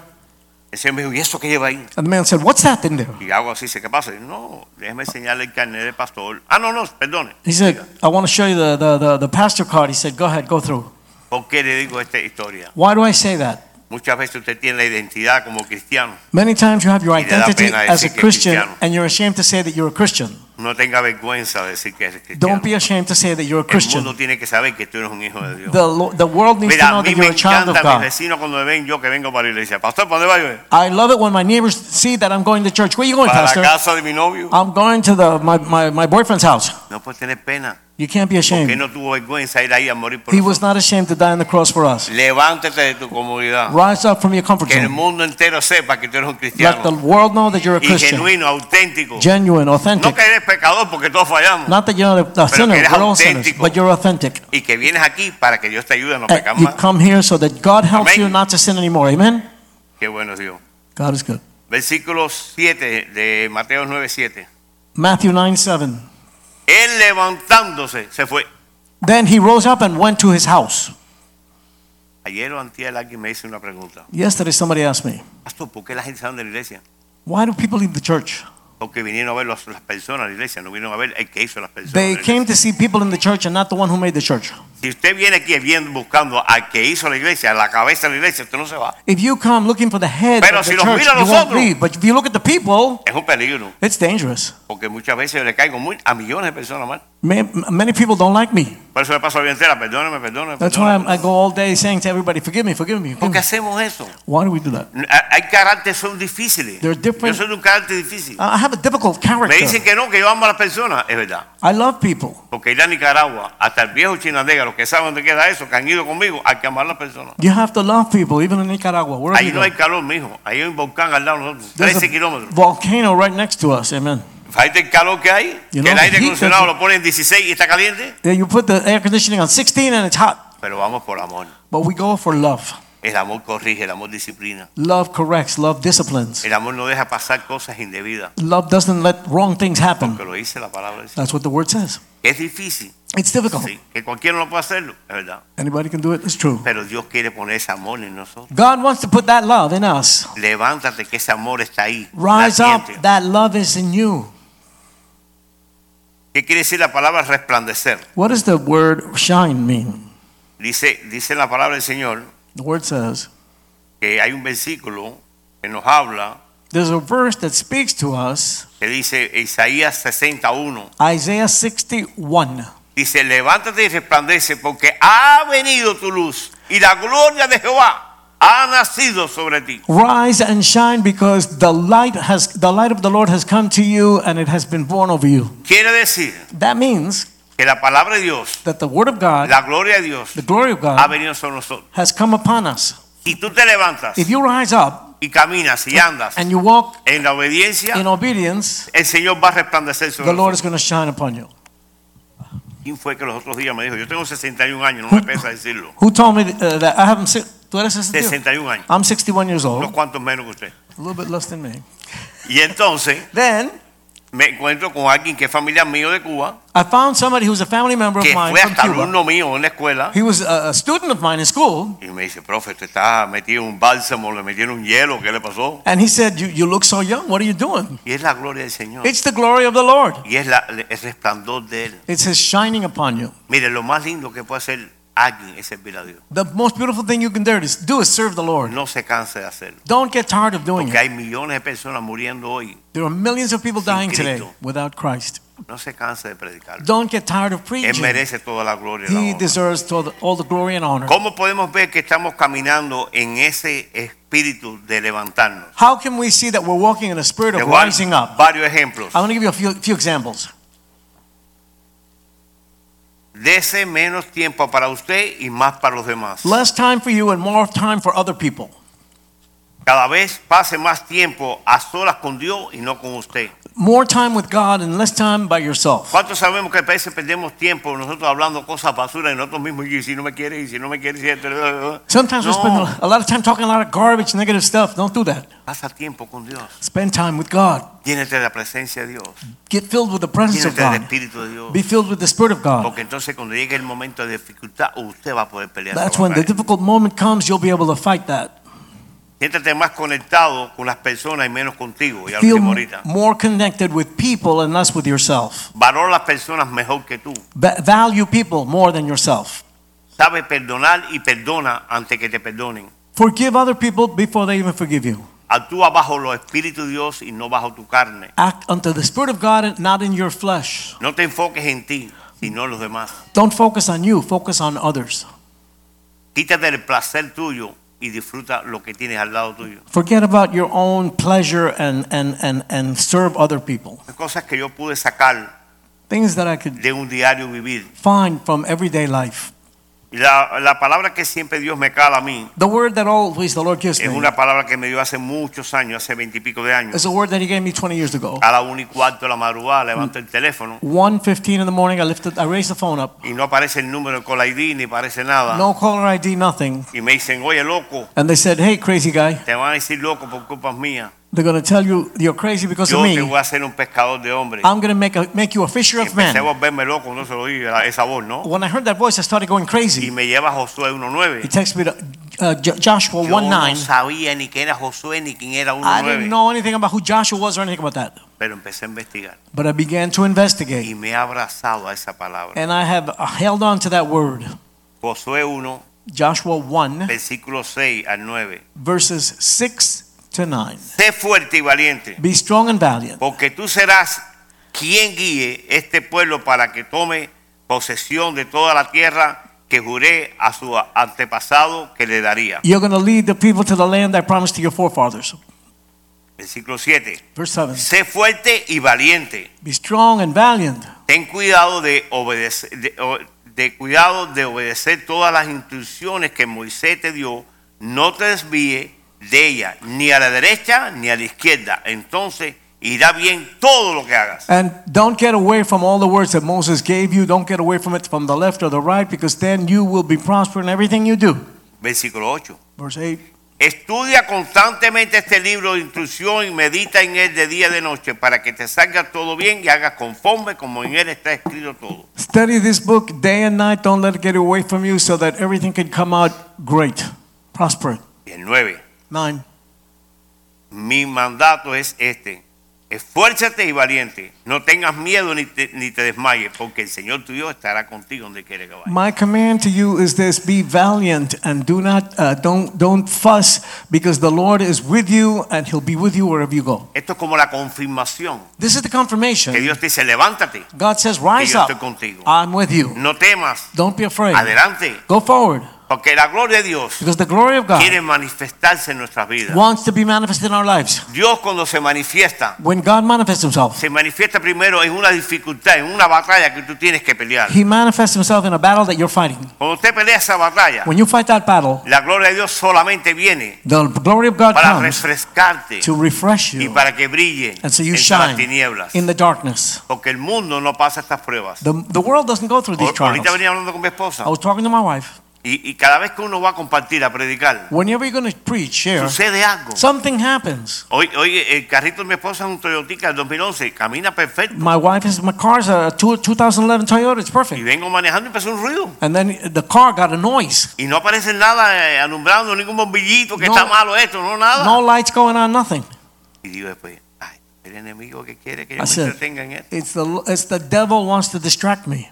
G: El señor me dijo, ¿y eso qué lleva ahí?
A: and the man said, what's that in there?
G: Y hago así, ¿se qué pasa? Y, no, déjeme enseñarle el carnet de pastor. Ah, no, no, perdone.
A: He said, I want to show you the, the, the, the pastor card. He said, go ahead, go through.
G: ¿Por qué le digo esta historia?
A: Why do I say that?
G: Muchas veces usted tiene la identidad como cristiano.
A: Many times you have your
G: Y le da
A: identity
G: pena
A: as a
G: decir que es
A: Christian
G: cristiano.
A: and you're ashamed to say that you're a Christian.
G: No tenga vergüenza de decir que eres cristiano.
A: Don't be ashamed to say that you're a
G: El
A: Christian.
G: mundo tiene que saber que tú eres un hijo de Dios.
A: The, lo- the world needs
G: Mira,
A: to know
G: a mí
A: that
G: me
A: you're a child of
G: encanta a mis
A: God.
G: vecinos cuando me ven yo que vengo para la iglesia. Pastor, ¿para dónde va yo?
A: I love it when my neighbors see that I'm going to church. Where you going,
G: Para la
A: Pastor? Ah.
G: casa de mi novio.
A: I'm going to the, my, my, my boyfriend's house.
G: No puedes tener pena.
A: You can't be
G: Porque
A: ashamed.
G: no tuvo vergüenza ir ahí a morir por
A: He was
G: nosotros.
A: not ashamed to die on the cross for us.
G: Levántate de tu comodidad.
A: Rise up from your comfort
G: Que el
A: zone.
G: mundo entero sepa que tú eres un
A: Let the
G: cristiano.
A: world know that you're a
G: Y
A: Christian.
G: genuino, auténtico.
A: Genuine,
G: No
A: authentic.
G: que eres pecador porque todos fallamos.
A: Not that you're a- a sinner,
G: eres
A: we're all sinners,
G: auténtico.
A: but you're authentic.
G: Y que vienes aquí para que Dios te ayude a no pecar
A: And you
G: más.
A: come here so that God helps
G: Amén.
A: you not to sin anymore. Amen?
G: Qué bueno es Dios.
A: God is good.
G: Versículo 7 de Mateo 9, 7.
A: Matthew 9 7.
G: Él levantándose se fue.
A: Then he rose up and went to his house.
G: Ayer o antier alguien me hizo una pregunta.
A: Yesterday, somebody asked me,
G: Pastor, ¿por qué la gente sale de la iglesia?
A: Why do people leave the church?
G: Porque vinieron a ver los- las personas de la iglesia, no vinieron a ver el que hizo las personas. de
A: They
G: la iglesia.
A: came to see people in the church and not the one who made the church.
G: Si usted viene aquí bien buscando al que hizo la iglesia, a la cabeza de la iglesia, usted no se va.
A: If you come looking for the head
G: Pero
A: of the
G: si los
A: church,
G: mira a
A: you won't
G: nosotros.
A: leave. But if you look at the people,
G: Es un peligro,
A: it's dangerous.
G: porque muchas veces yo le caigo muy- a millones de personas mal.
A: Ma- Many people don't like me.
G: Por eso me paso la vida entera, perdóneme, perdóneme.
A: That's why I'm,
G: perdóneme.
A: I go all day saying to everybody, Forgive me, forgive me.
G: ¿Por
A: Forgive
G: qué
A: me.
G: hacemos eso?
A: Why do we do that?
G: Ha- Hay caracteres son difíciles.
A: They're
G: Yo
A: different.
G: soy de un carácter difícil.
A: I I have a difficult
G: Me dicen
A: character.
G: que no, que yo amo a las personas. Es verdad.
A: I love people.
G: Porque ir a Nicaragua, hasta el viejo Chinandega, los que saben dónde queda eso, que han ido conmigo, hay que amar a las personas.
A: You have to love people, even in Nicaragua. Wherever
G: Ahí
A: you
G: no
A: go.
G: hay calor, mijo. Ahí hay un volcán al lado de nosotros,
A: There's
G: 13
A: a
G: kilómetros.
A: volcano right next to us. Amen.
G: Fíjate el calor que hay,
A: You
G: que
A: know,
G: el aire
A: the heat
G: acondicionado
A: doesn't-
G: lo ponen 16 y está caliente.
A: Then you put the air conditioning on 16 and it's hot.
G: Pero vamos por amor.
A: But we go for love.
G: El amor corrige, el amor disciplina.
A: Love corrects, love disciplines.
G: El amor no deja pasar cosas indebidas.
A: Love doesn't let wrong things happen.
G: Porque lo dice la palabra de Dios.
A: That's what the word says.
G: Es difícil,
A: It's difficult.
G: sí, que cualquiera no puede hacerlo, es verdad.
A: Anybody can do it. It's true.
G: Pero Dios quiere poner ese amor en nosotros.
A: God wants to put that love in us.
G: Levántate que ese amor está ahí.
A: Rise up.
G: naciente.
A: That love is in you.
G: ¿Qué quiere decir la palabra resplandecer?
A: What does the word shine mean?
G: Dice, dice la palabra del Señor
A: The word says
G: que hay un versículo que nos habla
A: there's a verse that speaks to us.
G: que dice Isaías 61.
A: Isaiah 61.
G: Dice, levántate y resplandece porque ha venido tu luz y la gloria de Jehová ha nacido sobre ti.
A: Rise and shine because the light has the light of the Lord has come to you and it has been born over you.
G: Quiere decir
A: That means
G: que la palabra de Dios,
A: that the word of God,
G: la gloria de Dios,
A: the glory of
G: ha
A: God
G: venido sobre nosotros.
A: has come upon us.
G: Si tú te levantas
A: If you rise up
G: y caminas y andas
A: and you walk
G: en la obediencia,
A: in obedience,
G: el Señor va a resplandecer sobre
A: the Lord
G: nosotros.
A: is going to shine upon you.
G: ¿Quién fue que los otros días me dijo? Yo tengo 61 años, no me pesa decirlo.
A: Who told me uh, that I haven't? si- Tú eres 61.
G: 61 años,
A: I'm 61 years
G: unos
A: old,
G: cuantos menos que usted.
A: a little bit less than me.
G: Y entonces
A: Then
G: me encuentro con alguien que es familiar mío de Cuba,
A: I found somebody who was a family member
G: que
A: of mine
G: fue
A: from
G: hasta
A: Cuba.
G: alumno mío en la escuela.
A: He was a a student of mine in school,
G: Y me dice, profe, tú estás metido en un bálsamo, le metieron un hielo, ¿qué le pasó?
A: and he said, "You you look so young. What are you doing?"
G: Y es la gloria del Señor.
A: It's the glory of the Lord.
G: Y es la- el resplandor de Él.
A: It's His shining upon you.
G: Mire, lo más lindo que puede hacer alguien es servir a Dios.
A: The most beautiful thing you can do is do is serve the Lord.
G: No se canse de hacerlo.
A: Don't get tired of doing
G: Porque
A: it.
G: hay millones de personas muriendo hoy
A: There are millions of people
G: Sin
A: dying today
G: Cristo.
A: without Christ
G: No se canse de predicarlo.
A: Don't get tired of
G: Él
A: preaching.
G: merece toda la gloria y la
A: He
G: honra.
A: deserves to- all the glory and honor.
G: ¿Cómo podemos ver que estamos caminando en ese espíritu de levantarnos?
A: How can we see that we're walking in a spirit
G: Te
A: of
G: voy a dar
A: rising up?
G: Varios ejemplos.
A: I want to give you a few, few examples.
G: Dese menos tiempo para usted y más para los demás.
A: Less time for you and more time for other people.
G: Cada vez pase más tiempo a solas con Dios y no con usted.
A: More time with God and less time by yourself.
G: ¿Cuántos sabemos que a veces perdemos tiempo nosotros hablando cosas basura y nosotros mismos? Y si no me quieres, y si no me quieres, y si-
A: Sometimes we spend
G: No.
A: a lot of time talking a lot of garbage, negative stuff. Don't do that.
G: Pasa tiempo con Dios.
A: Spend time with God.
G: Llénate de la presencia de Dios.
A: Get filled with the presence of
G: Llénate del
A: God.
G: Espíritu de Dios.
A: Be filled with the Spirit of God.
G: Porque entonces cuando llegue el momento de dificultad, usted va a poder pelear. esa
A: That's when the
G: batalla.
A: difficult moment comes, you'll be able to fight that.
G: Siéntate más conectado con las personas y menos contigo. Ya lo
A: Feel
G: dijimos ahorita.
A: more connected with people and less with yourself.
G: Valora las personas mejor que tú.
A: Va- Value people more than yourself.
G: Sabe perdonar y perdona antes que te perdonen.
A: Forgive other people before they even forgive you.
G: Actúa bajo los espíritus de Dios y no bajo tu carne.
A: Act unto the Spirit of God and not in your flesh.
G: No te enfoques en ti, sino en los demás.
A: Don't focus on you, focus on others.
G: Quítate el placer tuyo y disfruta lo que tienes al lado tuyo.
A: Forget about your own pleasure and, and, and, and serve other people.
G: Las cosas que yo pude sacar
A: Things that I could
G: de un diario vivir.
A: find from everyday life.
G: Y La, la palabra que siempre Dios me cala a mí
A: The word that always the Lord gives
G: es
A: me
G: una palabra que me dio hace muchos años, hace veintipico de años.
A: is a word that He gave me 20 years ago.
G: A la una y cuarto de la madrugada levanto el teléfono
A: 1.15 in the morning, I lifted, I raised the phone up.
G: y no aparece el número de Call ID ni aparece nada.
A: No caller ID, nothing.
G: Y me dicen, oye loco,
A: And they said, hey, crazy guy,
G: te van a decir loco por culpas mías.
A: they're going to tell you you're crazy because
G: Yo
A: of
G: te
A: me.
G: voy a hacer un pescador de hombres.
A: I'm going to make, a, make you a fisher of
G: Empecé
A: men.
G: a volverme loco, no se lo oí la- esa voz, ¿no?
A: When I heard that voice, I started going
G: Y
A: crazy.
G: me lleva a Josué
A: He
G: 1.9.
A: texted me to, uh, Jo- Joshua
G: Yo
A: 1
G: no
A: 9.
G: sabía ni quién era Josué ni quién era
A: I didn't
G: 1.9.
A: know anything about who Joshua was or anything about that.
G: Pero empecé a investigar
A: But I began to
G: y
A: investigate.
G: me he abrazado a esa palabra.
A: And I have uh, held on to that word.
G: Josué 1,
A: Joshua 1,
G: versículo 6 al 9.
A: verses 6 to 9.
G: Sé fuerte y valiente,
A: Be strong and valiant,
G: porque tú serás quien guíe este pueblo para que tome posesión de toda la tierra que juré a su antepasado que le daría.
A: you're going to lead the people to the land I promised to your forefathers.
G: Versículo 7.
A: Verse 7.
G: Sé fuerte y valiente.
A: Be strong and valiant.
G: Ten cuidado de obedecer, de, o- de cuidado de obedecer todas las instrucciones que Moisés te dio. No te desvíe de ella, ni a la derecha ni a la izquierda. Entonces irá bien todo lo que hagas.
A: And don't get away from all the words that Moses gave you. Don't get away from it from the left or the right, because then you will be prospered in everything you do.
G: Versículo 8.
A: Verse 8.
G: Estudia constantemente este libro de instrucción y medita en él de día y de noche para que te salga todo bien y hagas conforme como en él está escrito todo.
A: Study this book day and night. Don't let it get away from you so that everything can come out great, prosper.
G: Y el 9.
A: 9.
G: Mi mandato es este. Esfuérzate y valiente. No tengas miedo ni te, ni te desmayes, porque el Señor tu Dios estará contigo donde quiera que vayas.
A: My command to you is this be valiant and do not, uh, don't, don't fuss because the Lord is with you and He'll be with you wherever you go.
G: Esto es como la confirmación.
A: This is the
G: Que
A: confirmation.
G: Dios te dice, levántate.
A: God says,
G: Que
A: Rise
G: yo
A: up.
G: estoy contigo.
A: I'm with you.
G: No temas.
A: Don't be afraid.
G: Adelante.
A: Go forward
G: Porque la gloria de Dios
A: because the glory of God
G: quiere manifestarse en nuestras vidas.
A: wants to be manifested in our lives.
G: Dios cuando se manifiesta,
A: When God manifests Himself,
G: se manifiesta primero en una dificultad, en una batalla que tú tienes que pelear.
A: He manifests Himself in a battle that you're fighting.
G: Cuando usted pelea esa batalla,
A: When you fight that battle,
G: la gloria de Dios solamente viene
A: the glory of God
G: para
A: comes
G: refrescarte
A: to refresh
G: y
A: you.
G: para que brille
A: And so you
G: entre las
A: shine
G: tinieblas.
A: in the darkness.
G: Porque el mundo no pasa estas pruebas.
A: The, the world doesn't go through these
G: Ahor-
A: trials.
G: Ahorita venía hablando con mi esposa
A: I was talking to my wife.
G: y, y cada vez que uno va a compartir, a predicar,
A: Whenever you're going to preach, share,
G: sucede algo.
A: something happens.
G: Hoy, hoy eh, el carrito de mi esposa es un Toyotica del 2011, camina perfecto.
A: My wife is my car's a two- 2011 Toyota. It's
G: Y
A: perfect.
G: vengo manejando y empezó un ruido.
A: And then the car got a noise.
G: Y no aparece nada eh, alumbrando, ningún bombillito, que
A: No.
G: está malo esto, no nada.
A: No lights going on, nothing.
G: Y digo después, ay, el enemigo que quiere que yo
A: I
G: me
A: said,
G: entretenga en esto.
A: it's the it's the devil wants to distract me.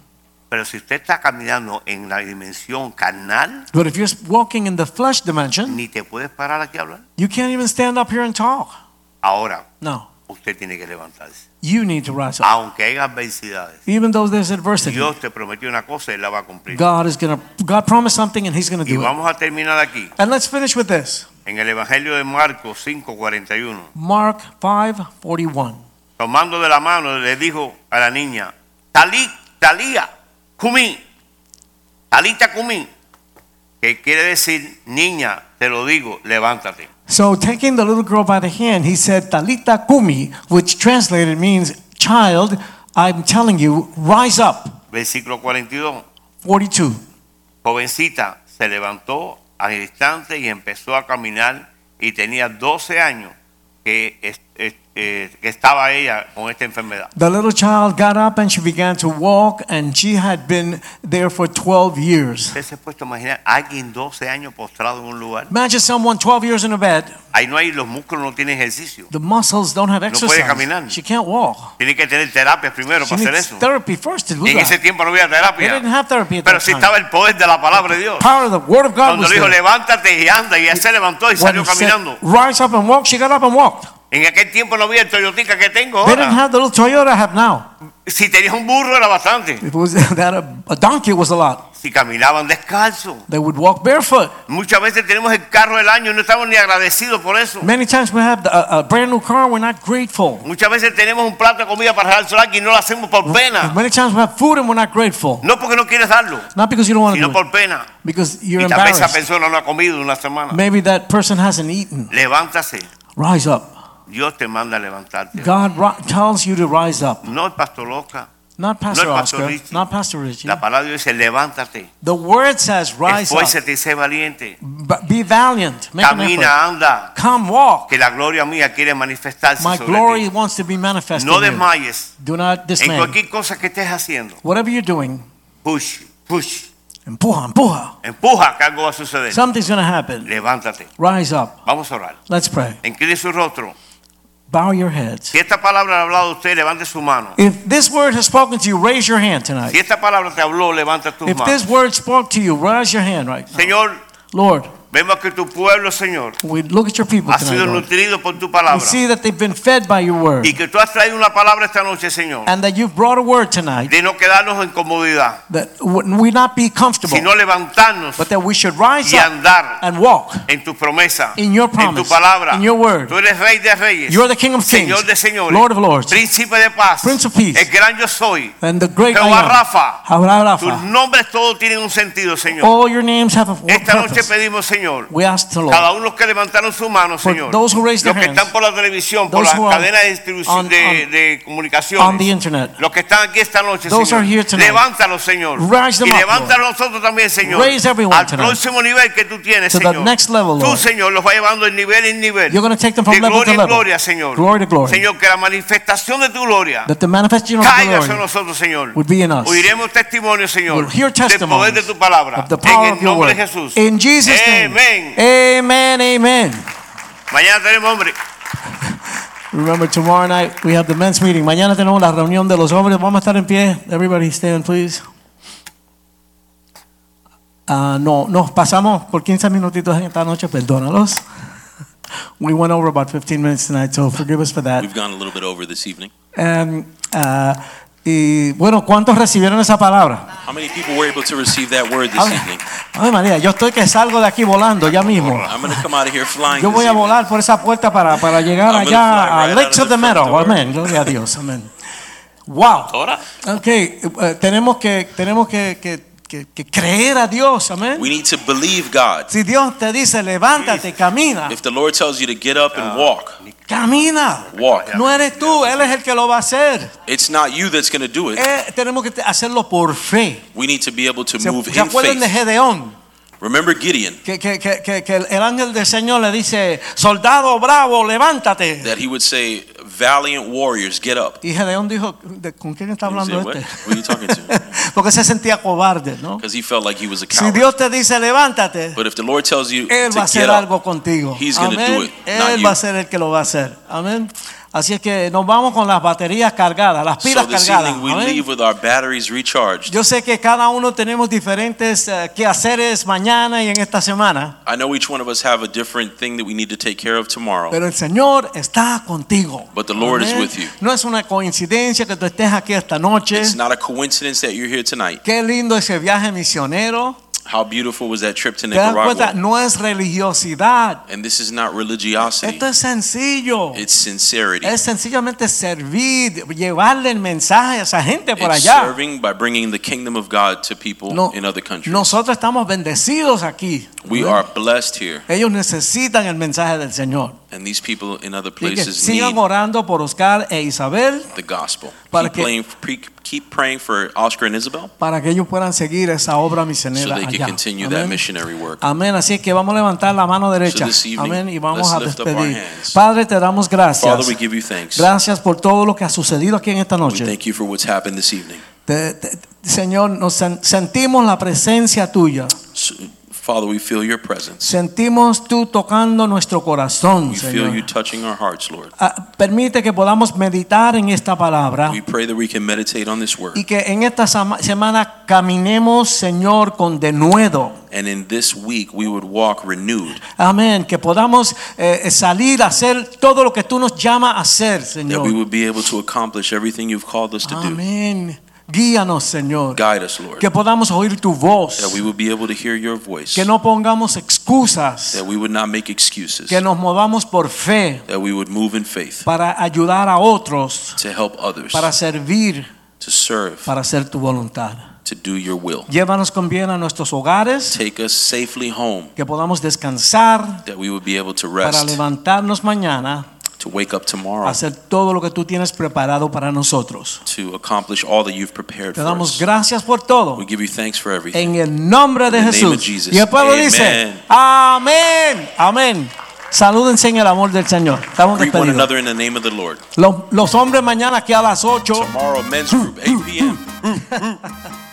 G: Pero si usted está caminando en la dimensión carnal,
A: But if you're walking in the flesh dimension,
G: ni te puedes parar aquí a hablar.
A: you can't even stand up here and talk.
G: Ahora,
A: No.
G: usted tiene que levantarse.
A: You need to rise up.
G: Aunque haya adversidades,
A: Even though there's adversity,
G: Dios te prometió una cosa y Él la va a cumplir.
A: God is going to God promised something and he's going to
G: Y
A: do it.
G: vamos a terminar aquí,
A: And let's finish with this.
G: en el Evangelio de Marcos 5:41.
A: Mark 5:41.
G: Tomando de la mano, le dijo a la niña, Talí, Talía, Cumí, Talita Cumí, que quiere decir, niña, te lo digo, levántate.
A: So taking the little girl by the hand, he said, "Talita kumi," which translated means, "Child, I'm telling you, rise up."
G: Versículo 42,
A: 42.
G: jovencita, se levantó al instante y empezó a caminar y tenía 12 años que, es- es- eh, que estaba ella con esta enfermedad.
A: The little child got up and she began to walk, and she had been there for 12 years.
G: ¿Usted se ha puesto a imaginar a alguien 12 años postrado en un lugar?
A: Imagine someone 12 years in a bed.
G: Ahí no hay, los músculos no tienen ejercicio.
A: The muscles don't have
G: No puede
A: exercise.
G: caminar.
A: She can't walk.
G: Tiene que tener terapia primero
A: She
G: para hacer
A: needs
G: eso.
A: therapy first to do
G: Y en ese
A: that.
G: tiempo no había
A: They didn't
G: terapia.
A: have therapy at
G: Pero
A: that
G: sí
A: time.
G: estaba el poder de la palabra de Dios.
A: Power of the word of God
G: Cuando
A: was
G: le dijo,
A: there.
G: levántate y anda, y ella se levantó y
A: When
G: salió
A: he said,
G: caminando.
A: rise up and walk, she got up and walked.
G: En aquel tiempo no había el Toyotica que tengo
A: They didn't
G: ahora.
A: have the little Toyota I have now.
G: Si tenías un burro era bastante.
A: It was that a, a donkey was a lot.
G: Si caminaban descalzo.
A: They would walk barefoot.
G: Muchas veces tenemos el carro del año y no estamos ni agradecidos por eso.
A: Many times we have the, a, a brand new car, we're not grateful.
G: Muchas veces tenemos un plato de comida para regalar y no lo hacemos por pena.
A: Many times we have food and we're not grateful.
G: No porque no quieres darlo,
A: Not because you don't want to
G: sino
A: do it,
G: por pena.
A: because you're
G: Y tal vez esa
A: embarrassed.
G: persona no ha comido una semana.
A: Maybe that person hasn't eaten.
G: Levántase.
A: Rise up.
G: Dios te manda a levantarte.
A: God ri- tells you to rise up.
G: No el pastor loca.
A: Not Pastor
G: No es Pastor
A: Oscar,
G: Richie.
A: not Pastor Richie.
G: La palabra de Dios dice, levántate.
A: The word says, rise up.
G: Esfuérzate y sé valiente.
A: B- Be valiant. Make an effort.
G: Camina, anda.
A: Come walk.
G: Que la gloria mía quiere manifestarse
A: My
G: sobre
A: glory
G: ti.
A: wants to be manifested.
G: No
A: in you.
G: desmayes.
A: Do not
G: En
A: dismay.
G: cualquier cosa que estés haciendo.
A: Whatever you're doing,
G: Push, push.
A: empuja, empuja.
G: Empuja que algo va a suceder.
A: Something's going to happen.
G: Levántate.
A: Rise up.
G: Vamos a orar.
A: Let's pray.
G: Incline su rostro.
A: Bow your heads.
G: Si esta palabra le ha hablado a usted, levante su mano.
A: If this word has spoken to you, raise your hand tonight.
G: Si esta palabra te habló, levanta tus
A: If
G: manos.
A: this word spoke to you, raise your hand right now.
G: Señor,
A: Lord,
G: vemos que tu pueblo, Señor,
A: we look at your people
G: ha sido
A: tonight. Lord.
G: nutrido por tu
A: We
G: palabra.
A: see that they've been fed by your word
G: Y que tú has traído una palabra esta noche, Señor.
A: and that you've brought a word tonight
G: De no quedarnos en comodidad,
A: that w- we not be comfortable,
G: sino levantarnos
A: but that we should rise
G: y
A: up
G: andar
A: and walk.
G: en tu promesa,
A: uh, In your
G: en tu
A: promise,
G: palabra.
A: in your word.
G: Tú eres rey de reyes,
A: You're the King of Kings,
G: Señor de señores,
A: Lord of Lords,
G: príncipe de paz,
A: Prince of Peace.
G: el gran yo soy.
A: and the great I
G: Jehová
A: am.
G: Rafa,
A: Jehová
G: tus
A: Rapha.
G: nombres todos tienen un sentido, Señor.
A: All your names have a w-
G: Esta noche
A: purpose.
G: pedimos, Señor,
A: We ask the Lord.
G: cada uno los que levantaron su mano,
A: For
G: Señor,
A: those who raised
G: los
A: their
G: que
A: hands,
G: están por la televisión, por
A: those
G: las
A: who are
G: cadenas de distribución
A: on-
G: de,
A: on-
G: de
A: on the
G: comunicaciones,
A: internet.
G: los que están aquí esta noche,
A: Those
G: Señor,
A: are here tonight.
G: levántalos, Señor,
A: Rise them
G: y
A: up,
G: levántalos nosotros también, Señor,
A: Raise everyone
G: al
A: tonight.
G: próximo nivel que tú tienes,
A: To the
G: Señor.
A: next level,
G: Tú,
A: Lord.
G: Señor, los vas llevando de nivel en nivel,
A: You're gonna take them from
G: de
A: level
G: gloria
A: to
G: en
A: level.
G: gloria, Señor,
A: Glory to glory.
G: Señor, que la manifestación de tu gloria
A: That the manifestation of
G: caiga
A: the
G: sobre
A: Lord
G: nosotros, Señor.
A: would be in us.
G: Oiremos testimonio, Señor,
A: We'll hear
G: del poder
A: testimonies
G: de tu palabra.
A: of the power
G: en
A: of your
G: el nombre
A: word.
G: de Jesús.
A: In Jesus' name.
G: Amén.
A: Amen. Amen.
G: Mañana tenemos hombre.
A: Remember, tomorrow night we have the men's meeting. Mañana tenemos la reunión de los hombres. Vamos a estar en pie. Everybody stand, please. Ah, no, nos pasamos por 15 minutitos en esta noche. Perdónalos. We went over about 15 minutes tonight, so forgive us for that.
B: We've gone a little bit over this evening.
A: And, ah, y bueno, ¿cuántos recibieron esa palabra?
B: How many people were able to receive that word this
A: Ay.
B: evening?
A: Ay, María, yo estoy que salgo de aquí volando ya mismo.
B: I'm going to come out of here flying.
A: Yo
B: this
A: voy a
B: evening.
A: volar por esa puerta para, para llegar
B: I'm gonna fly
A: allá a
B: right out
A: Lakes
B: of
A: of
B: the
A: the
B: front
A: Meadow.
B: door.
A: Amén. Gloria a Dios. Amén. Wow.
B: Ahora.
A: Ok, eh, tenemos que, tenemos que, que- que- que creer a Dios, amén.
B: We need to believe God.
A: Si Dios te dice, levántate, camina,
B: If the Lord tells you to get up
A: Ah.
B: and walk,
A: camina.
B: walk.
A: No eres tú, Él es el que lo va a hacer.
B: It's not you that's going to do it.
A: Eh, tenemos que hacerlo por fe.
B: We need to be able to
A: ¿Se,
B: move
A: se
B: in
A: acuerdan de
B: faith.
A: Gedeón?
B: Remember Gideon,
A: Que, que- que- que- que el el ángel del Señor le dice, soldado bravo, levántate.
B: that he would say, "Valiant warriors, get up."
A: Y Gedeón dijo, "¿De- ¿con quién está
B: And he
A: hablando
B: said,
A: este?
B: "What? Who are you talking to?"
A: Porque se sentía cobarde, ¿no?
B: Because he felt like he was a
A: Si
B: coward.
A: Dios te dice, levántate.
B: But if the Lord tells you
A: Él va a
B: to
A: hacer
B: get up,
A: algo contigo.
B: He's gonna
A: Amén.
B: do it, not
A: Él
B: you.
A: va a ser el que lo va a hacer. Amén. Así es que nos vamos con las baterías cargadas, las
B: So
A: pilas
B: this
A: cargadas.
B: evening we
A: Amén.
B: leave with our batteries recharged.
A: Yo sé que cada uno tenemos diferentes eh, quehaceres mañana y en esta semana,
B: I know each one of us have a different thing that we need to take care of tomorrow,
A: pero el Señor está contigo.
B: but the Lord is
A: Amén.
B: with you.
A: No es una coincidencia que tú estés aquí esta noche.
B: It's not a coincidence that you're here tonight.
A: Qué lindo ese viaje misionero.
B: How beautiful was that trip to
A: Te das cuenta,
B: Nicaragua?
A: no es religiosidad.
B: And this is not religiosity,
A: Esto es sencillo.
B: it's sincerity.
A: Es sencillamente servir, llevarle el mensaje a esa gente por
B: It's
A: allá.
B: serving by bringing the kingdom of God to people
A: No-
B: in other countries.
A: Nosotros estamos bendecidos aquí.
B: We are blessed here,
A: Ellos necesitan el mensaje del Señor.
B: and these people in other
A: Así que
B: places
A: sigan
B: need
A: orando por Oscar e Isabel
B: the gospel.
A: Para
B: Keep
A: que-
B: praying, pre- keep praying for Oscar and Isabel
A: para que ellos puedan seguir esa obra misionera
B: so they can
A: allá.
B: continue that
A: Amén.
B: missionary work.
A: Amén. Así es que vamos a levantar la mano derecha.
B: So this evening,
A: Amén. Y vamos a
B: let's lift up our
A: despedir.
B: hands.
A: Padre, te damos
B: Father, we
A: gracias.
B: give you thanks.
A: Gracias por todo lo que ha sucedido aquí en esta
B: We
A: noche.
B: thank you for what's happened this evening.
A: Te- te- Señor, nos sen- sentimos la presencia tuya.
B: So, Father, we feel your presence.
A: Sentimos tú tocando nuestro corazón,
B: We feel you
A: Señor.
B: touching our hearts, Lord.
A: Ah, Permite que podamos meditar en esta palabra
B: We pray that we can meditate on this word.
A: y que en esta sama- semana caminemos, Señor, con denuedo.
B: And in this week, we would walk renewed,
A: Amén. Que podamos eh, salir a hacer todo lo que tú nos llamas a hacer,
B: that we
A: Señor.
B: would be able to accomplish everything you've called us to do.
A: Amén. Guíanos, Señor.
B: Guide us, Lord,
A: Que podamos oír tu voz.
B: that we would be able to hear your voice,
A: Que no pongamos excusas.
B: that we would not make excuses,
A: Que nos movamos por fe
B: that we would move in faith
A: para ayudar a otros,
B: to help others,
A: para servir,
B: to serve,
A: para hacer tu voluntad.
B: to do your will.
A: Llévanos con bien a nuestros hogares.
B: Take us safely home,
A: Que podamos descansar
B: that we would be able to
A: para
B: rest,
A: levantarnos mañana,
B: to wake up
A: a
B: tomorrow,
A: hacer todo lo que tú tienes preparado para nosotros.
B: to accomplish all that you've prepared
A: Te
B: for
A: damos
B: us.
A: gracias por todo.
B: We give you thanks for everything.
A: En el nombre de
B: In the name of
A: Jesús.
B: Jesus.
A: Y el pueblo
B: Amen.
A: dice, amén, amén. Salúdense en el amor del Señor. Estamos
B: Greet one
A: despedidos.
B: another in the name of the Lord.
A: Oh. Los, los hombres mañana aquí a las 8.
B: Tomorrow, men's group, 8 p.m.